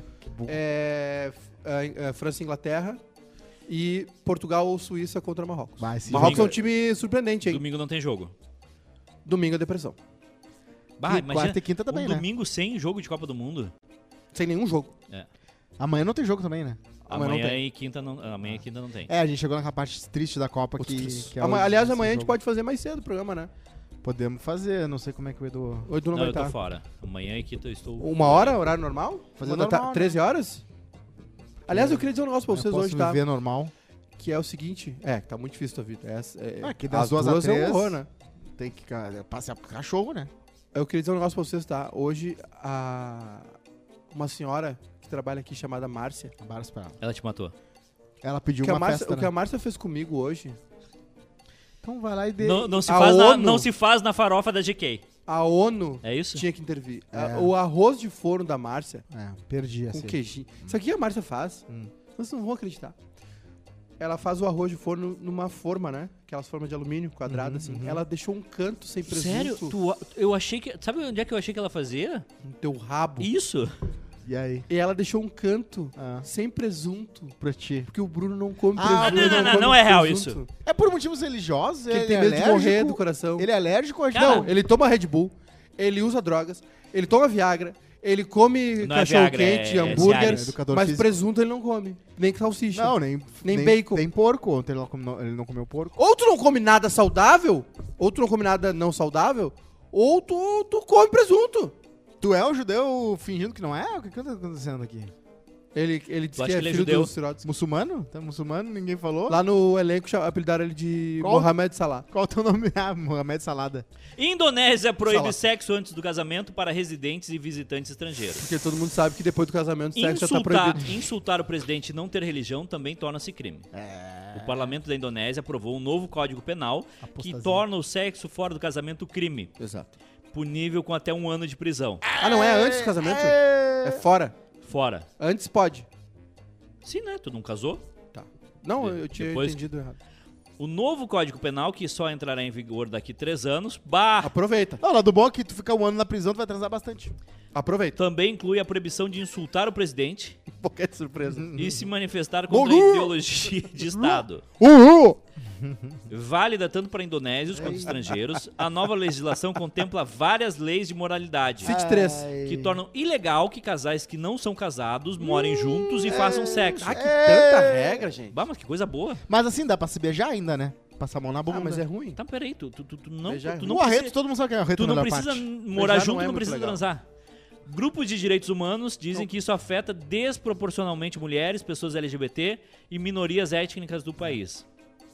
[SPEAKER 4] é, f- é, é, França e Inglaterra. E Portugal ou Suíça contra Marrocos.
[SPEAKER 2] Vai, sim.
[SPEAKER 4] Marrocos é um
[SPEAKER 3] Domingo.
[SPEAKER 4] time surpreendente, hein? Domingo,
[SPEAKER 3] Domingo não tem jogo.
[SPEAKER 4] é depressão.
[SPEAKER 2] E
[SPEAKER 3] Bah, imagina,
[SPEAKER 2] quarta e quinta também,
[SPEAKER 3] um
[SPEAKER 2] né?
[SPEAKER 3] domingo sem jogo de Copa do Mundo.
[SPEAKER 4] Sem nenhum jogo.
[SPEAKER 2] Amanhã não tem jogo também, né?
[SPEAKER 4] Amanhã não
[SPEAKER 3] Amanhã
[SPEAKER 4] tem.
[SPEAKER 3] e quinta não, amanhã e quinta não tem.
[SPEAKER 2] É, a gente chegou naquela parte triste da Copa
[SPEAKER 4] Putz,
[SPEAKER 2] que,
[SPEAKER 4] triste.
[SPEAKER 2] que é
[SPEAKER 4] Ama-
[SPEAKER 2] hoje,
[SPEAKER 4] Aliás,
[SPEAKER 2] esse
[SPEAKER 4] amanhã a gente
[SPEAKER 2] jogo.
[SPEAKER 4] pode fazer mais cedo o programa, né?
[SPEAKER 2] Podemos fazer, não sei como é que o Edu.
[SPEAKER 4] Hoje não, tá. Um
[SPEAKER 3] Não,
[SPEAKER 4] vai
[SPEAKER 3] eu tô
[SPEAKER 4] estar.
[SPEAKER 3] fora. Amanhã e quinta eu estou
[SPEAKER 4] Uma hora, horário normal?
[SPEAKER 2] Fazer
[SPEAKER 4] Uma da ta-
[SPEAKER 2] normal, né? É.
[SPEAKER 4] 13 horas? Aliás, eu queria dizer um negócio pra
[SPEAKER 2] eu
[SPEAKER 4] vocês
[SPEAKER 2] posso
[SPEAKER 4] hoje, tá?
[SPEAKER 2] viver normal.
[SPEAKER 4] Que é o seguinte... É, tá muito difícil a tua vida. Essa- É,
[SPEAKER 2] Ah, que das
[SPEAKER 4] as
[SPEAKER 2] duas a
[SPEAKER 4] é um
[SPEAKER 2] três.
[SPEAKER 4] horror, né?
[SPEAKER 2] Tem que ca- eh, passear pro cachorro, né?
[SPEAKER 4] Eu queria dizer um negócio pra vocês, tá? Hoje, a... uma senhora que trabalha aqui chamada Márcia.
[SPEAKER 2] Abraço pra ela.
[SPEAKER 3] Ela te matou.
[SPEAKER 2] Ela pediu
[SPEAKER 4] o que a
[SPEAKER 2] uma
[SPEAKER 4] Márcia-
[SPEAKER 2] festa,
[SPEAKER 4] o que é
[SPEAKER 2] né?
[SPEAKER 4] a Márcia fez comigo hoje,
[SPEAKER 2] Então vai lá e dê.
[SPEAKER 3] Não, não se
[SPEAKER 4] A
[SPEAKER 3] faz na,
[SPEAKER 4] ONU.
[SPEAKER 3] não se faz na farofa da GK.
[SPEAKER 4] a ONU
[SPEAKER 3] É isso?
[SPEAKER 4] tinha que intervir. A-
[SPEAKER 2] É.
[SPEAKER 4] o arroz de forno da Márcia,
[SPEAKER 2] É, perdi
[SPEAKER 4] com
[SPEAKER 2] essa. aí.
[SPEAKER 4] queijinho. Isso aqui a Márcia faz.
[SPEAKER 2] Hum.
[SPEAKER 4] Vocês não vão acreditar. Ela faz o arroz de forno numa forma, né? Aquelas formas de alumínio quadrada, assim. Ela deixou um canto sem presunto
[SPEAKER 3] Sério? Tu, eu achei que. Sabe onde é que eu achei que ela fazia?
[SPEAKER 4] no teu rabo. E...
[SPEAKER 3] Isso.
[SPEAKER 2] E aí?
[SPEAKER 4] ela deixou um canto
[SPEAKER 2] Ah,
[SPEAKER 4] sem presunto.
[SPEAKER 2] pra ti.
[SPEAKER 4] Porque o Bruno não come presunto.
[SPEAKER 2] Ah,
[SPEAKER 3] não, não, não,
[SPEAKER 4] come
[SPEAKER 3] não é real
[SPEAKER 4] presunto.
[SPEAKER 2] É por motivos religiosos?
[SPEAKER 4] Que ele
[SPEAKER 2] ele
[SPEAKER 4] tem
[SPEAKER 2] é
[SPEAKER 4] medo de
[SPEAKER 2] alérgico?
[SPEAKER 4] morrer do coração.
[SPEAKER 2] Ele é alérgico a
[SPEAKER 3] Cara,
[SPEAKER 4] Não, ele toma Red Bull, ele usa drogas, ele toma Viagra, ele come
[SPEAKER 3] Não é Viagra,
[SPEAKER 4] cachorro-quente,
[SPEAKER 3] é- é
[SPEAKER 4] hambúrguer,
[SPEAKER 3] Cialis.
[SPEAKER 2] Educador
[SPEAKER 4] mas
[SPEAKER 2] físico.
[SPEAKER 4] presunto ele não come, nem salsicha.
[SPEAKER 2] Não, nem,
[SPEAKER 4] Nem bacon.
[SPEAKER 2] Nem porco. Ontem ele não come- não- ele não comeu porco.
[SPEAKER 4] Ou tu não come nada saudável, ou tu não come nada não saudável, ou tu, tu come presunto.
[SPEAKER 2] Tu é um judeu fingindo que não é? O que, que tá acontecendo aqui?
[SPEAKER 4] Ele, ele disse
[SPEAKER 3] Eu
[SPEAKER 4] que
[SPEAKER 3] acho
[SPEAKER 4] é
[SPEAKER 3] que ele é
[SPEAKER 4] filho
[SPEAKER 3] judeu.
[SPEAKER 4] do Sirotsky.
[SPEAKER 2] Muçulmano? Tá muçulmano? Ninguém falou?
[SPEAKER 4] Lá no elenco cha- apelidaram ele de
[SPEAKER 2] Qual?
[SPEAKER 4] Mohamed Salah.
[SPEAKER 2] Qual o teu nome? Ah, Mohamed Salada.
[SPEAKER 3] Indonésia proíbe
[SPEAKER 4] Fala.
[SPEAKER 3] sexo antes do casamento para residentes e visitantes estrangeiros.
[SPEAKER 4] Porque todo mundo sabe que depois do casamento o sexo já tá
[SPEAKER 3] Insultar,
[SPEAKER 4] proibido.
[SPEAKER 3] insultar o presidente e não ter religião também torna-se crime.
[SPEAKER 4] É.
[SPEAKER 3] O parlamento da Indonésia aprovou um novo código penal que
[SPEAKER 2] Apostasia.
[SPEAKER 3] torna o sexo fora do casamento crime,
[SPEAKER 4] Exato.
[SPEAKER 3] punível com até um ano de prisão.
[SPEAKER 4] Ah, não é antes do casamento? É fora.
[SPEAKER 3] Fora.
[SPEAKER 4] Antes pode.
[SPEAKER 3] Sim, né? Tu não casou?
[SPEAKER 4] Tá. Não, eu tinha
[SPEAKER 3] Depois-
[SPEAKER 4] entendido errado.
[SPEAKER 3] O novo código penal, que só entrará em vigor daqui três anos, barra,
[SPEAKER 4] Aproveita,
[SPEAKER 2] Olha, lá do bom é que tu fica um ano na prisão, tu vai transar bastante.
[SPEAKER 4] aproveita.
[SPEAKER 3] também inclui a proibição de insultar o presidente
[SPEAKER 4] Qualquer surpresa.
[SPEAKER 3] e se manifestar contra a
[SPEAKER 2] Uhul!
[SPEAKER 3] ideologia de Estado.
[SPEAKER 2] Uhul!
[SPEAKER 3] Válida tanto para indonésios quanto estrangeiros, a nova legislação contempla várias leis de moralidade.
[SPEAKER 4] City 3.
[SPEAKER 3] que tornam ilegal que casais que não são casados morem juntos e façam sexo.
[SPEAKER 4] Ah, que tanta regra, gente.
[SPEAKER 3] Bah, mas que coisa boa.
[SPEAKER 2] Mas assim, dá pra se beijar ainda, né? Passar a mão na bunda.
[SPEAKER 4] Ah, mas é ruim.
[SPEAKER 3] Tá, peraí, tu, tu, tu, tu não,
[SPEAKER 4] Beijar é
[SPEAKER 3] tu
[SPEAKER 4] ruim.
[SPEAKER 3] não
[SPEAKER 2] o arreto,
[SPEAKER 3] precisa,
[SPEAKER 2] todo mundo sabe que é o arreto
[SPEAKER 3] tu
[SPEAKER 2] na
[SPEAKER 3] não
[SPEAKER 2] melhor
[SPEAKER 3] precisa
[SPEAKER 2] parte.
[SPEAKER 3] morar
[SPEAKER 4] Beijar não
[SPEAKER 3] junto,
[SPEAKER 4] é
[SPEAKER 3] não
[SPEAKER 4] muito
[SPEAKER 3] precisa
[SPEAKER 4] legal.
[SPEAKER 3] transar. Grupos de direitos humanos dizem que isso afeta desproporcionalmente mulheres, pessoas LGBT e minorias étnicas do país.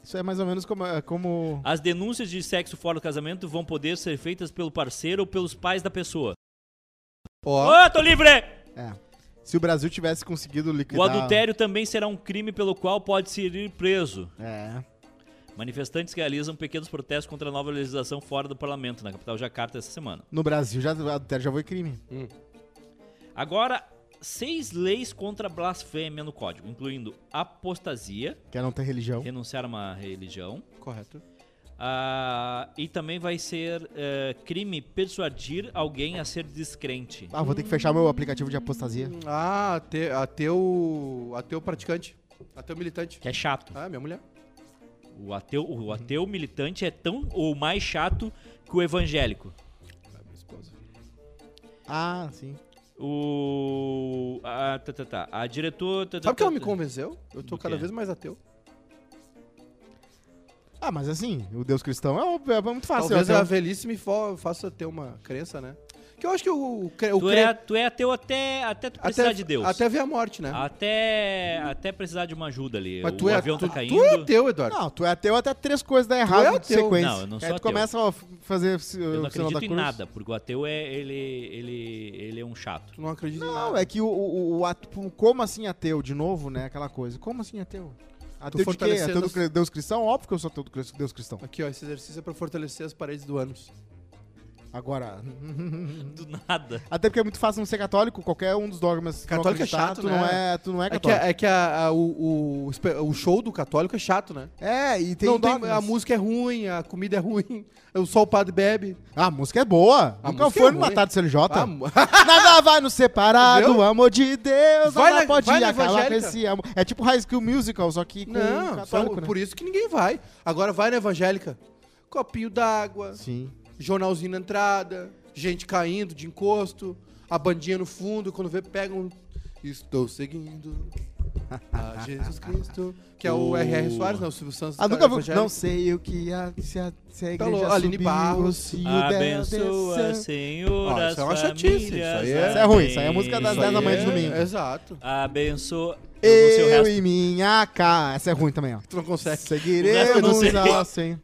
[SPEAKER 2] Isso é mais ou menos como... é como...
[SPEAKER 3] As denúncias de sexo fora do casamento vão poder ser feitas pelo parceiro ou pelos pais da pessoa. Ô,
[SPEAKER 4] Ó,
[SPEAKER 3] tô livre!
[SPEAKER 2] Se o Brasil tivesse conseguido
[SPEAKER 3] O
[SPEAKER 2] liquidar...
[SPEAKER 3] adultério também será um crime pelo qual pode ser preso.
[SPEAKER 2] É.
[SPEAKER 3] Manifestantes realizam pequenos protestos contra a nova legislação fora do parlamento, na capital Jacarta, essa semana.
[SPEAKER 2] No Brasil, já, o adultério já foi crime.
[SPEAKER 3] Agora, seis leis contra a blasfêmia no código, incluindo apostasia,
[SPEAKER 2] Quer não ter religião.
[SPEAKER 3] renunciar a uma religião,
[SPEAKER 4] correto.
[SPEAKER 3] ah, e também vai ser eh, crime persuadir alguém a ser descrente.
[SPEAKER 2] Ah, vou ter que fechar meu aplicativo de apostasia.
[SPEAKER 4] Ah, ate- ateu, ateu praticante. Ateu militante.
[SPEAKER 3] Que é chato.
[SPEAKER 4] Ah, minha mulher.
[SPEAKER 3] O ateu, o ateu militante é tão ou mais chato que o evangélico.
[SPEAKER 4] Ah, minha esposa.
[SPEAKER 2] Ah, sim.
[SPEAKER 3] O. A, tá, tá, tá. A diretora. tá, tá,
[SPEAKER 4] Sabe que ela me
[SPEAKER 3] tá.
[SPEAKER 4] convenceu? Eu
[SPEAKER 3] Do
[SPEAKER 4] tô cada
[SPEAKER 3] quê?
[SPEAKER 4] vez mais ateu.
[SPEAKER 2] Ah, mas assim, o Deus cristão é, óbvio, é muito fácil.
[SPEAKER 4] Talvez
[SPEAKER 2] é o
[SPEAKER 4] a
[SPEAKER 2] ateu.
[SPEAKER 4] velhice me fo- faça ter uma crença, né? Que Que eu acho que o, o, cre- o
[SPEAKER 3] Tu
[SPEAKER 4] cre-
[SPEAKER 3] é, tu é ateu até, até tu precisar
[SPEAKER 4] até,
[SPEAKER 3] de Deus.
[SPEAKER 4] Até ver a morte, né?
[SPEAKER 3] Até, até precisar de uma ajuda ali.
[SPEAKER 4] Mas
[SPEAKER 3] o
[SPEAKER 4] tu é,
[SPEAKER 3] avião
[SPEAKER 4] tu,
[SPEAKER 3] tá caindo.
[SPEAKER 4] tu é ateu, Eduardo.
[SPEAKER 2] Não, tu é ateu até três coisas dão errado
[SPEAKER 4] é
[SPEAKER 2] de
[SPEAKER 4] ateu.
[SPEAKER 2] sequência.
[SPEAKER 3] Não, eu não sou
[SPEAKER 2] Aí tu
[SPEAKER 3] ateu.
[SPEAKER 2] começa a f- fazer o
[SPEAKER 3] eu não
[SPEAKER 2] sinal da
[SPEAKER 3] acredito em
[SPEAKER 2] cruz.
[SPEAKER 3] nada, porque o ateu é ele, ele, ele é um chato.
[SPEAKER 4] Tu não acredita em
[SPEAKER 2] Não,
[SPEAKER 4] nada.
[SPEAKER 2] é que o, o, o ato, como assim ateu, de novo, né? Aquela coisa. Como assim ateu? Ateu de quê?
[SPEAKER 4] fortalecendo
[SPEAKER 2] Ateu do
[SPEAKER 4] as-
[SPEAKER 2] cri- Deus cristão? Óbvio que eu sou ateu do cri- Deus cristão.
[SPEAKER 4] Aqui, ó, esse exercício é pra fortalecer as paredes do ânus.
[SPEAKER 2] Agora,
[SPEAKER 3] Do nada.
[SPEAKER 2] até porque é muito fácil não ser católico, qualquer um dos dogmas que tu não
[SPEAKER 4] Católico é
[SPEAKER 2] acreditar,
[SPEAKER 4] chato,
[SPEAKER 2] tu
[SPEAKER 4] né?
[SPEAKER 2] não é, tu não é
[SPEAKER 4] É que,
[SPEAKER 2] católico.
[SPEAKER 4] a- é que a- a- o, o espe- o show do católico é chato, né?
[SPEAKER 2] É, e tem,
[SPEAKER 4] não, tem-
[SPEAKER 2] dogmas.
[SPEAKER 4] a música é ruim, a comida é ruim, o sol o padre bebe.
[SPEAKER 2] Ah, a música é boa.
[SPEAKER 4] A
[SPEAKER 2] Nunca
[SPEAKER 4] música
[SPEAKER 2] foi
[SPEAKER 4] é
[SPEAKER 2] numa
[SPEAKER 4] ruim.
[SPEAKER 2] tarde CLJ.
[SPEAKER 4] Ah, mu-
[SPEAKER 2] Nada vai nos separar
[SPEAKER 4] Viu?
[SPEAKER 2] do amor de Deus.
[SPEAKER 4] Vai
[SPEAKER 2] nada
[SPEAKER 4] na-
[SPEAKER 2] pode
[SPEAKER 4] vai na
[SPEAKER 2] acabar com
[SPEAKER 4] evangélica.
[SPEAKER 2] esse amor. É tipo High School Musical, só que com
[SPEAKER 4] não,
[SPEAKER 2] católico,
[SPEAKER 4] só-
[SPEAKER 2] né?
[SPEAKER 4] então, por isso que ninguém vai. Agora vai na evangélica. Copinho d'água,
[SPEAKER 2] Sim.
[SPEAKER 4] jornalzinho na entrada, gente caindo de encosto, a bandinha no fundo, quando vê, pega um. Estou seguindo a Jesus Cristo. Que é o
[SPEAKER 3] O-
[SPEAKER 4] R.R. Soares, não, o Silvio Santos.
[SPEAKER 2] Ah,
[SPEAKER 4] tá
[SPEAKER 2] nunca vi.
[SPEAKER 4] evangélico.
[SPEAKER 2] Não sei o que a, se a, se a
[SPEAKER 4] Tá
[SPEAKER 2] igreja
[SPEAKER 4] louco. Aline
[SPEAKER 2] subiu,
[SPEAKER 4] Barros.
[SPEAKER 2] se o dela
[SPEAKER 3] Abençoa,
[SPEAKER 2] desceu.
[SPEAKER 3] Senhor,
[SPEAKER 4] Ó,
[SPEAKER 3] as
[SPEAKER 4] isso é uma chatice, isso
[SPEAKER 3] famílias.
[SPEAKER 4] aí é-
[SPEAKER 2] Isso é ruim, isso aí é a música das
[SPEAKER 4] Isso
[SPEAKER 2] 10 da
[SPEAKER 4] aí
[SPEAKER 2] manhã de
[SPEAKER 4] é-
[SPEAKER 2] domingo.
[SPEAKER 4] Exato.
[SPEAKER 3] Abençoa. Eu não sei o
[SPEAKER 2] Eu
[SPEAKER 3] resto.
[SPEAKER 2] e minha casa. Essa é ruim também, ó.
[SPEAKER 4] Tu não consegue.
[SPEAKER 3] O resto eu não
[SPEAKER 2] Seguiremos
[SPEAKER 3] sei.
[SPEAKER 2] a sem. assim.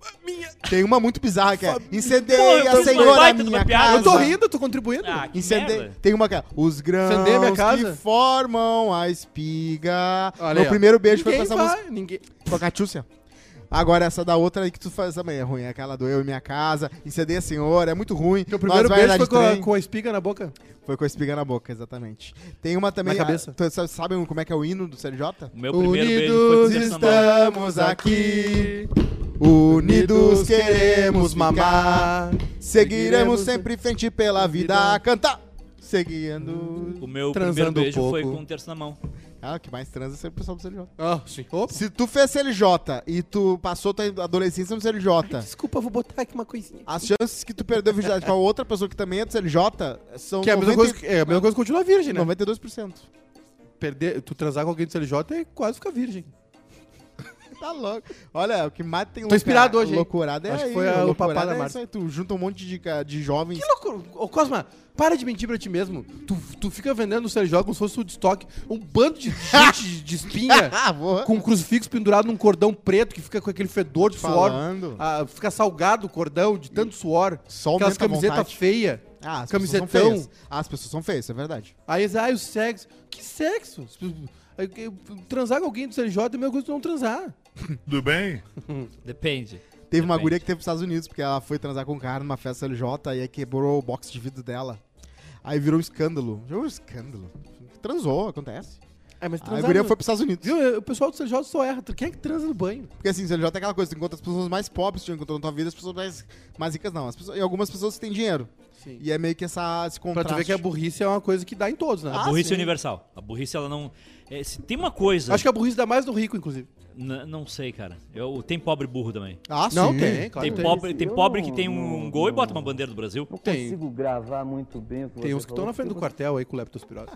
[SPEAKER 2] Tem uma muito bizarra que é Incendeia,
[SPEAKER 3] Pô, eu fiz uma
[SPEAKER 2] Senhor, a
[SPEAKER 3] baita de uma
[SPEAKER 2] minha
[SPEAKER 3] piada.
[SPEAKER 2] casa.
[SPEAKER 4] Eu tô rindo, tô contribuindo.
[SPEAKER 3] Ah, que
[SPEAKER 2] Incendei.
[SPEAKER 3] merda.
[SPEAKER 2] Tem uma que é, Os grãos
[SPEAKER 4] Incendeia minha casa?
[SPEAKER 2] que formam a espiga.
[SPEAKER 4] Olha aí,
[SPEAKER 2] Meu
[SPEAKER 4] ó.
[SPEAKER 2] primeiro beijo foi
[SPEAKER 4] Ninguém
[SPEAKER 2] com essa
[SPEAKER 4] vai,
[SPEAKER 2] música.
[SPEAKER 4] Ninguém...
[SPEAKER 2] Com a Catiúcia. Agora essa da outra aí que tu faz também é ruim. é Aquela do Eu e Minha Casa. Incendeia, Senhor. É muito ruim.
[SPEAKER 4] Teu primeiro
[SPEAKER 2] Nós vai
[SPEAKER 4] beijo
[SPEAKER 2] andar
[SPEAKER 4] foi
[SPEAKER 2] de
[SPEAKER 4] com a,
[SPEAKER 2] trem.
[SPEAKER 4] com a espiga na boca?
[SPEAKER 2] Foi com a espiga na boca, exatamente. Tem uma também...
[SPEAKER 4] Na cabeça.
[SPEAKER 2] a- tu sabe, sabem como é que é o hino do CLJ?
[SPEAKER 3] O meu primeiro beijo foi com
[SPEAKER 4] Unidos
[SPEAKER 3] o Zé Sambora.
[SPEAKER 2] estamos aqui, unidos queremos mamar. Seguiremos sempre em frente pela vida. Cantar! Seguindo...
[SPEAKER 3] O meu
[SPEAKER 4] transando
[SPEAKER 3] primeiro
[SPEAKER 2] um
[SPEAKER 3] beijo
[SPEAKER 4] pouco.
[SPEAKER 3] foi com o terço na mão.
[SPEAKER 2] Ah, o que mais transa é sempre o pessoal do CLJ.
[SPEAKER 4] Ah, sim. Opa.
[SPEAKER 2] Se tu fez CLJ e tu passou tua adolescência no CLJ,
[SPEAKER 4] Desculpa, eu vou botar aqui uma coisinha.
[SPEAKER 2] as chances que tu perdeu a virgindade pra outra pessoa que também é do CLJ são
[SPEAKER 4] Que é a mesma
[SPEAKER 2] 90
[SPEAKER 4] coisa que, é a mesma coisa que continuar virgem, né?
[SPEAKER 2] 92%.
[SPEAKER 4] Perder, tu transar com alguém do CLJ é quase ficar virgem.
[SPEAKER 2] Tá louco. Olha, o que mais tem
[SPEAKER 4] inspirado hoje, hein?
[SPEAKER 2] Loucurada é
[SPEAKER 4] Acho que
[SPEAKER 2] aí,
[SPEAKER 4] foi a- o
[SPEAKER 2] loucurada
[SPEAKER 4] papá da
[SPEAKER 2] é
[SPEAKER 4] Marta.
[SPEAKER 2] isso aí, Tu junta um monte de, ca- de jovens.
[SPEAKER 4] Que loucura. Ô, Cosma, para de mentir pra ti mesmo. Tu, tu fica vendendo o CLJ como se fosse o de estoque. Um bando de gente de- de espinha
[SPEAKER 2] Ah, vou.
[SPEAKER 4] com um crucifixo pendurado num cordão preto que fica com aquele fedor de suor.
[SPEAKER 2] Falando.
[SPEAKER 4] Ah, fica salgado o cordão de tanto suor.
[SPEAKER 2] Só
[SPEAKER 4] Aquelas
[SPEAKER 2] aumenta a
[SPEAKER 4] camisetas
[SPEAKER 2] vontade.
[SPEAKER 4] feias.
[SPEAKER 2] Ah, as
[SPEAKER 4] camisetão.
[SPEAKER 2] pessoas são feias. Ah, as pessoas são feias, isso é verdade.
[SPEAKER 4] Aí, eles, ai, o sexo. Que sexo? Eu- eu- eu- Transar com alguém do CLJ é a mesma coisa que não transar.
[SPEAKER 5] Tudo bem?
[SPEAKER 3] Depende.
[SPEAKER 2] Teve uma
[SPEAKER 3] Depende.
[SPEAKER 2] guria que teve pros Estados Unidos, porque ela foi transar com um cara numa festa LJ e aí quebrou o box de vidro dela. Aí virou um escândalo. Virou um escândalo. Transou, acontece.
[SPEAKER 4] É, mas
[SPEAKER 2] Aí Ah, a
[SPEAKER 4] transar.
[SPEAKER 2] guria
[SPEAKER 4] no-
[SPEAKER 2] foi pros Estados Unidos.
[SPEAKER 4] Viu? O pessoal do CLJ só erra. Quem é que transa no banho?
[SPEAKER 2] Porque assim, CLJ é aquela coisa, tu encontra as pessoas mais pobres que tu encontrou na tua vida, as pessoas mais, mais ricas não. As pessoas- e algumas pessoas que têm dinheiro.
[SPEAKER 4] Sim.
[SPEAKER 2] E é meio que essa, esse
[SPEAKER 4] Pra
[SPEAKER 2] contraste.
[SPEAKER 4] tu ver que a burrice é uma coisa que dá em todos, né?
[SPEAKER 3] A burrice é universal. A burrice, ela não. é, se tem uma coisa.
[SPEAKER 4] Acho que a burrice dá mais no rico, inclusive.
[SPEAKER 3] N- não sei, cara. Eu, tem pobre burro também.
[SPEAKER 2] Ah,
[SPEAKER 4] Não,
[SPEAKER 2] sim.
[SPEAKER 4] tem, claro.
[SPEAKER 3] Tem
[SPEAKER 4] que tem.
[SPEAKER 3] pobre, tem
[SPEAKER 8] Eu
[SPEAKER 3] pobre
[SPEAKER 8] não-
[SPEAKER 3] que tem um
[SPEAKER 8] não-
[SPEAKER 3] gol e bota
[SPEAKER 8] não-
[SPEAKER 3] uma bandeira do Brasil.
[SPEAKER 8] Não
[SPEAKER 4] Tem.
[SPEAKER 8] consigo gravar muito bem o que
[SPEAKER 4] Tem
[SPEAKER 8] você
[SPEAKER 4] uns que estão
[SPEAKER 8] falou,
[SPEAKER 4] na frente do
[SPEAKER 8] porque
[SPEAKER 4] quartel aí com leptospirose.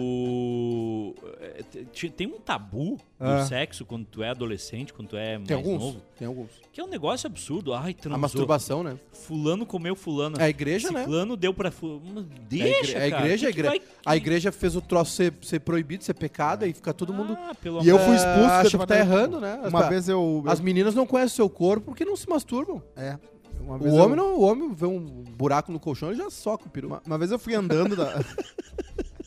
[SPEAKER 3] O. é, te- te- Tem um tabu
[SPEAKER 4] Ah.
[SPEAKER 3] do sexo quando tu é adolescente, quando tu é mais
[SPEAKER 4] Tem alguns?
[SPEAKER 3] novo.
[SPEAKER 4] Tem alguns.
[SPEAKER 3] Que é um negócio absurdo. Ai,
[SPEAKER 4] A
[SPEAKER 3] transou.
[SPEAKER 4] masturbação, né?
[SPEAKER 3] Fulano comeu fulano.
[SPEAKER 4] É a igreja, né?
[SPEAKER 3] Fulano deu pra fulano.
[SPEAKER 4] É a igre-
[SPEAKER 3] Deixa,
[SPEAKER 4] é a
[SPEAKER 3] cara.
[SPEAKER 4] igreja, a
[SPEAKER 3] Que que vai-
[SPEAKER 4] igreja, a igreja fez o troço ser, ser proibido, ser pecado, aí fica todo mundo.
[SPEAKER 3] Ah, pelo
[SPEAKER 2] E eu
[SPEAKER 3] amor-
[SPEAKER 2] fui expulso.
[SPEAKER 4] Ah,
[SPEAKER 2] do
[SPEAKER 4] acha que tá
[SPEAKER 2] departamento.
[SPEAKER 4] errando, né?
[SPEAKER 2] Uma
[SPEAKER 4] As-
[SPEAKER 2] vez eu.
[SPEAKER 4] As meninas não conhecem o seu corpo porque não se masturbam.
[SPEAKER 2] É. Uma
[SPEAKER 4] O homem não, o homem vê um buraco no colchão e já soca o peru.
[SPEAKER 2] Uma, uma vez eu fui andando da.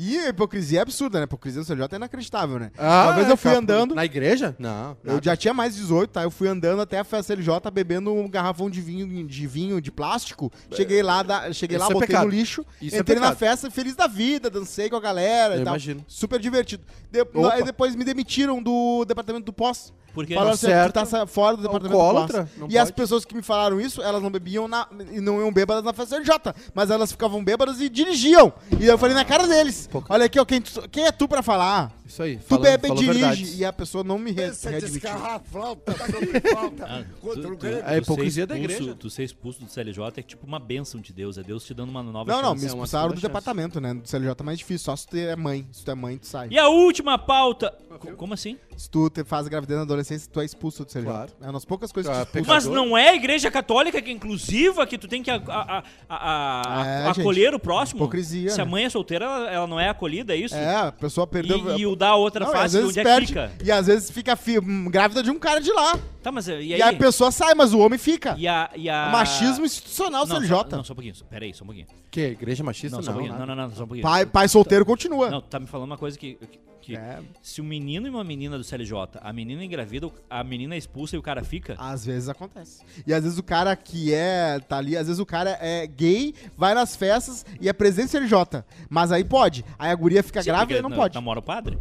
[SPEAKER 2] E a hipocrisia é absurda, né? A hipocrisia do CJ é inacreditável, né? uma vez eu fui
[SPEAKER 4] capô.
[SPEAKER 2] andando,
[SPEAKER 4] Ah, Na igreja? Não.
[SPEAKER 2] eu já tinha mais de 18, tá? Eu fui andando até a festa LJ bebendo um garrafão de vinho, de vinho, de plástico. Cheguei lá, da- cheguei
[SPEAKER 4] É. Isso
[SPEAKER 2] lá,
[SPEAKER 4] é
[SPEAKER 2] botei
[SPEAKER 4] pecado.
[SPEAKER 2] no lixo,
[SPEAKER 4] Isso é
[SPEAKER 2] entrei na
[SPEAKER 4] pecado.
[SPEAKER 2] festa, feliz da vida, dancei com a galera
[SPEAKER 4] Eu
[SPEAKER 2] e tal.
[SPEAKER 4] imagino.
[SPEAKER 2] Super divertido. De-
[SPEAKER 4] Opa.
[SPEAKER 2] aí depois me demitiram do departamento do pós.
[SPEAKER 3] Porque
[SPEAKER 2] Falaram
[SPEAKER 4] Tá
[SPEAKER 2] assim, "Ah, tu
[SPEAKER 4] certo.
[SPEAKER 2] tá sa- fora do departamento
[SPEAKER 4] Alcoólatra,
[SPEAKER 2] do
[SPEAKER 4] não
[SPEAKER 2] E as
[SPEAKER 4] pode.
[SPEAKER 2] pessoas que me falaram isso, elas não bebiam na, e não iam bêbadas na festa LJ, mas elas ficavam bêbadas e dirigiam. E eu falei na cara deles, olha aqui, ó, quem, tu- quem é tu pra falar?
[SPEAKER 4] Isso aí.
[SPEAKER 2] Tu
[SPEAKER 4] Falando,
[SPEAKER 2] bebe,
[SPEAKER 4] falou
[SPEAKER 2] dirige
[SPEAKER 4] verdades.
[SPEAKER 2] e a pessoa não me re-
[SPEAKER 5] Pensa
[SPEAKER 4] é
[SPEAKER 2] readmitiu.
[SPEAKER 5] descarrafalta sobre falta
[SPEAKER 3] Ah,
[SPEAKER 5] contra
[SPEAKER 3] tu- tu-
[SPEAKER 5] o Grêmio.
[SPEAKER 4] A
[SPEAKER 3] tu
[SPEAKER 4] hipocrisia é
[SPEAKER 3] ser
[SPEAKER 4] da
[SPEAKER 3] expulso-
[SPEAKER 4] igreja.
[SPEAKER 3] Tu ser expulso do CLJ é tipo uma bênção de Deus. É Deus te dando uma nova
[SPEAKER 2] Não, não, me
[SPEAKER 3] chance.
[SPEAKER 4] É uma
[SPEAKER 2] expulsaram
[SPEAKER 4] segunda
[SPEAKER 2] do
[SPEAKER 4] chance.
[SPEAKER 2] departamento, né? Do CLJ é mais difícil, só se tu é mãe. Se tu é mãe, tu sai.
[SPEAKER 3] E a última pauta. Co- Como assim?
[SPEAKER 2] Se tu te faz gravidez na adolescência, tu é expulso do CLJ.
[SPEAKER 4] Claro.
[SPEAKER 2] É uma das poucas coisas
[SPEAKER 4] Ah,
[SPEAKER 2] que te expulsam.
[SPEAKER 3] Mas
[SPEAKER 4] Pecador.
[SPEAKER 3] não é a igreja católica que é inclusiva, que tu tem que a- a- a- a- a-
[SPEAKER 2] É,
[SPEAKER 3] acolher
[SPEAKER 2] gente.
[SPEAKER 3] o próximo?
[SPEAKER 2] Hipocrisia,
[SPEAKER 3] Se a
[SPEAKER 2] né?
[SPEAKER 3] mãe é solteira, ela, ela não é acolhida, é isso?
[SPEAKER 2] É, a pessoa perdeu...
[SPEAKER 3] E, e o da outra
[SPEAKER 2] Não, e às
[SPEAKER 3] face,
[SPEAKER 2] vezes
[SPEAKER 3] onde é que
[SPEAKER 2] perde,
[SPEAKER 3] fica?
[SPEAKER 2] E às vezes fica fi- hum, grávida de um cara de lá.
[SPEAKER 3] Tá, mas e aí?
[SPEAKER 2] E, aí a pessoa sai, mas o homem fica.
[SPEAKER 3] E a- e a-
[SPEAKER 2] Machismo institucional,
[SPEAKER 3] não,
[SPEAKER 2] CLJ.
[SPEAKER 3] Só, não, só um pouquinho. Pera aí, só um pouquinho.
[SPEAKER 2] é-
[SPEAKER 4] Que? Igreja machista?
[SPEAKER 3] Não,
[SPEAKER 4] Não, né?
[SPEAKER 3] só um pouquinho.
[SPEAKER 4] nada.
[SPEAKER 3] Não, não, não, só um pouquinho.
[SPEAKER 2] né? pai, pai solteiro continua.
[SPEAKER 3] Não, tu tá me falando uma coisa que. que- que
[SPEAKER 2] É.
[SPEAKER 3] Se um menino e uma menina do CLJ, a menina engravida, o- a menina é expulsa e o cara fica.
[SPEAKER 2] Às vezes acontece. E às vezes o cara que é, tá ali, às vezes o cara é gay, vai nas festas e é presidente do CLJ. Mas aí pode. Aí a guria fica
[SPEAKER 3] Sim,
[SPEAKER 2] grávida
[SPEAKER 3] porque tá
[SPEAKER 2] e não
[SPEAKER 3] na-
[SPEAKER 2] pode.
[SPEAKER 3] Namora o padre?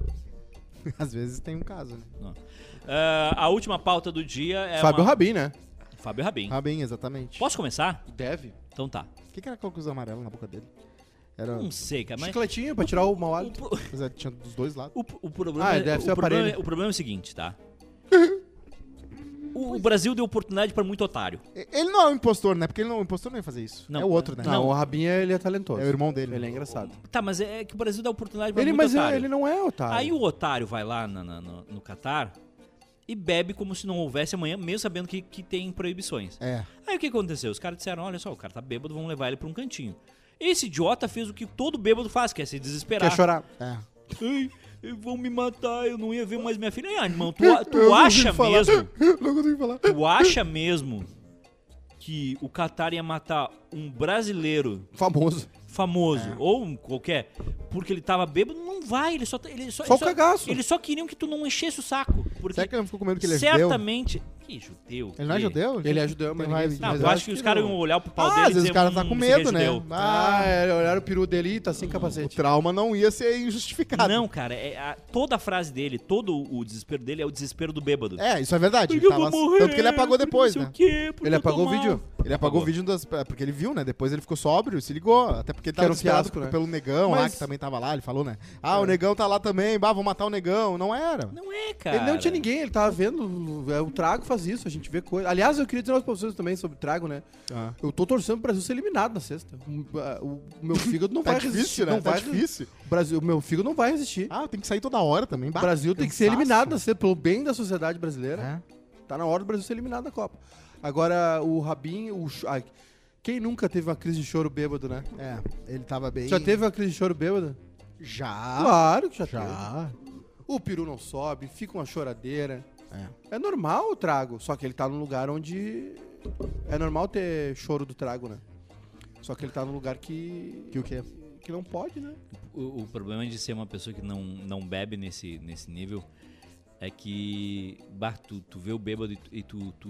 [SPEAKER 2] Às vezes tem um caso, né?
[SPEAKER 3] Não. Ah, a última pauta do dia é.
[SPEAKER 4] Fábio
[SPEAKER 3] uma...
[SPEAKER 4] Rabin, né?
[SPEAKER 3] Fábio Rabin.
[SPEAKER 2] Ah, bem, exatamente.
[SPEAKER 3] Posso começar?
[SPEAKER 4] Deve.
[SPEAKER 3] Então tá.
[SPEAKER 2] O que, que era aquela coisa amarela na boca dele?
[SPEAKER 4] Ah.
[SPEAKER 2] Era.
[SPEAKER 3] Não sei, cara, É, mas.
[SPEAKER 4] Chicletinho pra tirar o mau
[SPEAKER 3] O,
[SPEAKER 4] hálito.
[SPEAKER 3] pro-
[SPEAKER 2] Mas era- tinha dos dois lados.
[SPEAKER 3] o, o problema,
[SPEAKER 4] Ah,
[SPEAKER 3] é-
[SPEAKER 4] deve
[SPEAKER 3] o
[SPEAKER 4] ser o
[SPEAKER 3] problema,
[SPEAKER 4] aparelho.
[SPEAKER 3] é- o problema é o seguinte, tá? O, o Brasil deu oportunidade pra muito otário.
[SPEAKER 2] E- Ele não é um impostor, né? Porque ele não, o impostor não ia fazer isso.
[SPEAKER 3] Não.
[SPEAKER 2] é o outro, né?
[SPEAKER 4] Não, o Rabin ele é talentoso.
[SPEAKER 2] É o irmão dele.
[SPEAKER 4] Ele é engraçado.
[SPEAKER 3] Tá, mas é que o Brasil dá oportunidade pra
[SPEAKER 4] Ele,
[SPEAKER 3] muito
[SPEAKER 4] mas ele-
[SPEAKER 3] otário.
[SPEAKER 4] ele não é otário.
[SPEAKER 3] Aí o otário vai lá na- na- no, no Catar e bebe como se não houvesse amanhã, mesmo sabendo que, que tem proibições.
[SPEAKER 2] É.
[SPEAKER 3] Aí o que aconteceu? Os caras disseram: olha só, o cara tá bêbado, vamos levar ele pra um cantinho. Esse idiota fez o que todo bêbado faz, que é se desesperar.
[SPEAKER 4] Quer chorar.
[SPEAKER 2] É.
[SPEAKER 3] Ai, eu- vão me matar, eu não ia ver mais minha filha. Ah, irmão, tu, a- tu acha mesmo?
[SPEAKER 2] Não consigo falar.
[SPEAKER 3] Tu acha mesmo que o Catar ia matar um brasileiro
[SPEAKER 4] Famoso.
[SPEAKER 2] É.
[SPEAKER 3] famoso ou um qualquer porque ele tava bêbado, não vai, ele só tá- ele só,
[SPEAKER 4] Só
[SPEAKER 3] ele
[SPEAKER 4] o cagaço.
[SPEAKER 3] Eles só queriam que tu não enchesse o saco,
[SPEAKER 2] um
[SPEAKER 3] porque
[SPEAKER 2] Será que ele não ficou com medo que ele é judeu?
[SPEAKER 3] certamente que judeu.
[SPEAKER 2] Ele não é
[SPEAKER 3] que-
[SPEAKER 2] judeu?
[SPEAKER 4] Ele é judeu,
[SPEAKER 2] Tem
[SPEAKER 4] mas
[SPEAKER 2] vibe
[SPEAKER 4] ninguém-
[SPEAKER 2] de-
[SPEAKER 3] Não,
[SPEAKER 2] mas
[SPEAKER 3] eu acho que os caras
[SPEAKER 4] não.
[SPEAKER 3] iam olhar pro pau
[SPEAKER 2] Ah,
[SPEAKER 3] dele
[SPEAKER 2] às
[SPEAKER 3] e
[SPEAKER 2] vezes
[SPEAKER 3] dizer,
[SPEAKER 2] o cara tá
[SPEAKER 3] "Hum,
[SPEAKER 2] com
[SPEAKER 3] esse aqui é
[SPEAKER 2] medo, né?
[SPEAKER 3] judeu."
[SPEAKER 4] Ah,
[SPEAKER 2] Ah,
[SPEAKER 4] é, olharam o peru dele e tá sem
[SPEAKER 2] o
[SPEAKER 4] capacete.
[SPEAKER 2] trauma não ia ser injustificado.
[SPEAKER 3] Não, cara, é a- toda a frase dele, todo o desespero dele é o desespero do bêbado.
[SPEAKER 2] É, isso é verdade.
[SPEAKER 3] Porque
[SPEAKER 2] Ele
[SPEAKER 3] eu
[SPEAKER 2] tava-
[SPEAKER 3] vou morrer,
[SPEAKER 2] Tanto que ele apagou
[SPEAKER 3] porque
[SPEAKER 2] depois,
[SPEAKER 3] não
[SPEAKER 2] né?
[SPEAKER 3] sei o quê, porque
[SPEAKER 4] Ele
[SPEAKER 3] eu tô
[SPEAKER 4] apagou o
[SPEAKER 3] mal.
[SPEAKER 4] vídeo.
[SPEAKER 2] Ele apagou o vídeo das. Porque ele viu, né? Depois ele ficou sóbrio, se ligou. Até porque ele
[SPEAKER 4] Que era
[SPEAKER 2] tava
[SPEAKER 4] um
[SPEAKER 2] desesperado
[SPEAKER 4] fiasco, né?
[SPEAKER 2] pelo negão lá,
[SPEAKER 4] Mas-
[SPEAKER 2] que também tava lá, ele falou, né? Ah, o negão tá lá também, bah, vou matar o negão. Não era.
[SPEAKER 3] Não é, cara.
[SPEAKER 4] Ele não tinha ninguém, ele tava vendo. é, O trago faz isso, a gente vê coisa. Aliás, eu queria dizer umas pessoas também sobre o trago, né?
[SPEAKER 2] Ah.
[SPEAKER 4] Eu tô torcendo pro Brasil ser eliminado na sexta. O, a- o meu fígado não
[SPEAKER 2] Tá
[SPEAKER 4] vai resistir.
[SPEAKER 2] difícil, né?
[SPEAKER 4] Não
[SPEAKER 2] Tá
[SPEAKER 4] vai
[SPEAKER 2] difícil.
[SPEAKER 4] O Brasil, o meu fígado não vai resistir.
[SPEAKER 2] Ah, tem que sair toda hora também.
[SPEAKER 4] o
[SPEAKER 2] bah,
[SPEAKER 4] Brasil tem que ser
[SPEAKER 2] cansaço.
[SPEAKER 4] eliminado na sexta, pelo bem da sociedade brasileira.
[SPEAKER 2] É.
[SPEAKER 4] Tá na hora do Brasil ser eliminado da Copa. Agora, o Rabin, o. cho- ai, quem nunca teve uma crise de choro bêbado, né?
[SPEAKER 2] É, ele tava bem.
[SPEAKER 4] Já teve uma crise de choro bêbado?
[SPEAKER 2] Já.
[SPEAKER 4] Claro que Ah. já, teve.
[SPEAKER 2] Já.
[SPEAKER 4] O peru não sobe, fica uma choradeira.
[SPEAKER 2] É.
[SPEAKER 4] É. normal o trago, só que ele tá num lugar onde. É normal ter choro do trago, né? Só que ele tá num lugar que.
[SPEAKER 2] Que o quê?
[SPEAKER 4] que não pode, né?
[SPEAKER 3] O, o problema de ser uma pessoa que não, não bebe nesse, nesse nível é que, bah, tu, tu vê o bêbado e tu- e tu- tu,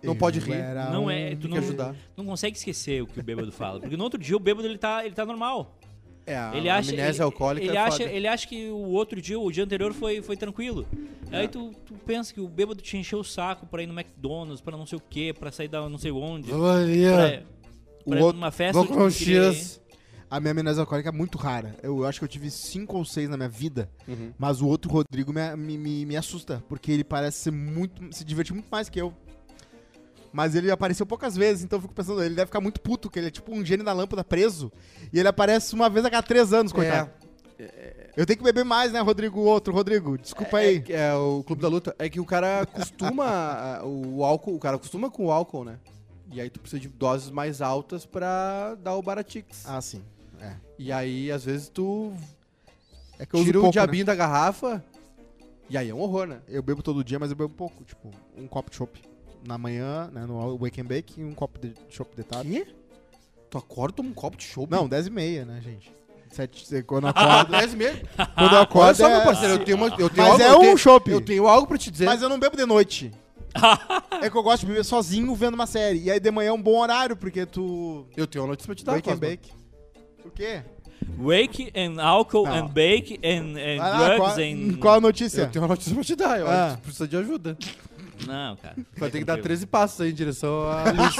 [SPEAKER 4] Não
[SPEAKER 2] Eu
[SPEAKER 4] pode rir.
[SPEAKER 2] era
[SPEAKER 3] Não
[SPEAKER 2] um-
[SPEAKER 3] é, tu
[SPEAKER 4] Ah, que
[SPEAKER 3] não,
[SPEAKER 4] ajudar.
[SPEAKER 3] não consegue esquecer o que o bêbado fala. Porque no outro dia o bêbado ele tá, ele tá normal.
[SPEAKER 4] É, a
[SPEAKER 3] ele acha,
[SPEAKER 4] amnésia
[SPEAKER 3] ele,
[SPEAKER 4] alcoólica
[SPEAKER 3] ele
[SPEAKER 4] é
[SPEAKER 3] acha,
[SPEAKER 4] foda.
[SPEAKER 3] ele acha que o outro dia, o dia anterior foi, foi tranquilo.
[SPEAKER 4] É.
[SPEAKER 3] Aí tu, tu pensa que o bêbado te encheu o saco pra ir no McDonald's, pra não sei o quê, pra sair da não sei onde. Pra,
[SPEAKER 4] O
[SPEAKER 3] pra ir
[SPEAKER 4] outro-
[SPEAKER 3] numa festa
[SPEAKER 4] É. Vou
[SPEAKER 3] onde tu
[SPEAKER 4] com um
[SPEAKER 3] não queria
[SPEAKER 4] X.
[SPEAKER 2] A minha amnésia alcoólica é muito rara. Eu acho que eu tive cinco ou seis na minha vida.
[SPEAKER 4] Uhum.
[SPEAKER 2] Mas o outro Rodrigo me, me, me, me assusta, porque ele parece ser muito. se divertir muito mais que eu. Mas ele apareceu poucas vezes, então eu fico pensando, ele deve ficar muito puto, que ele é tipo um gênio da lâmpada preso. E ele aparece uma vez a cada três anos,
[SPEAKER 4] É.
[SPEAKER 2] coitado. Eu tenho que beber mais, né, Rodrigo? O outro, Rodrigo, desculpa
[SPEAKER 4] É,
[SPEAKER 2] aí.
[SPEAKER 4] que- é o clube da luta. É que o cara costuma a- o álcool, o cara costuma com o álcool, né? E aí tu precisa de doses mais altas pra dar o baratix.
[SPEAKER 2] Ah, sim.
[SPEAKER 4] E aí, às vezes, tu
[SPEAKER 2] É que eu uso
[SPEAKER 4] tira um o
[SPEAKER 2] pouco, né?
[SPEAKER 4] diabinho da garrafa e aí é um horror, né?
[SPEAKER 2] Eu bebo todo dia, mas eu bebo pouco. Tipo, um copo de chopp na manhã, né, no wake and bake, e um copo de chopp de tarde.
[SPEAKER 4] Quê? Tu acorda e toma um copo de chopp?
[SPEAKER 2] Não, 10 e meia, né, gente? Sete, é, quando eu acordo.
[SPEAKER 4] 10 mesmo.
[SPEAKER 2] quando eu
[SPEAKER 4] Olha
[SPEAKER 2] acordo.
[SPEAKER 4] só, meu
[SPEAKER 2] é-
[SPEAKER 4] parceiro, eu tenho, um uma, eu tenho algo...
[SPEAKER 2] Mas é
[SPEAKER 4] eu
[SPEAKER 2] um
[SPEAKER 4] tenho-
[SPEAKER 2] chopp.
[SPEAKER 4] Eu tenho algo pra te dizer.
[SPEAKER 2] Mas eu não bebo de noite. é que eu gosto de beber sozinho vendo uma série. E aí de manhã é um bom horário, porque tu.
[SPEAKER 4] Eu tenho uma notícia pra te dar,
[SPEAKER 2] wake and
[SPEAKER 4] Cosma.
[SPEAKER 2] bake. O quê?
[SPEAKER 3] Wake and alcohol
[SPEAKER 2] Não.
[SPEAKER 3] and bake and,
[SPEAKER 2] Vai
[SPEAKER 3] and
[SPEAKER 2] lá,
[SPEAKER 3] drugs
[SPEAKER 2] qual,
[SPEAKER 3] and...
[SPEAKER 2] qual a notícia?
[SPEAKER 4] Eu tenho uma notícia pra te dar. Eu acho
[SPEAKER 2] É. Ah.
[SPEAKER 4] que tu precisa de ajuda.
[SPEAKER 3] Não, cara.
[SPEAKER 4] Vai
[SPEAKER 3] fica
[SPEAKER 4] ter que dar
[SPEAKER 3] tranquilo.
[SPEAKER 4] 13 passos aí em direção à luz.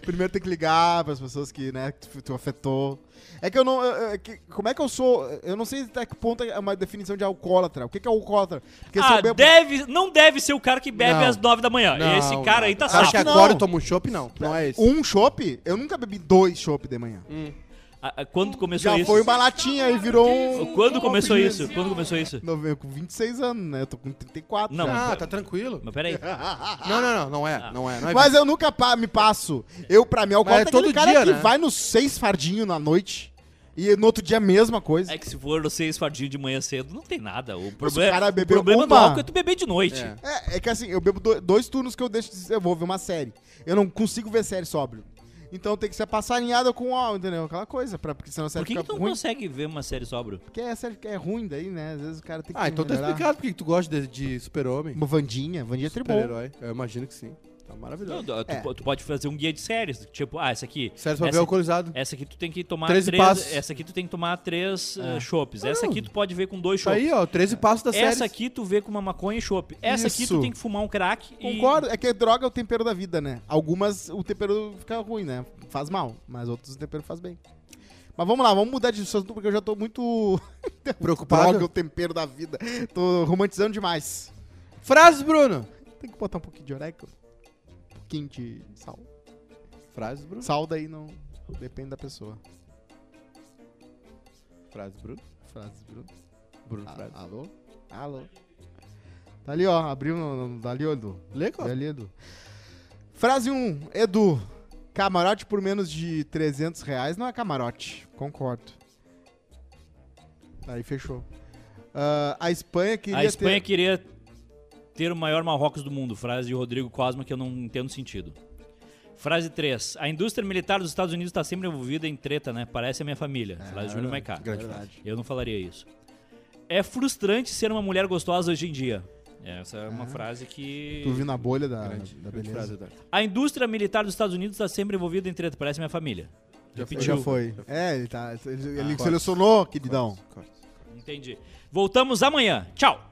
[SPEAKER 2] Primeiro tem que ligar pras pessoas que, né, que tu- tu afetou. É que eu não. eu- eu- que- como é que eu sou? Eu não sei até que ponto é uma definição de alcoólatra. O que, que é alcoólatra? Porque
[SPEAKER 3] Ah,
[SPEAKER 2] bebo-
[SPEAKER 3] deve, não deve ser o cara que bebe
[SPEAKER 4] Não.
[SPEAKER 3] às 9 da manhã.
[SPEAKER 4] Não,
[SPEAKER 3] Esse cara aí
[SPEAKER 4] não.
[SPEAKER 3] tá
[SPEAKER 4] Acho
[SPEAKER 3] safo.
[SPEAKER 4] que
[SPEAKER 2] Acho que
[SPEAKER 4] agora
[SPEAKER 2] não.
[SPEAKER 4] eu tomo um chopp, não. Não é esse.
[SPEAKER 2] Um chopp? Eu nunca bebi dois chopp de manhã.
[SPEAKER 4] Hum,
[SPEAKER 3] Ah, ah, Quando começou
[SPEAKER 2] Já
[SPEAKER 3] isso? Ah,
[SPEAKER 2] foi uma latinha e virou um.
[SPEAKER 3] Quando começou isso? Quando começou isso?
[SPEAKER 2] Não, eu com 26 anos, né? Eu tô com 34.
[SPEAKER 3] Não.
[SPEAKER 2] já.
[SPEAKER 4] Ah, tá tranquilo.
[SPEAKER 3] Mas peraí.
[SPEAKER 4] Não, não, não, não
[SPEAKER 3] Ah.
[SPEAKER 4] é, não é. Não é
[SPEAKER 2] Mas eu nunca pa- me passo. Eu, pra mim, alcoólatra
[SPEAKER 4] Mas é
[SPEAKER 2] é aquele
[SPEAKER 4] todo
[SPEAKER 2] cara
[SPEAKER 4] dia,
[SPEAKER 2] que
[SPEAKER 4] né?
[SPEAKER 2] vai nos seis fardinhos na noite e no outro dia a mesma coisa.
[SPEAKER 3] É que se for vocês fardinho de manhã cedo, não tem nada. O
[SPEAKER 2] o
[SPEAKER 3] problema,
[SPEAKER 2] cara
[SPEAKER 3] o
[SPEAKER 2] bebeu
[SPEAKER 3] problema do
[SPEAKER 2] uma-
[SPEAKER 3] álcool é tu beber de noite.
[SPEAKER 4] É.
[SPEAKER 2] É, é que assim, eu bebo do- dois turnos que eu deixo de eu vou ver uma série. Eu não consigo ver série sóbrio. Então tem que ser passarinhada com ó, entendeu? Aquela coisa, pra, porque senão a série
[SPEAKER 3] Por que, que
[SPEAKER 2] fica
[SPEAKER 3] tu não
[SPEAKER 2] ruim.
[SPEAKER 3] consegue ver uma série sóbrio?
[SPEAKER 2] Porque a série é ruim daí, né? Às vezes o cara tem que
[SPEAKER 4] Ah, então tá
[SPEAKER 2] melhorar.
[SPEAKER 4] explicado porque tu gosta de, de super-homem.
[SPEAKER 2] Uma Vandinha, Vandinha é tribom.
[SPEAKER 4] Super-herói. Eu imagino que sim. Tá
[SPEAKER 3] Não,
[SPEAKER 4] maravilhoso.
[SPEAKER 3] tu, tu pode fazer um guia de séries. Tipo, ah, essa aqui.
[SPEAKER 4] Sério, pra ver
[SPEAKER 3] essa,
[SPEAKER 4] alcoolizado.
[SPEAKER 3] essa aqui tu tem que tomar
[SPEAKER 4] 13
[SPEAKER 3] três.
[SPEAKER 4] passos.
[SPEAKER 3] Essa aqui tu tem que tomar três
[SPEAKER 4] Ah.
[SPEAKER 3] eh, chopes. Essa aqui tu pode ver com dois
[SPEAKER 4] Tá
[SPEAKER 3] chopes.
[SPEAKER 4] aí, ó, 13 passos da série.
[SPEAKER 3] Essa aqui tu vê com uma maconha e chopp. Essa aqui tu
[SPEAKER 2] Isso.
[SPEAKER 3] tem que fumar um crack e-
[SPEAKER 2] Concordo, é que droga é o tempero da vida, né? Algumas o tempero fica ruim, né? Faz mal, mas outros o tempero faz bem. Mas vamos lá, vamos mudar de assunto porque eu já tô muito droga é o
[SPEAKER 4] Preocupado.
[SPEAKER 2] tempero da vida. Tô romantizando demais.
[SPEAKER 4] Frases, Bruno.
[SPEAKER 2] Tem que botar um pouquinho de orégano, um pouquinho de sal.
[SPEAKER 4] Frases, Bruno.
[SPEAKER 2] Sal daí não depende da pessoa.
[SPEAKER 4] Frases, Bruno.
[SPEAKER 2] Frases, Bruno.
[SPEAKER 4] Bruno,
[SPEAKER 2] A-
[SPEAKER 4] frases.
[SPEAKER 2] alô? Alô? Tá ali, ó. Abriu no, no, dali, ó, Edu.
[SPEAKER 4] Lê, cara.
[SPEAKER 2] Dali, Edu. Frase 1. Edu. Camarote por menos de 300 reais não é camarote. Concordo. Aí fechou. Ah, a Espanha queria
[SPEAKER 3] A Espanha
[SPEAKER 2] ter...
[SPEAKER 3] queria ter o maior Marrocos do mundo, frase de Rodrigo Cosma que eu não entendo sentido. Frase 3. A indústria militar dos Estados Unidos está sempre envolvida em treta, né? Parece a minha família. Frase de Júlio Maicá.
[SPEAKER 4] É, Grande frase.
[SPEAKER 3] Eu não falaria isso. É frustrante ser uma mulher gostosa hoje em dia. Essa é uma frase que.
[SPEAKER 2] Tu viu na bolha da,
[SPEAKER 4] Grande,
[SPEAKER 2] da
[SPEAKER 4] grande
[SPEAKER 2] beleza.
[SPEAKER 4] frase, Eduardo.
[SPEAKER 3] A indústria militar dos Estados Unidos está sempre envolvida em treta, parece minha família.
[SPEAKER 2] Já
[SPEAKER 3] Repetiu.
[SPEAKER 2] foi. É, ele, tá, ele, ele
[SPEAKER 4] Ah.
[SPEAKER 2] selecionou, queridão.
[SPEAKER 4] Corta.
[SPEAKER 3] Entendi. Voltamos amanhã. Tchau!